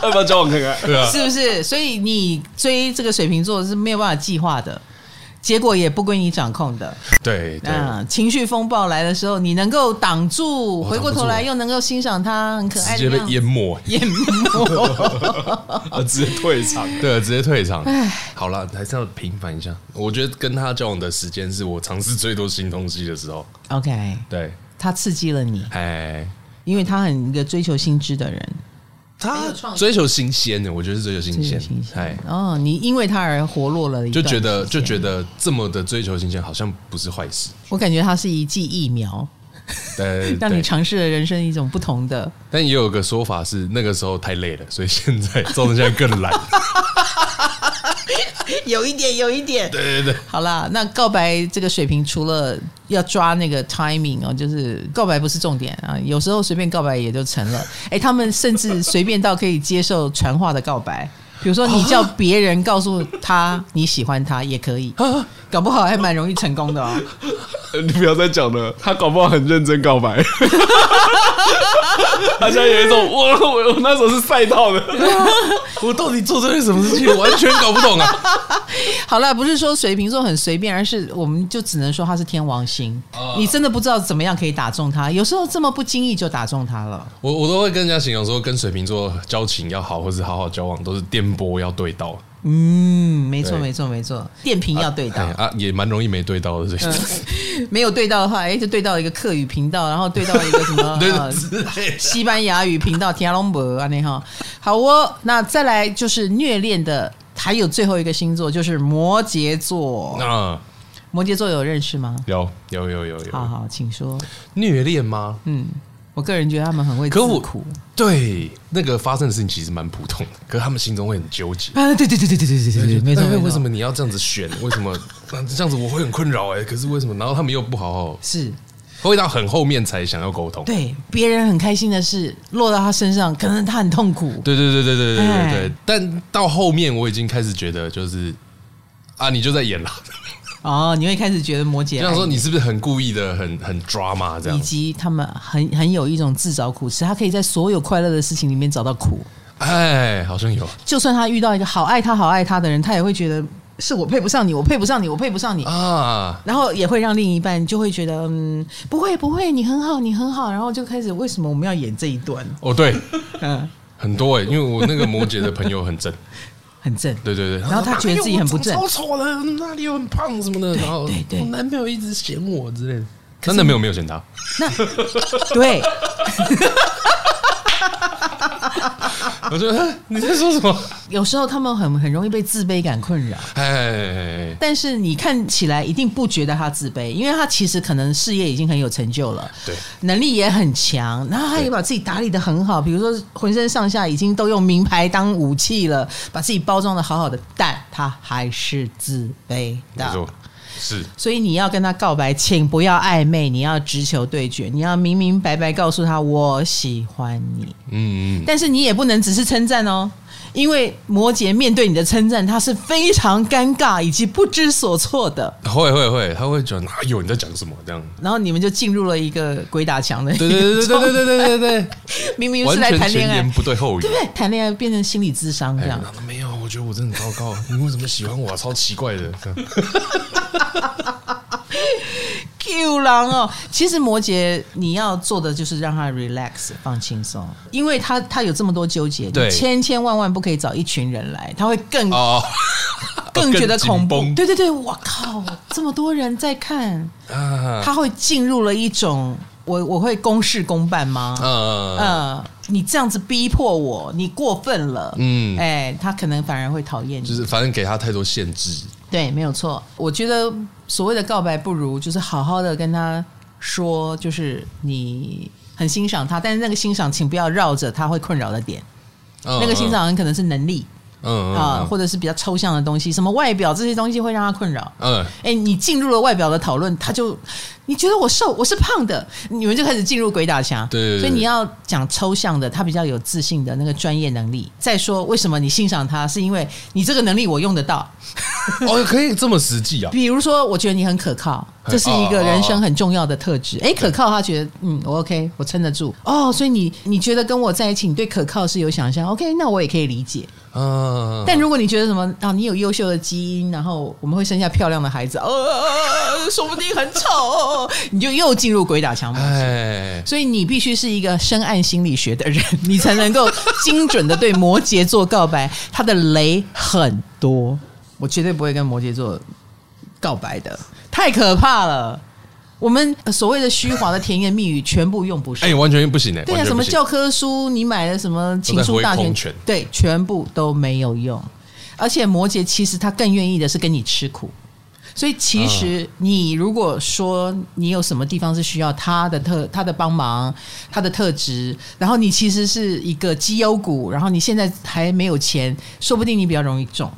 [SPEAKER 3] 要不要交往看看？
[SPEAKER 2] 对 啊，
[SPEAKER 1] 是不是？所以你追这个水瓶座是没有办法计划的，结果也不归你掌控的。
[SPEAKER 2] 对对，
[SPEAKER 1] 嗯，情绪风暴来的时候，你能够挡住，
[SPEAKER 2] 我
[SPEAKER 1] 回过头
[SPEAKER 2] 挡
[SPEAKER 1] 来
[SPEAKER 2] 不住
[SPEAKER 1] 又能够欣赏他很可爱
[SPEAKER 2] 直
[SPEAKER 1] 的
[SPEAKER 2] 接被
[SPEAKER 1] 样子。
[SPEAKER 2] 淹没，
[SPEAKER 1] 淹没，
[SPEAKER 3] 啊，直接退场。
[SPEAKER 2] 对啊，直接退场。
[SPEAKER 1] 哎
[SPEAKER 2] 好了，还是要平反一下。我觉得跟他交往的时间是我尝试最多新东西的时候。
[SPEAKER 1] OK，
[SPEAKER 2] 对，
[SPEAKER 1] 他刺激了你，
[SPEAKER 2] 哎，
[SPEAKER 1] 因为他很一个追求新知的人，
[SPEAKER 2] 他追求新鲜的，我觉得是追求新
[SPEAKER 1] 追求
[SPEAKER 2] 鲜
[SPEAKER 1] 新。
[SPEAKER 2] 哎
[SPEAKER 1] 鲜。，哦，你因为他而活络了一
[SPEAKER 2] 就
[SPEAKER 1] 段
[SPEAKER 2] 觉得
[SPEAKER 1] 时
[SPEAKER 2] 就
[SPEAKER 1] 间
[SPEAKER 2] 觉得这么的追求新鲜好像不是坏事。
[SPEAKER 1] 我感觉它是一剂疫苗，
[SPEAKER 2] 对，
[SPEAKER 1] 让你
[SPEAKER 2] 对
[SPEAKER 1] 尝试了人生一种不同的。
[SPEAKER 2] 但也有个说法是，那个时候太累了，所以现在造成现在更懒。
[SPEAKER 1] 有一点，有一点。
[SPEAKER 2] 对对对，
[SPEAKER 1] 好啦，那告白这个水平，除了要抓那个 timing 哦，就是告白不是重点啊，有时候随便告白也就成了。 哎、他们甚至随便到可以接受传话的告白，比如说你叫别人告诉他你喜欢他 也可以，搞不好还蛮容易成功的哦。
[SPEAKER 3] 呃你不要再讲了，他搞不好很认真告 白。他现在有一种我我我那时候是赛道的，
[SPEAKER 2] 我到底做这些什么事情，完全搞不懂啊！
[SPEAKER 1] 好了，不是说水瓶座很随便，而是我们就只能说他是天王星，你真的不知道怎么样可以打中他，有时候这么不经意就打中他了。
[SPEAKER 2] 我我都会跟人家形容说，跟水瓶座交情要好，或是好好交往，都是电波要对到。
[SPEAKER 1] 嗯，没错，
[SPEAKER 2] 对
[SPEAKER 1] 没错，没错，电瓶要对到，
[SPEAKER 2] 哎啊，也蛮容易没对到的，所以
[SPEAKER 1] 没有对到的话，哎、就对到一个客语频道，然后对到一个什么
[SPEAKER 2] 对
[SPEAKER 1] 呃
[SPEAKER 2] 之类的。
[SPEAKER 1] 西班牙语频道天龙伯啊那哈。好哦，那再来就是虐恋的，还有最后一个星座就是摩羯座。
[SPEAKER 2] 啊，
[SPEAKER 1] 摩羯座有认识吗？
[SPEAKER 2] 有有有有
[SPEAKER 1] 好
[SPEAKER 2] 有
[SPEAKER 1] 好，请说。
[SPEAKER 2] 虐恋吗？
[SPEAKER 1] 嗯，我个人觉得他们很会
[SPEAKER 2] 可我
[SPEAKER 1] 自苦。
[SPEAKER 2] 对，那个发生的事情其实蛮普通的，可是他们心中会很纠结。
[SPEAKER 1] 啊，对对对对对对对对对，没错
[SPEAKER 2] 但
[SPEAKER 1] 没
[SPEAKER 2] 是
[SPEAKER 1] 错。
[SPEAKER 2] 为什么你要这样子选？为什么那这样子我会很困扰哎、可是为什么？然后他们又不好好，
[SPEAKER 1] 是
[SPEAKER 2] 会到很后面才想要沟通。
[SPEAKER 1] 对别人很开心的事落到他身上，可能他很痛苦。
[SPEAKER 2] 对对对对对对对对
[SPEAKER 1] 哎
[SPEAKER 2] 对。但到后面我已经开始觉得就是啊，你就在演了，
[SPEAKER 1] 哦，你会开始觉得摩羯
[SPEAKER 2] 就
[SPEAKER 1] 爱，
[SPEAKER 2] 想说你是不是很故意的，很很 drama 这
[SPEAKER 1] 以
[SPEAKER 2] 样？
[SPEAKER 1] 及他们很很有一种自找苦吃，他可以在所有快乐的事情里面找到苦。
[SPEAKER 2] 哎，好像有。
[SPEAKER 1] 就算他遇到一个好爱他、好爱他的人，他也会觉得是我配不上你，我配不上你，我配不上你。
[SPEAKER 2] 啊，
[SPEAKER 1] 然后也会让另一半就会觉得，嗯，不会不会，你很好，你很好，然后就开始为什么我们要演这一 段？
[SPEAKER 2] 哦对，
[SPEAKER 1] 嗯，
[SPEAKER 2] 很多哎、因为我那个摩羯的朋友很正，
[SPEAKER 1] 很正。
[SPEAKER 2] 对对对，
[SPEAKER 1] 然后他觉得自己很不正
[SPEAKER 2] 哎呦我长超丑的，哪里又很胖什么的，然后
[SPEAKER 1] 对对
[SPEAKER 2] 我男朋友一直嫌我之类的。她男朋友没有嫌他，
[SPEAKER 1] 那对，
[SPEAKER 2] 我说哎你在说什么？
[SPEAKER 1] 有时候他们很很容易被自卑感困扰。
[SPEAKER 2] 哎，
[SPEAKER 1] 但是你看起来一定不觉得他自卑，因为他其实可能事业已经很有成就了，
[SPEAKER 2] 对，
[SPEAKER 1] 能力也很强，然后他也把自己打理的很好，比如说浑身上下已经都用名牌当武器了，把自己包装的好好的，但他还是自卑
[SPEAKER 2] 没
[SPEAKER 1] 的
[SPEAKER 2] 错。是
[SPEAKER 1] 所以你要跟他告白，请不要暧昧，你要直球对决，你要明明白白告诉他我喜欢你。
[SPEAKER 2] 嗯嗯，
[SPEAKER 1] 但是你也不能只是称赞哦，因为摩羯面对你的称赞，他是非常尴尬以及不知所措的。
[SPEAKER 2] 会会会，他会觉得哪有你在讲什么这样。
[SPEAKER 1] 然后你们就进入了一个鬼打墙的一个
[SPEAKER 2] 对
[SPEAKER 1] 状态，
[SPEAKER 2] 对对对对对对对对，
[SPEAKER 1] 明明
[SPEAKER 2] 完
[SPEAKER 1] 是来
[SPEAKER 2] 全
[SPEAKER 1] 谈
[SPEAKER 2] 前
[SPEAKER 1] 恋爱
[SPEAKER 2] 言，不对后语
[SPEAKER 1] 对。不对？谈恋爱变成心理智商这
[SPEAKER 2] 哎
[SPEAKER 1] 样，，
[SPEAKER 2] 没有，我觉得我真的很糟糕。你为什么喜欢我啊？超奇怪的。这样
[SPEAKER 1] Q 狼哦，其实摩羯你要做的就是让他 relax 放轻松，因为他他有这么多纠结，你
[SPEAKER 2] 对
[SPEAKER 1] 千千万万不可以找一群人来，他会更、
[SPEAKER 2] 哦，
[SPEAKER 1] 更觉得恐怖
[SPEAKER 2] 更紧。绷
[SPEAKER 1] 对对对，我靠，这么多人在看，
[SPEAKER 2] 啊，
[SPEAKER 1] 他会进入了一种我我会公事公办吗？
[SPEAKER 2] 嗯
[SPEAKER 1] 呃，你这样子逼迫我，你过分了，嗯，
[SPEAKER 2] 嗯
[SPEAKER 1] 哎，他可能反而会讨厌你，
[SPEAKER 2] 就是反正给他太多限制。
[SPEAKER 1] 对，没有错。我觉得所谓的告白，不如就是好好的跟他说，就是你很欣赏他，但是那个欣赏，请不要绕着他会困扰的点。
[SPEAKER 2] 那
[SPEAKER 1] 那个欣赏很可能是能力
[SPEAKER 2] 嗯
[SPEAKER 1] 啊、或
[SPEAKER 2] 者
[SPEAKER 1] 者是比较抽象的东西，什么外表这些东西会让他困扰。
[SPEAKER 2] 嗯，
[SPEAKER 1] 哎，你进入了外表的讨论，他就你觉得我瘦，我是胖的，你们就开始进入鬼打墙。
[SPEAKER 2] 对对对
[SPEAKER 1] 所以你要讲抽象的，他比较有自信的那个专业能力。再说为什么你欣赏他，是因为你这个能力我用得到。
[SPEAKER 2] 哦，可以这么实际啊？
[SPEAKER 1] 比如说，我觉得你很可靠，
[SPEAKER 2] 哎
[SPEAKER 1] 这是一
[SPEAKER 2] 哦
[SPEAKER 1] 个人生很重要的特质。哎、可靠，他觉得嗯，我 OK，我撑得住。哦，所以你你觉得跟我在一起，你对可靠是有想象，OK，那我也可以理解。
[SPEAKER 2] 嗯，
[SPEAKER 1] 但如果你觉得什么啊，你有优秀的基因，然后我们会生下漂亮的孩子，呃， 说不定很丑哦，你就又进入鬼打墙了。
[SPEAKER 2] 哎，
[SPEAKER 1] 所以你必须是一个深谙心理学的人，你才能够精准的对摩羯座告白。他的雷很多，我绝对不会跟摩羯座告白的，太可怕了。我们呃所谓的虚华的甜言蜜语全部用不上。
[SPEAKER 2] 哎，完全不行哎，
[SPEAKER 1] 对啊，
[SPEAKER 2] 完全
[SPEAKER 1] 什
[SPEAKER 2] 不
[SPEAKER 1] 么
[SPEAKER 2] 行
[SPEAKER 1] 教科书，你买的什么情书大
[SPEAKER 2] 都在挥
[SPEAKER 1] 全
[SPEAKER 2] 空拳，
[SPEAKER 1] 对，全部都没有用。而且摩羯其实他更愿意的是跟你吃苦，所以其实
[SPEAKER 2] 啊
[SPEAKER 1] 你如果说你有什么地方是需要他的特他的帮忙，他的特质，然后你其实是一个绩优股，然后你现在还没有钱，说不定你比较容易中。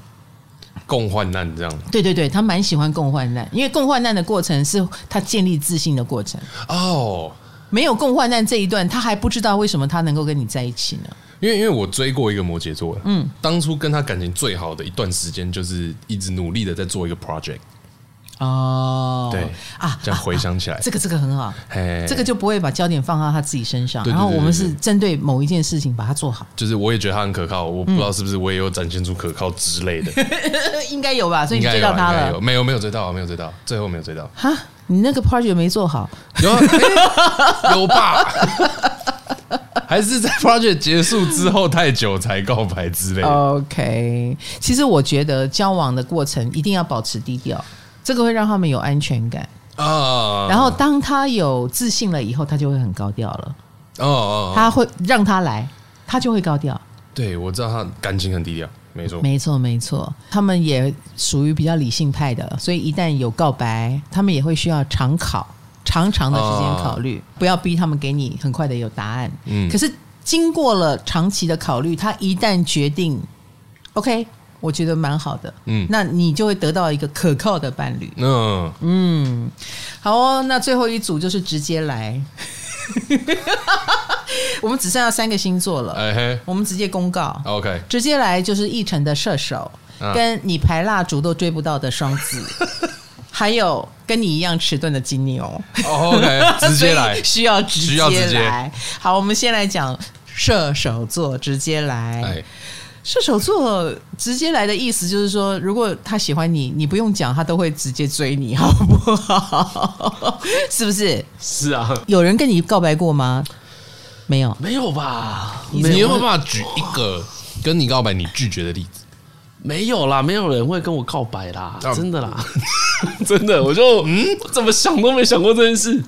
[SPEAKER 2] 共患难这样？
[SPEAKER 1] 对对对，他蛮喜欢共患难，因为共患难的过程是他建立自信的过程。
[SPEAKER 2] 哦，
[SPEAKER 1] 没有共患难这一段，他还不知道为什么他能够跟你在一起呢。
[SPEAKER 2] 因为因为我追过一个摩羯座，嗯，当初跟他感情最好的一段时间，就是一直努力的在做一个 project，
[SPEAKER 1] 哦，
[SPEAKER 2] 对
[SPEAKER 1] 啊，
[SPEAKER 2] 这样回想起
[SPEAKER 1] 啊
[SPEAKER 2] 来，
[SPEAKER 1] 这个这个很好，
[SPEAKER 2] 哎，
[SPEAKER 1] 这个就不会把焦点放到他自己身上，
[SPEAKER 2] 对对对
[SPEAKER 1] 然后我们是
[SPEAKER 2] 对
[SPEAKER 1] 针对某一件事情把它做好，
[SPEAKER 2] 就是我也觉得他很可靠，我不知道是不是我也有展现出可靠之类的，
[SPEAKER 1] 应该有吧？所以嗯你
[SPEAKER 2] 应该
[SPEAKER 1] 追
[SPEAKER 2] 有
[SPEAKER 1] 到
[SPEAKER 2] 吧，
[SPEAKER 1] 他
[SPEAKER 2] 应该有，
[SPEAKER 1] 了。
[SPEAKER 2] 没有没有追到，没有追到，最后没有 追到，
[SPEAKER 1] 哈，你那个 project 没做好，
[SPEAKER 2] 有啊哎有吧？还是在 project 结束之后太久才告白之类
[SPEAKER 1] 哦
[SPEAKER 2] 的，
[SPEAKER 1] OK，其实我觉得交往的过程一定要保持低调，这个会让他们有安全感。
[SPEAKER 2] 啊，
[SPEAKER 1] 然后当他有自信了以后，他就会很高调了，
[SPEAKER 2] 哦哦，哦
[SPEAKER 1] 他会让他来，他就会高调。
[SPEAKER 2] 对我知道他感情很低调，没错，
[SPEAKER 1] 没错，没错，他们也属于比较理性派的，所以一旦有告白，他们也会需要长考，长长的时间考虑，不要逼他们给你很快的有答案。
[SPEAKER 2] 哦嗯
[SPEAKER 1] 可是经过了长期的考虑，他一旦决定，OK，我觉得蛮好的，
[SPEAKER 2] 嗯
[SPEAKER 1] 那你就会得到一个可靠的伴侣。
[SPEAKER 2] 嗯，
[SPEAKER 1] 好哦，那最后一组就是直接 来，我们只剩下三个星座了，
[SPEAKER 2] 哎嘿
[SPEAKER 1] 我们直接公告。
[SPEAKER 2] ，OK，
[SPEAKER 1] 直接来就是一晨的射手，
[SPEAKER 2] 啊
[SPEAKER 1] 跟你排蜡烛都追不到的双 子，还有跟你一样迟钝的金牛，
[SPEAKER 2] 哦 OK，直接来
[SPEAKER 1] 所以，需要直
[SPEAKER 2] 需要
[SPEAKER 1] 接
[SPEAKER 2] 直接
[SPEAKER 1] 来。好，我们先来讲射手座，直接来。
[SPEAKER 2] 哎，
[SPEAKER 1] 射手座直接来的意思就是说，如果他喜欢你，你不用讲，他都会直接追你，好不好？ 是不是？
[SPEAKER 3] 是啊，
[SPEAKER 1] 有人跟你告白过吗？没有。
[SPEAKER 3] 没有吧？
[SPEAKER 2] 你有没有办法举一个跟你告白你拒绝的例子？
[SPEAKER 3] 没有啦，没有人会跟我告白啦，
[SPEAKER 2] 啊
[SPEAKER 3] 真的啦，哦 真的，我就嗯，怎么想都没想过这件事，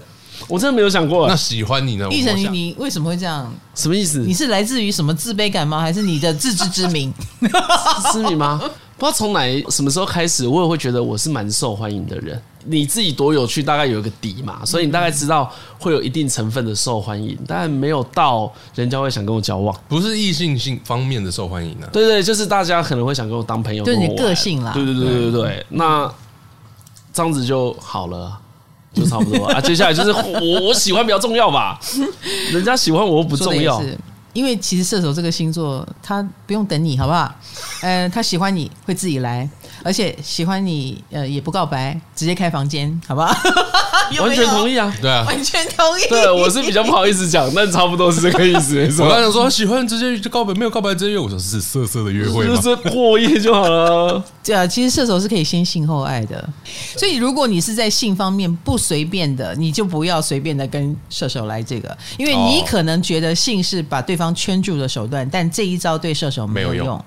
[SPEAKER 3] 我真的没有想过啊
[SPEAKER 2] 那，喜欢你呢？
[SPEAKER 1] 玉
[SPEAKER 2] 我
[SPEAKER 1] 成，
[SPEAKER 2] 想
[SPEAKER 1] 你为什么会这样？
[SPEAKER 3] 什么意思？
[SPEAKER 1] 你是来自于什么自卑感吗？还是你的自知之明？
[SPEAKER 3] 思敏吗？不知道从哪一什么时候开始，我也会觉得我是蛮受欢迎的人。你自己多有趣，大概有一个底嘛，所以你大概知道会有一定成分的受欢迎，但没有到人家会想跟我交往。
[SPEAKER 2] 不是异性性方面的受欢迎呢？啊
[SPEAKER 3] 对对，就是大家可能会想跟我当朋友，
[SPEAKER 1] 就是你
[SPEAKER 3] 跟我玩
[SPEAKER 1] 个性啦
[SPEAKER 3] 对对对对对对，那这样子就好了。就差不多了啊，接下来就是我我喜欢比较重 要吧，人家喜欢我又不
[SPEAKER 1] 说的
[SPEAKER 3] 重
[SPEAKER 1] 也
[SPEAKER 3] 要，
[SPEAKER 1] 是，因为其实射手这个星座，他不用等你，好不 好？嗯、他喜欢你会自己来，而且喜欢你，呃，也不告白，直接开房间，好不好？有
[SPEAKER 3] 完
[SPEAKER 1] 没有
[SPEAKER 3] 全同，意啊。
[SPEAKER 2] 对啊，
[SPEAKER 1] 完全同意。
[SPEAKER 3] 对，我是比较不好意思讲，但差不多是这个意思，
[SPEAKER 1] 哎
[SPEAKER 3] 没
[SPEAKER 2] 我
[SPEAKER 3] 错
[SPEAKER 2] 刚。想说喜欢直接就告白，没有告白直接约，我说是色色的约会
[SPEAKER 3] 就
[SPEAKER 2] 吗？
[SPEAKER 3] 是过夜就好了。
[SPEAKER 1] 对啊，其实射手是可以先性后爱的，所以如果你是在性方面不随便的，你就不要随便的跟射手来这个，因为你
[SPEAKER 2] 哦
[SPEAKER 1] 可能觉得性是把对方圈住的手段，但这一招对射手没有
[SPEAKER 2] 没有
[SPEAKER 1] 用。
[SPEAKER 2] 用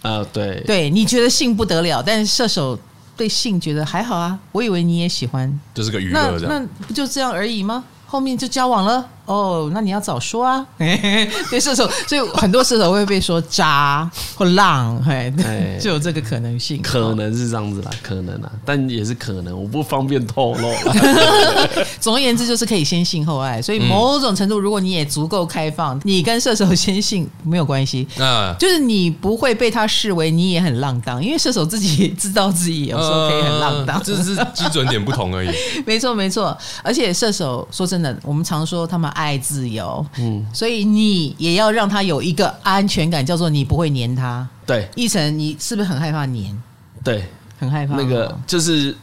[SPEAKER 3] 啊，对，
[SPEAKER 1] 对你觉得性不得了，但是射手对性觉得还好啊，我以为你也喜欢，
[SPEAKER 2] 就是个娱
[SPEAKER 1] 那
[SPEAKER 2] 乐这样。
[SPEAKER 1] 那不就这样而已吗？后面就交往了哦，那你要早说啊！ 对射手，所以很多射手会被说渣或浪，嘿
[SPEAKER 3] 哎，
[SPEAKER 1] 就有这个可能性。
[SPEAKER 3] 可能是这样子啦，可能啊，但也是可能，我不方便透露啦。
[SPEAKER 1] 总而言之，就是可以先性后爱。所以某种程度，如果你也足够开放，你跟射手先性没有关系，
[SPEAKER 2] 那
[SPEAKER 1] 就是你不会被他视为你也很浪荡，因为射手自己也知道自己有时候可以很浪荡
[SPEAKER 2] 呃。只是基准点不同 而已。
[SPEAKER 1] 没错，没错。而且射手说真的，我们常说他们爱自由，嗯，所以你也要让他有一个安全感，叫做你不会黏他。
[SPEAKER 3] 对
[SPEAKER 1] 一晨，你是不是很害怕黏？
[SPEAKER 3] 对，
[SPEAKER 1] 很害怕
[SPEAKER 3] 那个
[SPEAKER 1] 哦
[SPEAKER 3] 就是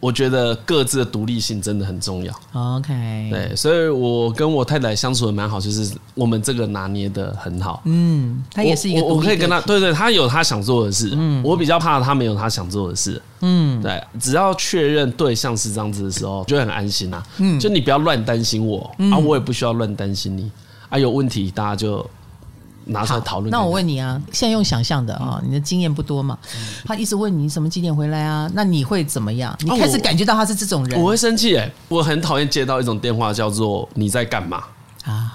[SPEAKER 3] 我觉得各自的独立性真的很重要。
[SPEAKER 1] OK，，
[SPEAKER 3] 对，所以我跟我太太相处的蛮好，就是我们这个拿捏的很好。
[SPEAKER 1] 嗯，他也是一个
[SPEAKER 3] 我我，
[SPEAKER 1] 独
[SPEAKER 3] 我
[SPEAKER 1] 立嗯
[SPEAKER 3] 可以跟
[SPEAKER 1] 个
[SPEAKER 3] 他，对对，他有他想做的事，我比较怕他没有他想做的事，嗯，对，只要确认对象是这样子的时候，就会很安心啦、嗯，就你不要乱担心我、
[SPEAKER 1] 嗯
[SPEAKER 3] 啊，我也不需要乱担心你啊，有问题大家就拿出来讨论看看。嗯
[SPEAKER 1] 那我问你啊，现在用想象的啊、你的经验不多嘛？他一直问你什么几点回来啊？那你会怎么样？你开始
[SPEAKER 3] 啊我
[SPEAKER 1] 感觉到他是这种人
[SPEAKER 3] 我会生气哎、我很讨厌接到一种电话叫做你在干嘛。
[SPEAKER 1] 啊？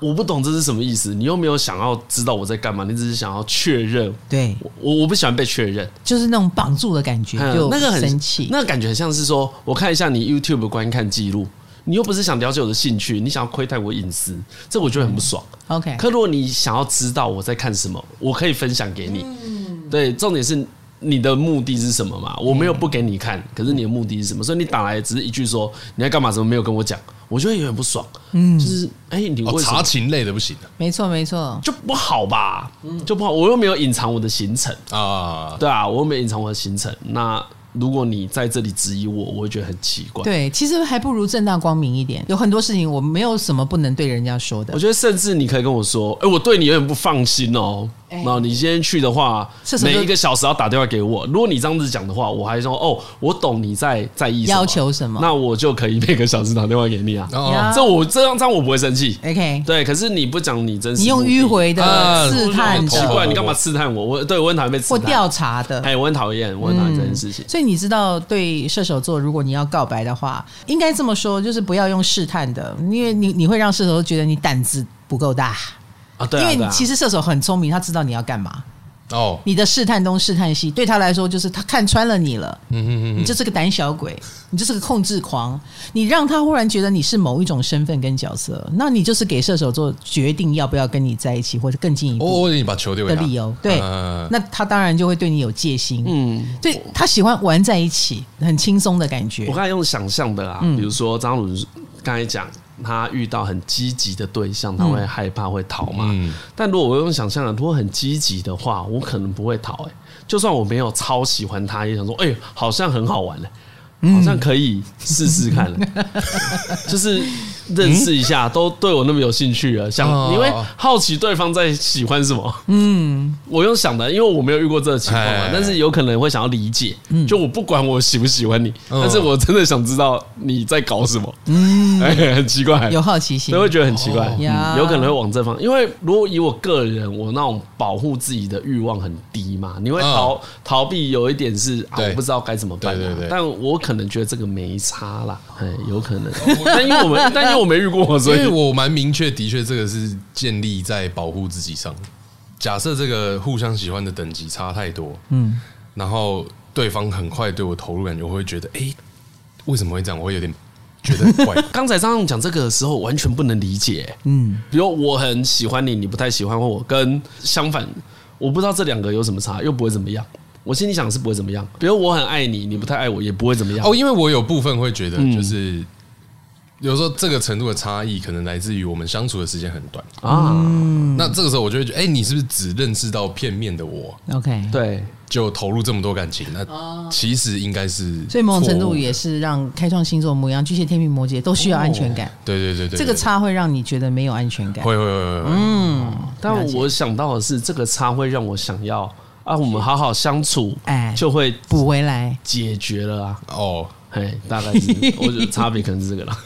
[SPEAKER 3] 我不懂这是什么意思，你又没有想要知道我在干嘛，你只是想要确认。
[SPEAKER 1] 对，
[SPEAKER 3] 我我我不喜欢被确认，
[SPEAKER 1] 就是那种绑住的感觉，
[SPEAKER 3] 嗯
[SPEAKER 1] 就
[SPEAKER 3] 那个很
[SPEAKER 1] 生气。
[SPEAKER 3] 那个感觉很像是说，我看一下你 YouTube 的观看记录，你又不是想了解我的兴趣，你想要窥探我隐私，这我觉得很不爽。
[SPEAKER 1] OK，
[SPEAKER 3] 可如果你想要知道我在看什么，我可以分享给你。
[SPEAKER 1] 嗯
[SPEAKER 3] 对，重点是你的目的是什么嘛？我没有不给你
[SPEAKER 1] 嗯
[SPEAKER 3] 看，可是你的目的是什么？所以你打来只是一句说你在干嘛，怎么没有跟我讲，我就会有点不爽。嗯，就是哎、你
[SPEAKER 2] 哦，
[SPEAKER 3] 为什
[SPEAKER 2] 查
[SPEAKER 3] 么
[SPEAKER 2] 情类的不行啊
[SPEAKER 1] 没错没错，
[SPEAKER 3] 就不好吧？
[SPEAKER 1] 嗯
[SPEAKER 3] 就不好，我又没有隐藏我的行程。
[SPEAKER 2] 啊，
[SPEAKER 3] 对啊，我又没有隐藏我的行程。那如果你在这里质疑我，我会觉得很奇怪。
[SPEAKER 1] 对，其实还不如正大光明一点。有很多事情我没有什么不能对人家说
[SPEAKER 3] 我
[SPEAKER 1] 的。
[SPEAKER 3] 觉得甚至你可以跟我说，哎、我对你有点不放心哦。然后你今天去的话
[SPEAKER 1] 哎是，什么
[SPEAKER 3] 每一个小时要打电话给我。如果你这样子讲的话，我还说哦，我懂你在在意什么
[SPEAKER 1] 要求什么
[SPEAKER 3] 那我就可以每个小时打电话给你啊。
[SPEAKER 1] 呀
[SPEAKER 2] 哦，
[SPEAKER 3] 这我这样这样我不会生气。
[SPEAKER 1] OK，
[SPEAKER 3] 对，可是你不讲你真实，
[SPEAKER 1] 你用迂，回
[SPEAKER 2] 啊
[SPEAKER 1] 的、刺探
[SPEAKER 2] 我
[SPEAKER 3] 哦奇
[SPEAKER 2] 想
[SPEAKER 1] 的
[SPEAKER 2] 说
[SPEAKER 3] 怪，你干嘛刺探我？我对我很讨厌被刺
[SPEAKER 1] 或
[SPEAKER 3] 探。
[SPEAKER 1] 调查的，
[SPEAKER 3] 哎，我很讨厌，我很讨厌这件事情。
[SPEAKER 1] 所以你知道，对射手座，如果你要告白的话，应该这么说，就是不要用试探的，因为你你会让射手觉得你胆子不够大，
[SPEAKER 3] 啊，对啊，
[SPEAKER 1] 因为
[SPEAKER 3] 对
[SPEAKER 1] 你
[SPEAKER 3] 啊
[SPEAKER 1] 其实射手很聪明，他知道你要干嘛。
[SPEAKER 2] 哦，
[SPEAKER 1] 你的试探东试探西，对他来说就是他看穿了你了，
[SPEAKER 2] 嗯嗯
[SPEAKER 1] 你
[SPEAKER 2] 嗯，
[SPEAKER 1] 就是个胆小鬼，你就是个控制狂，你让他忽然觉得你是某一种身份跟角色，那你就是给射手座决定要不要跟你在一起或者更进一
[SPEAKER 2] 我
[SPEAKER 1] 步
[SPEAKER 2] 哦
[SPEAKER 3] 哦
[SPEAKER 2] 我已经把球丢给
[SPEAKER 1] 的
[SPEAKER 2] 他
[SPEAKER 1] 理由。对，
[SPEAKER 2] 嗯
[SPEAKER 1] 那他当然就会对你有戒心。
[SPEAKER 3] 啊嗯，
[SPEAKER 1] 对他喜欢玩在一起，很轻松的感觉
[SPEAKER 3] 我。刚才用想象的啦，比如说张鲁刚才讲，他遇到很积极的对象，他会害怕会逃嘛。
[SPEAKER 2] 嗯
[SPEAKER 3] 但如果我用想象的，如果很积极的话，我可能不会逃、欸。就算我没有超喜欢他，也想说，哎、好像很好玩嘞、欸好像可以试试看了，就是认识一下，都对我那么有兴趣了，想
[SPEAKER 2] 哦
[SPEAKER 3] 因为好奇对方在喜欢什么。嗯，我用想的，因为我没有遇过这个情况
[SPEAKER 2] 哎哎
[SPEAKER 3] 嘛
[SPEAKER 2] 哎，
[SPEAKER 3] 但是有可能会想要理解。就我不管我喜不喜欢你，
[SPEAKER 2] 嗯
[SPEAKER 3] 但是我真的想知道你在搞什么。嗯， 很奇怪，
[SPEAKER 1] 有好奇心
[SPEAKER 3] 所以，会觉得很奇怪
[SPEAKER 2] 哦，
[SPEAKER 1] 呀
[SPEAKER 3] 嗯有可能会往这方，因为如果以我个人，我那种保护自己的欲望很低嘛，你会逃逃避，有一点是啊，
[SPEAKER 2] 对
[SPEAKER 3] 我不知道该怎么办啊
[SPEAKER 2] 对对对
[SPEAKER 3] 但我可能觉得这个没差啦，哎，有 可能，但因为我们，但因为我没遇 过，所
[SPEAKER 2] 因
[SPEAKER 3] 以
[SPEAKER 2] 为我蛮明确，的确这个是建立在保护自己上。假设这个互相喜欢的等级差太多，嗯，然后对方很快对我投入感觉，我会觉得，哎、为什么会这样？我会有点觉得很 怪。
[SPEAKER 3] 刚才张总讲这个的时候，完全不能理解。嗯，比如我很喜欢你，你不太喜欢我，跟相反，我不知道这两个有什么差，又不会怎么样。我心里想是不会怎么样。比如我很爱你，你不太爱我，也不会怎么样。
[SPEAKER 2] 哦，因为我有部分会觉
[SPEAKER 1] 嗯
[SPEAKER 2] 得，就是、有时候这个程度的差异，可能来自于我们相处的时间很短。
[SPEAKER 3] 啊，
[SPEAKER 1] 嗯
[SPEAKER 2] 那这个时候我就会觉得，哎、你是不是只认识到片面的我，
[SPEAKER 1] OK，
[SPEAKER 3] 对，
[SPEAKER 2] 就投入这么多感情？那其实应该是错误
[SPEAKER 1] 哦
[SPEAKER 2] 的，
[SPEAKER 1] 所以某种程度也是让开创星座母羊、巨蟹、天秤、摩羯都需
[SPEAKER 3] 哦
[SPEAKER 1] 要安全感。
[SPEAKER 2] 对对对对，
[SPEAKER 1] 这个
[SPEAKER 2] 对
[SPEAKER 1] 差会让你觉得没有安全感。
[SPEAKER 2] 会会会会，嗯，
[SPEAKER 3] 但我想到的是，这个差会让我想要啊，我们好好相处，
[SPEAKER 1] 哎
[SPEAKER 3] 就会
[SPEAKER 1] 补回来。
[SPEAKER 3] 解决了啊。
[SPEAKER 2] 哦，
[SPEAKER 3] 嘿，大概是， 我觉得差别可能是这个了。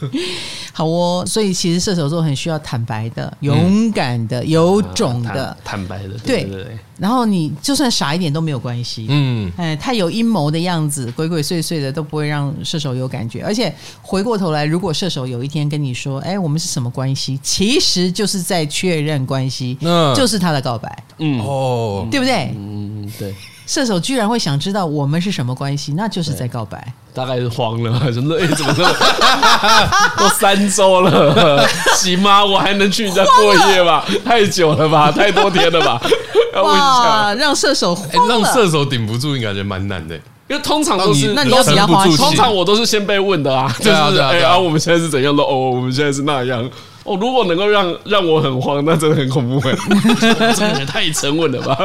[SPEAKER 1] 好哦，所以其实射手座很需要坦白的、勇敢的、有种的，
[SPEAKER 3] 啊坦坦白的，
[SPEAKER 1] 对
[SPEAKER 3] 对对对，
[SPEAKER 1] 然后你就算傻一点都没有关系。
[SPEAKER 2] 嗯，
[SPEAKER 1] 哎，太有阴谋的样子，鬼鬼祟祟的都不会让射手有感觉。而且回过头来，如果射手有一天跟你说：“哎，我们是什么关系？”其实就是在确认关系，
[SPEAKER 2] 那
[SPEAKER 1] 就是他的告白，
[SPEAKER 3] 嗯
[SPEAKER 2] 哦，
[SPEAKER 1] 对不对？
[SPEAKER 3] 嗯，对，
[SPEAKER 1] 射手居然会想知道我们是什么关系，那就是在告白。
[SPEAKER 2] 嗯
[SPEAKER 3] 大概是慌了， 想说哎、怎么那么都三周了， 行吗？我还能去你家过夜吗？太久了吧，太多天了 吧？要问一下，
[SPEAKER 1] 哇，让射手
[SPEAKER 2] 哎、
[SPEAKER 1] 慌
[SPEAKER 2] 让
[SPEAKER 1] 了。
[SPEAKER 2] 射手顶不住，应该觉得蛮难的。
[SPEAKER 3] 因为通常都是
[SPEAKER 1] 那你要比较花心
[SPEAKER 3] 通常我都是先被问的啊，就
[SPEAKER 2] 对
[SPEAKER 3] 是
[SPEAKER 2] 啊对啊
[SPEAKER 3] 哎
[SPEAKER 2] 对啊
[SPEAKER 3] 呀，我们现在是怎样的？哦，我们现在是那样。哦，如果能够让让我很慌，那真的很恐怖 哎，这感觉太沉稳了吧？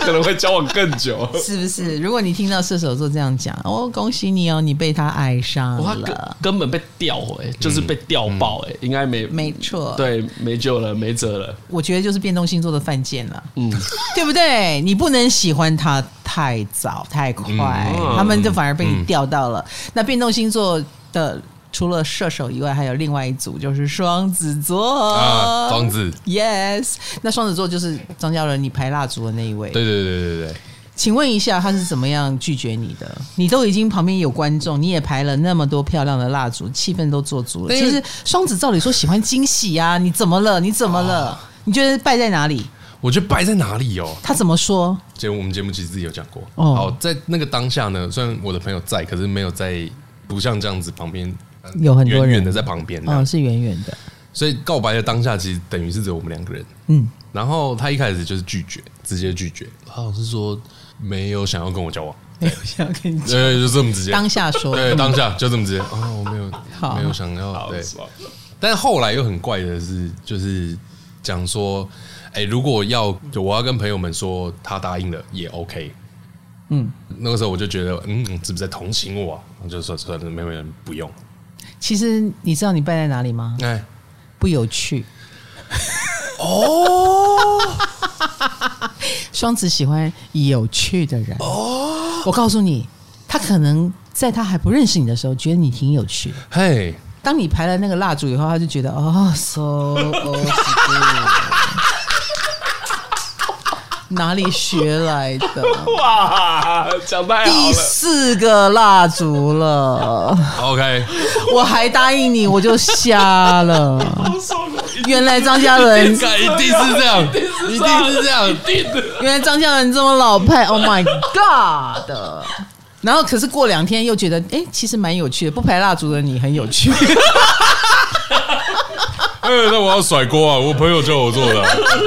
[SPEAKER 3] 可能会交往更久。
[SPEAKER 1] 是不是？如果你听到射手座这样讲，哦，恭喜你哦，你被他爱上
[SPEAKER 3] 哇，根
[SPEAKER 1] 了，
[SPEAKER 3] 根本被吊哎、就是被吊爆
[SPEAKER 2] 嗯
[SPEAKER 3] 哎、应该没
[SPEAKER 1] 没错。，
[SPEAKER 3] 嗯对，没救了，没辙了。
[SPEAKER 1] 我觉得就是变动星座的犯贱了，
[SPEAKER 3] 嗯，
[SPEAKER 1] 对不对？你不能喜欢他太早太快，
[SPEAKER 3] 嗯
[SPEAKER 1] 他们就反而被你钓到了。那变动星座的除了射手以外，还有另外一组就是双子座呃
[SPEAKER 2] 啊双子
[SPEAKER 1] Yes，那双子座就是张嘉伦你排蜡烛的那一位。
[SPEAKER 2] 对对对对对对，
[SPEAKER 1] 请问一下，他是怎么样拒绝你的？你都已经旁边有观众，你也排了那么多漂亮的蜡烛，气氛都做足了。
[SPEAKER 2] 但
[SPEAKER 1] 其
[SPEAKER 2] 是
[SPEAKER 1] 实双子照理说喜欢惊喜啊，你怎么了？你怎么了？你觉得败在哪里？
[SPEAKER 2] 我觉得败在哪里哦？
[SPEAKER 1] 他怎么说？
[SPEAKER 2] 节目我们节目其实自己有讲过。
[SPEAKER 1] 哦
[SPEAKER 2] 好，在那个当下呢，虽然我的朋友在，可是没有在，不像这样子旁边呃
[SPEAKER 1] 有很多人
[SPEAKER 2] 远远的在旁边这样
[SPEAKER 1] 嗯，是远远 的，
[SPEAKER 2] 所以告白的当下，其实等于是只有我们两个人。
[SPEAKER 1] 嗯，
[SPEAKER 2] 然后他一开始就是拒绝，直接拒绝，他好像是说没有想要跟我交往，
[SPEAKER 1] 没有想要跟你讲。
[SPEAKER 2] 对，就这么直接。
[SPEAKER 1] 当下说，
[SPEAKER 2] 对，当下就这么直接。哦，我没有，
[SPEAKER 1] 哦好
[SPEAKER 2] 没有想要。对，
[SPEAKER 3] 爽
[SPEAKER 2] 但后来又很怪的是，就是讲说，哎、如果要就我要跟朋友们说他答应了也 OK。
[SPEAKER 1] 嗯，
[SPEAKER 2] 那个时候我就觉得，嗯，是不是在同情我、啊？我就说算了，没有人不用。
[SPEAKER 1] 其实你知道你败在哪里吗？
[SPEAKER 2] 哎，
[SPEAKER 1] 不有趣。哦，双子喜欢有趣的人。哦，我告诉你，他可能在他还不认识你的时候，觉得你挺有趣的。
[SPEAKER 2] 嘿，
[SPEAKER 1] 当你排了那个蜡烛以后，他就觉得哦，so old school 哪里学来的？
[SPEAKER 3] 哇，讲太好
[SPEAKER 1] 第
[SPEAKER 3] 了，
[SPEAKER 1] 四个蜡烛了，
[SPEAKER 2] OK，
[SPEAKER 1] 我还答应你，我就瞎 了。
[SPEAKER 3] 好爽哦！一定
[SPEAKER 1] 原来张嘉伦
[SPEAKER 2] 看一定是这样，一定是这样，
[SPEAKER 1] 原来张嘉伦这么老派，Oh my God！然后可是过两天又觉得，哎、其实蛮有趣的，不排蜡烛的你很有趣。
[SPEAKER 2] 哎、那我要甩锅啊！我朋友叫我做的，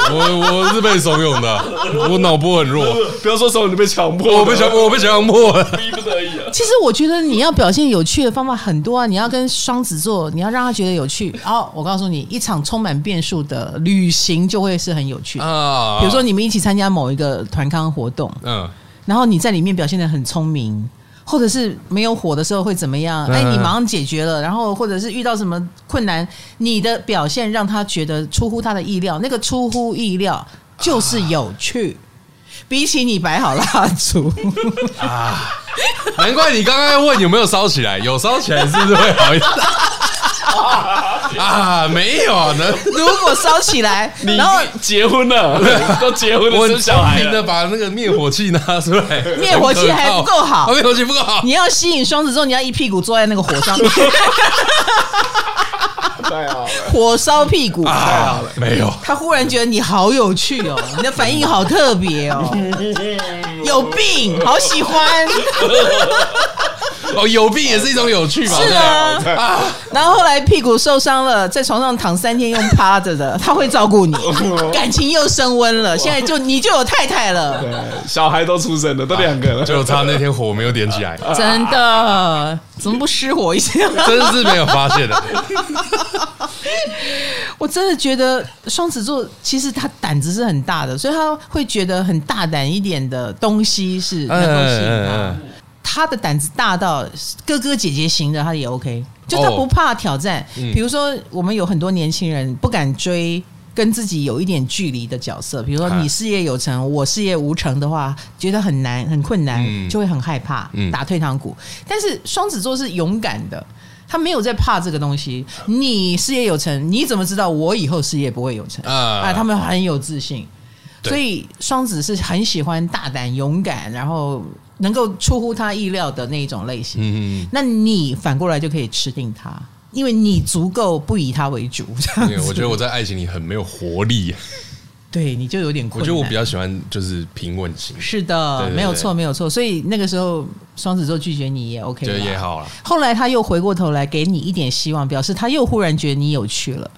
[SPEAKER 2] 我我是被怂恿的，啊我脑波很弱，
[SPEAKER 3] 不要说什么你被强迫，
[SPEAKER 2] 我被强，我被强迫了。
[SPEAKER 3] 逼不得已啊。
[SPEAKER 1] 其实我觉得你要表现有趣的方法很多啊，你要跟双子座，你要让他觉得有 趣。然后我告诉你，一场充满变数的旅行就会是很有趣。
[SPEAKER 2] 啊
[SPEAKER 1] 比如说，你们一起参加某一个团康活动，
[SPEAKER 2] 嗯，
[SPEAKER 1] 然后你在里面表现的很聪明，或者是没有火的时候会怎么样？
[SPEAKER 2] 嗯
[SPEAKER 1] 哎，你马上解决了，然后或者是遇到什么困难，你的表现让他觉得出乎他的意料，那个出乎意料就是有趣。比起你摆好蜡 烛，
[SPEAKER 2] 难怪你刚刚问有没有烧起来，有烧起来是不是会好一点？啊，没有啊，能
[SPEAKER 1] 如果烧起来，
[SPEAKER 3] 你
[SPEAKER 1] 然后
[SPEAKER 3] 结婚了，都结婚
[SPEAKER 2] 我
[SPEAKER 3] 了，
[SPEAKER 2] 很聪
[SPEAKER 3] 生小孩
[SPEAKER 2] 明的
[SPEAKER 3] 了，
[SPEAKER 2] 把那个灭火器拿出来，
[SPEAKER 1] 灭火器还不够好
[SPEAKER 2] 啊灭火器不够好
[SPEAKER 1] 你。要吸引双子座，你要一屁股坐在那个火上面，
[SPEAKER 3] 太好了，
[SPEAKER 1] 火烧屁股。
[SPEAKER 2] 啊，没有，
[SPEAKER 1] 他忽然觉得你好有趣哦，你的反应好特 别哦，有病，好喜欢。
[SPEAKER 2] 哦，有病也是一种有趣嘛。
[SPEAKER 1] 是啊，然后后来屁股受伤了，在床上躺三天，用趴着 的，他会照顾你，
[SPEAKER 3] 哦
[SPEAKER 1] 感情又升温了。现在就你就有太太了，
[SPEAKER 3] 小孩都出生了，都两个了，
[SPEAKER 2] 啊就差那天火没有点起来，
[SPEAKER 1] 真的，怎么不失火一下？
[SPEAKER 2] 真是没有发现 的。
[SPEAKER 1] 我真的觉得双子座其实他胆子是很大的，所以他会觉得很大胆一点的东西是能够吸引他。
[SPEAKER 2] 嗯，
[SPEAKER 1] 他的胆子大到哥哥姐姐型的他也 OK，就他不怕挑战。
[SPEAKER 2] 嗯
[SPEAKER 1] 比如说，我们有很多年轻人不敢追。跟自己有一点距离的角色，比如说
[SPEAKER 2] 啊
[SPEAKER 1] 你事业有成，我事业无成的话，觉得很难、很困难，
[SPEAKER 2] 嗯
[SPEAKER 1] 就会很害怕，
[SPEAKER 2] 嗯
[SPEAKER 1] 打退堂鼓。但是双子座是勇敢的，他没有在怕这个东西。你事业有成，你怎么知道我以后事业不会有成？
[SPEAKER 2] 啊
[SPEAKER 1] 啊，他们很有自信。
[SPEAKER 2] 对
[SPEAKER 1] 所以双子是很喜欢大胆、勇敢，然后能够出乎他意料的那一种类型。
[SPEAKER 2] 嗯，
[SPEAKER 1] 那你反过来就可以吃定他，因为你足够不以他为主。这样
[SPEAKER 2] 因为我觉得我在爱情里很没有活力，
[SPEAKER 1] 对你就有点
[SPEAKER 2] 我
[SPEAKER 1] 困
[SPEAKER 2] 觉
[SPEAKER 1] 难。
[SPEAKER 2] 得我比较喜欢就是平稳型，
[SPEAKER 1] 是的，
[SPEAKER 2] 对对对
[SPEAKER 1] 没有错，没有错。所以那个时候双子座拒绝你也 OK
[SPEAKER 2] 觉得
[SPEAKER 1] 啦
[SPEAKER 2] 也好啦。
[SPEAKER 1] 后来他又回过头来给你一点希望，表示他又忽然觉得你有趣了。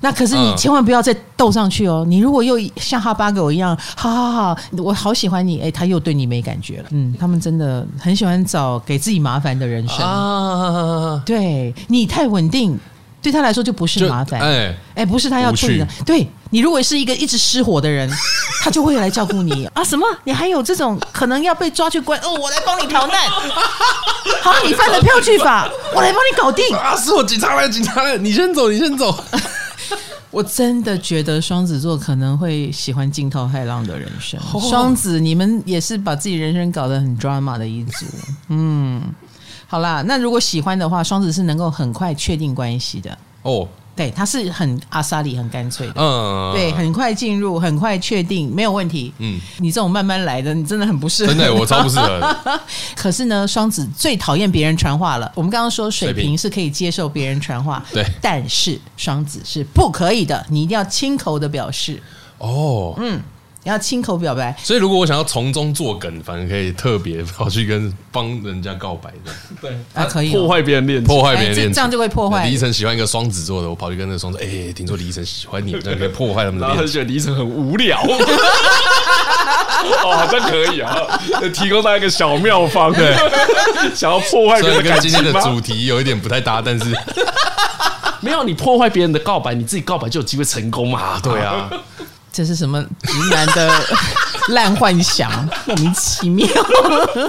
[SPEAKER 1] 那可是你
[SPEAKER 2] 嗯
[SPEAKER 1] 千万不要再斗上去哦！你如果又像哈巴狗一样，好好好，我好喜欢你，哎、他又对你没感觉了。嗯，他们真的很喜欢找给自己麻烦的人生。
[SPEAKER 2] 啊，
[SPEAKER 1] 对你太稳定，对他来说就不是麻烦。哎、
[SPEAKER 2] 哎，
[SPEAKER 1] 不是他要处理的
[SPEAKER 2] 无。
[SPEAKER 1] 对你如果是一个一直失火的人， 他就会来照顾你啊！什么？你还有这种可能要被抓去关？哦，我来帮你逃难。好，你犯了票据法，我来帮你搞定。
[SPEAKER 2] 啊，是我警察来，警察来，你先走，你先走。
[SPEAKER 1] 我真的觉得双子座可能会喜欢惊涛骇浪的人生。双、子，你们也是把自己人生搞得很 drama 的一组。嗯，好啦，那如果喜欢的话，双子是能够很快确定关系的。
[SPEAKER 2] 哦，
[SPEAKER 1] 对，他是很阿萨里，很干脆的。
[SPEAKER 2] 嗯，
[SPEAKER 1] 对，很快进入，很快确定，没有问题。
[SPEAKER 2] 嗯，
[SPEAKER 1] 你这种慢慢来的，你真的很不适合。
[SPEAKER 2] 真的，我超不适合的。
[SPEAKER 1] 可是呢，双子最讨厌别人传话了。我们刚刚说水
[SPEAKER 2] 水瓶
[SPEAKER 1] 瓶是可以接受别人传话，
[SPEAKER 2] 对
[SPEAKER 1] 但是双子是不可以的，你一定要亲口的表示，
[SPEAKER 2] 哦，
[SPEAKER 1] 要亲口表白。
[SPEAKER 2] 所以如果我想要从中作梗，反正可以特别跑去跟帮人家告白的，
[SPEAKER 3] 对，
[SPEAKER 1] 啊可以哦
[SPEAKER 3] 破坏别人恋情
[SPEAKER 2] 破。坏别
[SPEAKER 1] 哎
[SPEAKER 2] 人
[SPEAKER 1] 这
[SPEAKER 2] 恋
[SPEAKER 1] 这
[SPEAKER 2] 情
[SPEAKER 1] 样。就会破坏
[SPEAKER 2] 李依。晨喜欢一个双子座的，我跑去跟那个双子，哎、听说李依晨喜欢你，这样可以破坏他们的
[SPEAKER 3] 然后
[SPEAKER 2] 恋
[SPEAKER 3] 他就
[SPEAKER 2] 情。
[SPEAKER 3] 觉得李晨很无聊， 哦，好像可以啊，提供他一个小妙方，对， 想要破坏别
[SPEAKER 2] 虽然
[SPEAKER 3] 人的
[SPEAKER 2] 跟
[SPEAKER 3] 感
[SPEAKER 2] 今
[SPEAKER 3] 情
[SPEAKER 2] 天的
[SPEAKER 3] 吗
[SPEAKER 2] 主题有一点不太搭，但是
[SPEAKER 3] 没有，你破坏别人的告白，你自己告白就有机会成功嘛？
[SPEAKER 2] 对，啊，
[SPEAKER 1] 这是什么直男的 烂幻想，莫名其妙。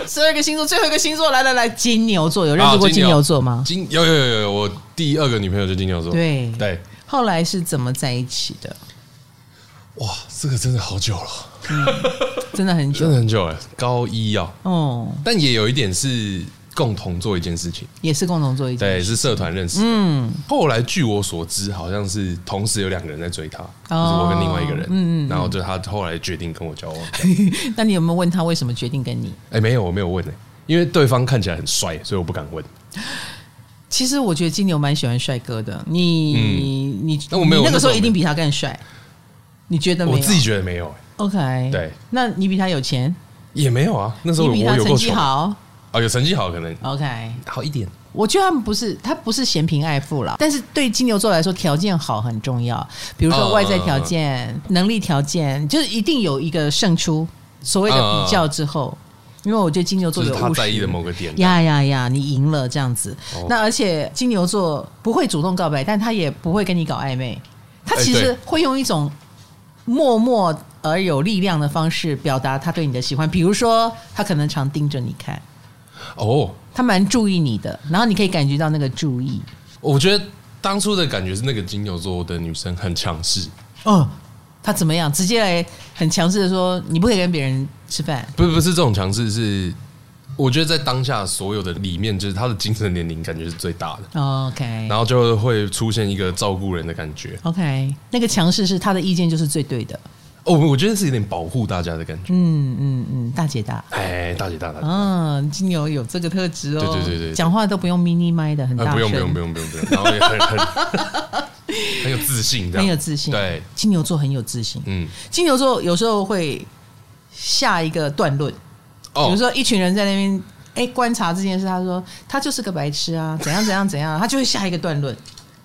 [SPEAKER 1] 十二个星座，最后一个星座，来来来，金牛座，有认识
[SPEAKER 2] 啊
[SPEAKER 1] 过
[SPEAKER 2] 金
[SPEAKER 1] 金
[SPEAKER 2] 牛
[SPEAKER 1] 牛座吗？
[SPEAKER 2] 金有有有有，我第二个女朋友就金牛座，
[SPEAKER 1] 对
[SPEAKER 2] 对，
[SPEAKER 1] 后来是怎么在一起的？
[SPEAKER 2] 哇，这个真的好久了，
[SPEAKER 1] 真的很久
[SPEAKER 2] 真的很久了，高一哦，
[SPEAKER 1] 哦，
[SPEAKER 2] 但也有一点是共同做一件事情，
[SPEAKER 1] 也是共同做一件
[SPEAKER 2] 对，是社团认识，嗯，后来据我所知，好像是同时有两个人在追她，就是我跟另外一个人，
[SPEAKER 1] 哦嗯嗯嗯
[SPEAKER 2] 然后就她后来决定跟我交往，哎、
[SPEAKER 1] 事。 那你有没有问他为什么决定跟你？
[SPEAKER 2] 没有，我没有问呢、欸因为对方看起来很帅，所以我不敢问。
[SPEAKER 1] 其实我觉得金牛蛮喜欢帅哥的，你、你
[SPEAKER 2] 嗯那我没有
[SPEAKER 1] 你那个时候
[SPEAKER 2] 那时候
[SPEAKER 1] 一定比他更帅，你觉得没有？哎
[SPEAKER 2] 我自己觉得没有、欸
[SPEAKER 1] OK，
[SPEAKER 2] 对，
[SPEAKER 1] 那你比他有钱，
[SPEAKER 2] 也没有啊。那时候
[SPEAKER 1] 你
[SPEAKER 2] 我
[SPEAKER 1] 比他
[SPEAKER 2] 有
[SPEAKER 1] 成
[SPEAKER 2] 够
[SPEAKER 1] 绩
[SPEAKER 2] 穷
[SPEAKER 1] 好
[SPEAKER 2] 哦，有成绩好可能
[SPEAKER 1] ，OK。
[SPEAKER 2] 好一点。
[SPEAKER 1] 我觉得他们不是，他不是嫌贫爱富啦，但是对金牛座来说，条件好很重要，比如说
[SPEAKER 2] 嗯
[SPEAKER 1] 外在条件、能力条件，就是一定有一个胜出。所谓的比较之后，因为我觉得金牛
[SPEAKER 2] 就
[SPEAKER 1] 座
[SPEAKER 2] 是
[SPEAKER 1] 有
[SPEAKER 2] 他
[SPEAKER 1] 务
[SPEAKER 2] 在意
[SPEAKER 1] 实
[SPEAKER 2] 的某个点。
[SPEAKER 1] 呀呀呀！你赢了这样子，
[SPEAKER 2] 哦
[SPEAKER 1] 那而且金牛座不会主动告白，但他也不会跟你搞暧昧，他其
[SPEAKER 2] 哎
[SPEAKER 1] 实
[SPEAKER 2] 对
[SPEAKER 1] 会用一种默默而有力量的方式表达他对你的喜欢。比如说，他可能常盯着你看，
[SPEAKER 2] 哦，
[SPEAKER 1] 他蛮注意你的，然后你可以感觉到那个注意。
[SPEAKER 2] 我觉得当初的感觉是那个金牛座的女生很强势，
[SPEAKER 1] 哦，他怎么样？直接来很强势的说，你不可以跟别人吃饭。
[SPEAKER 2] 不是不是这种强势，是我觉得在当下所有的里面，就是她的精神年龄感觉是最大的，
[SPEAKER 1] 哦 OK
[SPEAKER 2] 然后就会出现一个照顾人的感觉。
[SPEAKER 1] OK，那个强势是他的意见就是最对的。
[SPEAKER 2] 哦，我觉得是有点保护大家的感觉。
[SPEAKER 1] 嗯嗯嗯，大姐大。
[SPEAKER 2] 哎，大姐大大姐，
[SPEAKER 1] 嗯，金牛有这个特质哦。
[SPEAKER 2] 对对对对对
[SPEAKER 1] 讲话都不用 mini 麦的，很大声，
[SPEAKER 2] 呃不用不用不用不用不用，然后也很很很有自信，这样
[SPEAKER 1] 很有自信。
[SPEAKER 2] 对，
[SPEAKER 1] 金牛座很有自信。
[SPEAKER 2] 嗯，
[SPEAKER 1] 金牛座有时候会下一个断论，
[SPEAKER 2] 哦，
[SPEAKER 1] 比如说一群人在那边哎观察这件事，他说他就是个白痴 啊，怎样怎样怎样，他就会下一个段论，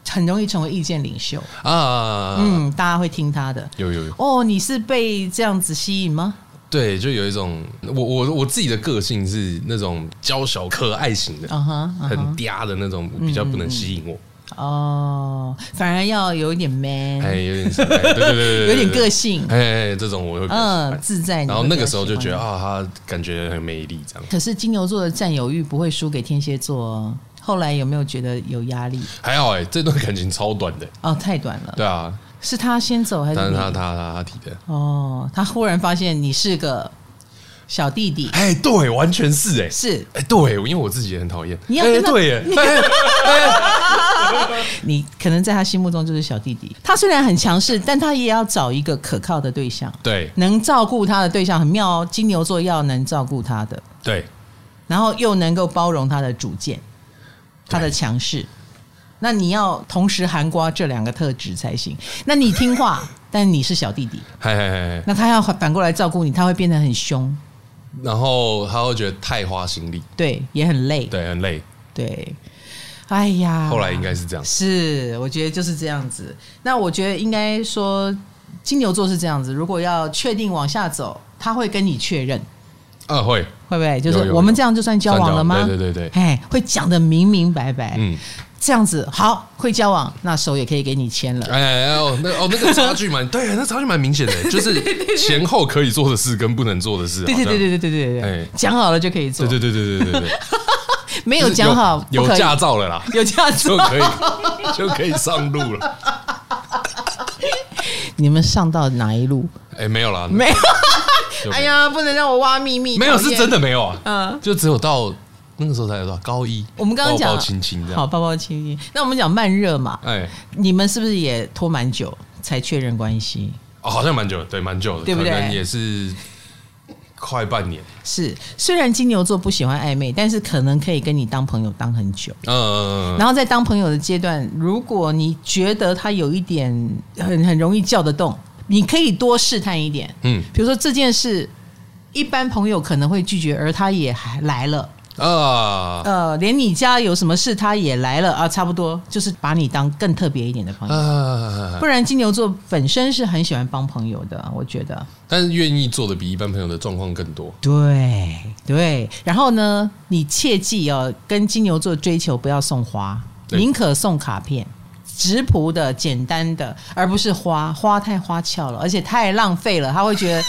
[SPEAKER 1] 很容易成为意见领袖。
[SPEAKER 2] 啊，嗯，
[SPEAKER 1] 嗯，大家会听他的。
[SPEAKER 2] 有有有，
[SPEAKER 1] 哦，你是被这样子吸引吗？
[SPEAKER 2] 对，就有一种我我我自己的个性是那种娇小可爱型的，
[SPEAKER 1] 嗯哼，嗯
[SPEAKER 2] 很
[SPEAKER 1] 哼
[SPEAKER 2] 嗲的那种，比较不能吸引我，
[SPEAKER 1] 哦，反而要有一点 man，、
[SPEAKER 2] 哎，有点，哎对对对对，对
[SPEAKER 1] 有点个，性
[SPEAKER 2] 对，哎，哎这种我会比较喜
[SPEAKER 1] 嗯，
[SPEAKER 2] 欢。
[SPEAKER 1] 自在。
[SPEAKER 2] 然后
[SPEAKER 1] 你会
[SPEAKER 2] 那
[SPEAKER 1] 比较
[SPEAKER 2] 个时候就
[SPEAKER 1] 喜
[SPEAKER 2] 觉
[SPEAKER 1] 欢
[SPEAKER 2] 得啊，他感觉很有魅力这样，
[SPEAKER 1] 可是金牛座的占有欲不会输给天蝎座哦。后来有没有觉得有压力？
[SPEAKER 2] 还好哎，这段感情超短的，
[SPEAKER 1] 哦，太短了。
[SPEAKER 2] 对啊，
[SPEAKER 1] 是他先走还是
[SPEAKER 2] 但是
[SPEAKER 1] 你
[SPEAKER 2] 他他他他提的，
[SPEAKER 1] 哦，他忽然发现你是个小弟弟，
[SPEAKER 2] 哎，对，完全是哎，
[SPEAKER 1] 是
[SPEAKER 2] 哎，对，因为我自己也很讨厌，
[SPEAKER 1] 你要
[SPEAKER 2] 哎
[SPEAKER 1] 跟他
[SPEAKER 2] 对耶，哎
[SPEAKER 1] 你可能在他心目中就是小弟弟。他虽然很强势，但他也要找一个可靠的对象，
[SPEAKER 2] 对
[SPEAKER 1] 能照顾他的对象很妙哦。金牛座要能照顾他的，
[SPEAKER 2] 对，
[SPEAKER 1] 然后又能够包容他的主见，他的强势。那你要同时含瓜这两个特质才行。那你听 话，但你是小弟弟，
[SPEAKER 2] 嗨嗨嗨嗨，
[SPEAKER 1] 那他要反过来照顾你，他会变得很凶，
[SPEAKER 2] 然后他会觉得太花心力，
[SPEAKER 1] 对，也很累，
[SPEAKER 2] 对，很累，
[SPEAKER 1] 对。哎呀，
[SPEAKER 2] 后来应该是这样，
[SPEAKER 1] 是，我觉得就是这样子。那我觉得应该说，金牛座是这样子。如果要确定往下走，他会跟你确认，
[SPEAKER 2] 啊，会，
[SPEAKER 1] 会不会？就
[SPEAKER 2] 有
[SPEAKER 1] 是
[SPEAKER 2] 有
[SPEAKER 1] 我们这样就算交往了吗？
[SPEAKER 2] 算交往对对对
[SPEAKER 1] 哎，会讲的明明白白。
[SPEAKER 2] 嗯，
[SPEAKER 1] 这样子好，会交往，那手也可以给你牵了。
[SPEAKER 2] 哎哎哎哦，那哦那个差距蛮对，那差距蛮明显的，就是前后可以做的事跟不能做的事，
[SPEAKER 1] 对对对
[SPEAKER 2] 好
[SPEAKER 1] 对对对对对
[SPEAKER 2] 哎，
[SPEAKER 1] 讲好了就可以做
[SPEAKER 2] 像。对对对对对对对，
[SPEAKER 1] 没
[SPEAKER 2] 就
[SPEAKER 1] 有
[SPEAKER 2] 是
[SPEAKER 1] 讲好
[SPEAKER 2] 有
[SPEAKER 1] 不可以
[SPEAKER 2] 驾照了啦，
[SPEAKER 1] 有这样
[SPEAKER 2] 就
[SPEAKER 1] 子，
[SPEAKER 2] 可以就可以 上路了。
[SPEAKER 1] 你们上到哪一路？
[SPEAKER 2] 哎，没有啦，
[SPEAKER 1] 没有，
[SPEAKER 2] 就没有
[SPEAKER 1] 哎，呀，不能让我挖秘密。
[SPEAKER 2] 没有
[SPEAKER 1] 讨厌
[SPEAKER 2] 是真。的没有啊，
[SPEAKER 1] 嗯
[SPEAKER 2] 就只有到那个时候才有到高一，
[SPEAKER 1] 我们刚刚讲啊
[SPEAKER 2] 抱抱亲亲这
[SPEAKER 1] 好，
[SPEAKER 2] 样，
[SPEAKER 1] 抱抱亲亲。那我们讲慢热嘛，
[SPEAKER 2] 哎，
[SPEAKER 1] 你们是不是也拖蛮久才确认关系？
[SPEAKER 2] 哦，好像蛮久的，对，蛮久的，
[SPEAKER 1] 对不对
[SPEAKER 2] 可能也是快半年，
[SPEAKER 1] 是，虽然金牛座不喜欢暧昧，但是可能可以跟你当朋友当很久。
[SPEAKER 2] 嗯，
[SPEAKER 1] 然后在当朋友的阶段，如果你觉得他有一点很很容易叫得动，你可以多试探一点。
[SPEAKER 2] 嗯
[SPEAKER 1] 比如说这件事，一般朋友可能会拒绝，而他也还来了，
[SPEAKER 2] 啊
[SPEAKER 1] 呃，连你家有什么事他也来了啊，差不多就是把你当更特别一点的朋友。
[SPEAKER 2] 啊
[SPEAKER 1] 不，然金牛座本身是很喜欢帮朋友的，我觉得。
[SPEAKER 2] 但是愿意做的比一般朋友的状况更多。
[SPEAKER 1] 对对，然后呢，你切记哦，跟金牛座追求不要送花，
[SPEAKER 2] 对
[SPEAKER 1] 宁可送卡片，直朴的、简单的，而不是花，花太花俏了，而且太浪费了，他会觉得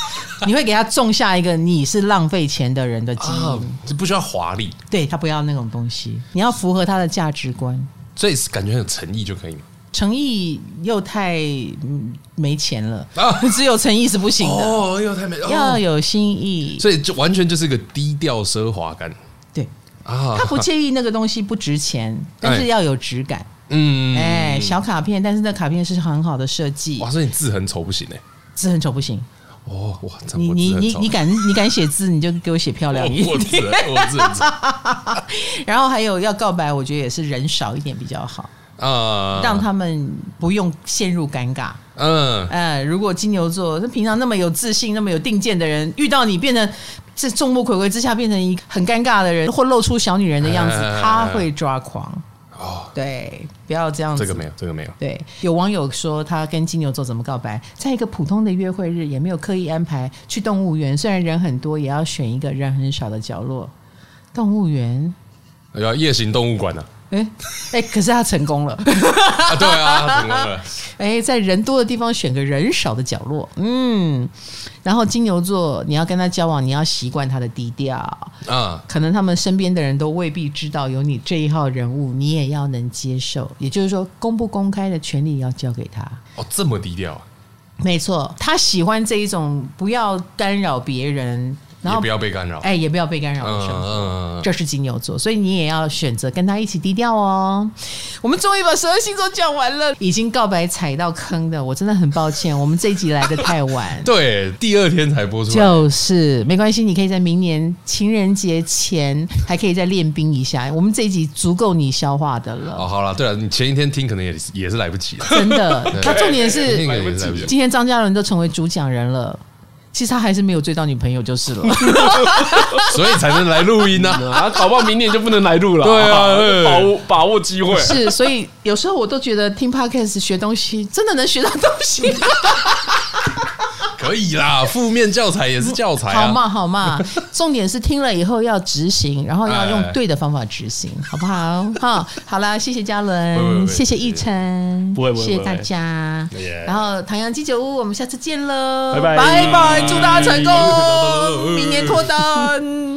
[SPEAKER 1] 你会给他种下一个你是浪费钱的人的基因，
[SPEAKER 2] 啊，这不需要华丽，
[SPEAKER 1] 对他不要那种东西，你要符合他的价值观。
[SPEAKER 2] 所以感觉很有诚意就可以嘛。
[SPEAKER 1] 诚意又太嗯没钱了，
[SPEAKER 2] 啊
[SPEAKER 1] 只有诚意是不行的，
[SPEAKER 2] 哦，又太美，
[SPEAKER 1] 要
[SPEAKER 2] 哦，
[SPEAKER 1] 有心意。
[SPEAKER 2] 所以就完全就是一个低调奢华感
[SPEAKER 1] 对，
[SPEAKER 2] 啊。
[SPEAKER 1] 他不介意那个东西不值钱，
[SPEAKER 2] 哎
[SPEAKER 1] 但是要有质感。
[SPEAKER 2] 嗯
[SPEAKER 1] 哎、小卡片，但是那卡片是很好的设计
[SPEAKER 2] 哇，，所以你字很丑不行哎。
[SPEAKER 1] 字很丑不行。
[SPEAKER 2] 哦哇，这
[SPEAKER 1] 你
[SPEAKER 2] 我
[SPEAKER 1] 你
[SPEAKER 2] 字很
[SPEAKER 1] 你
[SPEAKER 2] 丑
[SPEAKER 1] 你敢你敢写字，你就给我写漂亮一
[SPEAKER 2] 我我
[SPEAKER 1] 点。
[SPEAKER 2] 字很我字很丑
[SPEAKER 1] 然后还有要告白，我觉得也是人少一点比较好，
[SPEAKER 2] 啊，
[SPEAKER 1] 让他们不用陷入尴尬。
[SPEAKER 2] 嗯
[SPEAKER 1] 嗯，如果金牛座他平常那么有自信、那么有定见的人，遇到你变成这众目睽睽之下变成一个很尴尬的人，或露出小女人的样子
[SPEAKER 2] 哎哎哎，哎
[SPEAKER 1] 他会抓狂。
[SPEAKER 2] 哦，
[SPEAKER 1] 对，不要这样子。
[SPEAKER 2] 这个没有，这个没有。
[SPEAKER 1] 对，有网友说他跟金牛座怎么告白，在一个普通的约会日，也没有刻意安排去动物园，虽然人很多，也要选一个人很少的角落。动物园，
[SPEAKER 2] 要哎夜行动物馆呢？
[SPEAKER 1] 哎、哎、可是他成功了，
[SPEAKER 2] 啊，对啊，怎么了？
[SPEAKER 1] 哎、在人多的地方选个人少的角落，嗯。然后金牛座，你要跟他交往，你要习惯他的低调，
[SPEAKER 2] 啊，
[SPEAKER 1] 可能他们身边的人都未必知道有你这一号人物，你也要能接受。也就是说，公不公开的权利要交给他。
[SPEAKER 2] 哦，这么低调啊，
[SPEAKER 1] 没错，他喜欢这一种不要干扰别人，然
[SPEAKER 2] 也
[SPEAKER 1] 后
[SPEAKER 2] 不要被干扰。
[SPEAKER 1] 哎也不要被干扰
[SPEAKER 2] 嗯
[SPEAKER 1] 的生活。
[SPEAKER 2] 嗯嗯，。
[SPEAKER 1] 这是金牛座，所以你也要选择跟他一起低调哦。我们终于把十二星座讲完了，已经告白踩到坑的，我真的很抱歉，我们这一集来的太晚
[SPEAKER 2] 对，第二天才播出来。
[SPEAKER 1] 就是没关系，你可以在明年情人节前还可以再练兵一下。我们这一集足够你消化的了，
[SPEAKER 2] 哦，好了，对了，你前一天听可能也是也是来不及了。
[SPEAKER 1] 真的。
[SPEAKER 2] 对
[SPEAKER 1] 他重点是
[SPEAKER 2] 那个也是来不及。
[SPEAKER 1] 今天张嘉伦都成为主讲人了，其实他还是没有追到女朋友就是了。
[SPEAKER 2] 所以才能来录音呢、
[SPEAKER 3] 啊，搞不好明年就不能来录了。
[SPEAKER 2] 对啊
[SPEAKER 3] 好不好
[SPEAKER 2] 对
[SPEAKER 3] 把握把握机 会。
[SPEAKER 1] 是，所以有时候我都觉得听 podcast 学东西真的能学到东西，
[SPEAKER 2] 可以啦，负面教材也是教
[SPEAKER 3] 哎
[SPEAKER 2] 材
[SPEAKER 1] 好
[SPEAKER 2] 啊。
[SPEAKER 1] 嘛好嘛。重点是听了以后要执行，然后要用
[SPEAKER 2] 哎哎
[SPEAKER 1] 对的方法执 行，好不好？哈，好啦，谢谢嘉
[SPEAKER 2] 不会不
[SPEAKER 1] 伦，
[SPEAKER 2] 会
[SPEAKER 1] 谢谢奕晨，
[SPEAKER 3] 不会不会
[SPEAKER 1] 谢谢
[SPEAKER 3] 不会
[SPEAKER 1] 大家
[SPEAKER 2] 耶。
[SPEAKER 1] 然后唐阳鸡酒屋，我们下次见喽，
[SPEAKER 3] 拜拜
[SPEAKER 1] 拜拜，祝大家成
[SPEAKER 2] 拜拜
[SPEAKER 1] 功，明年脱单。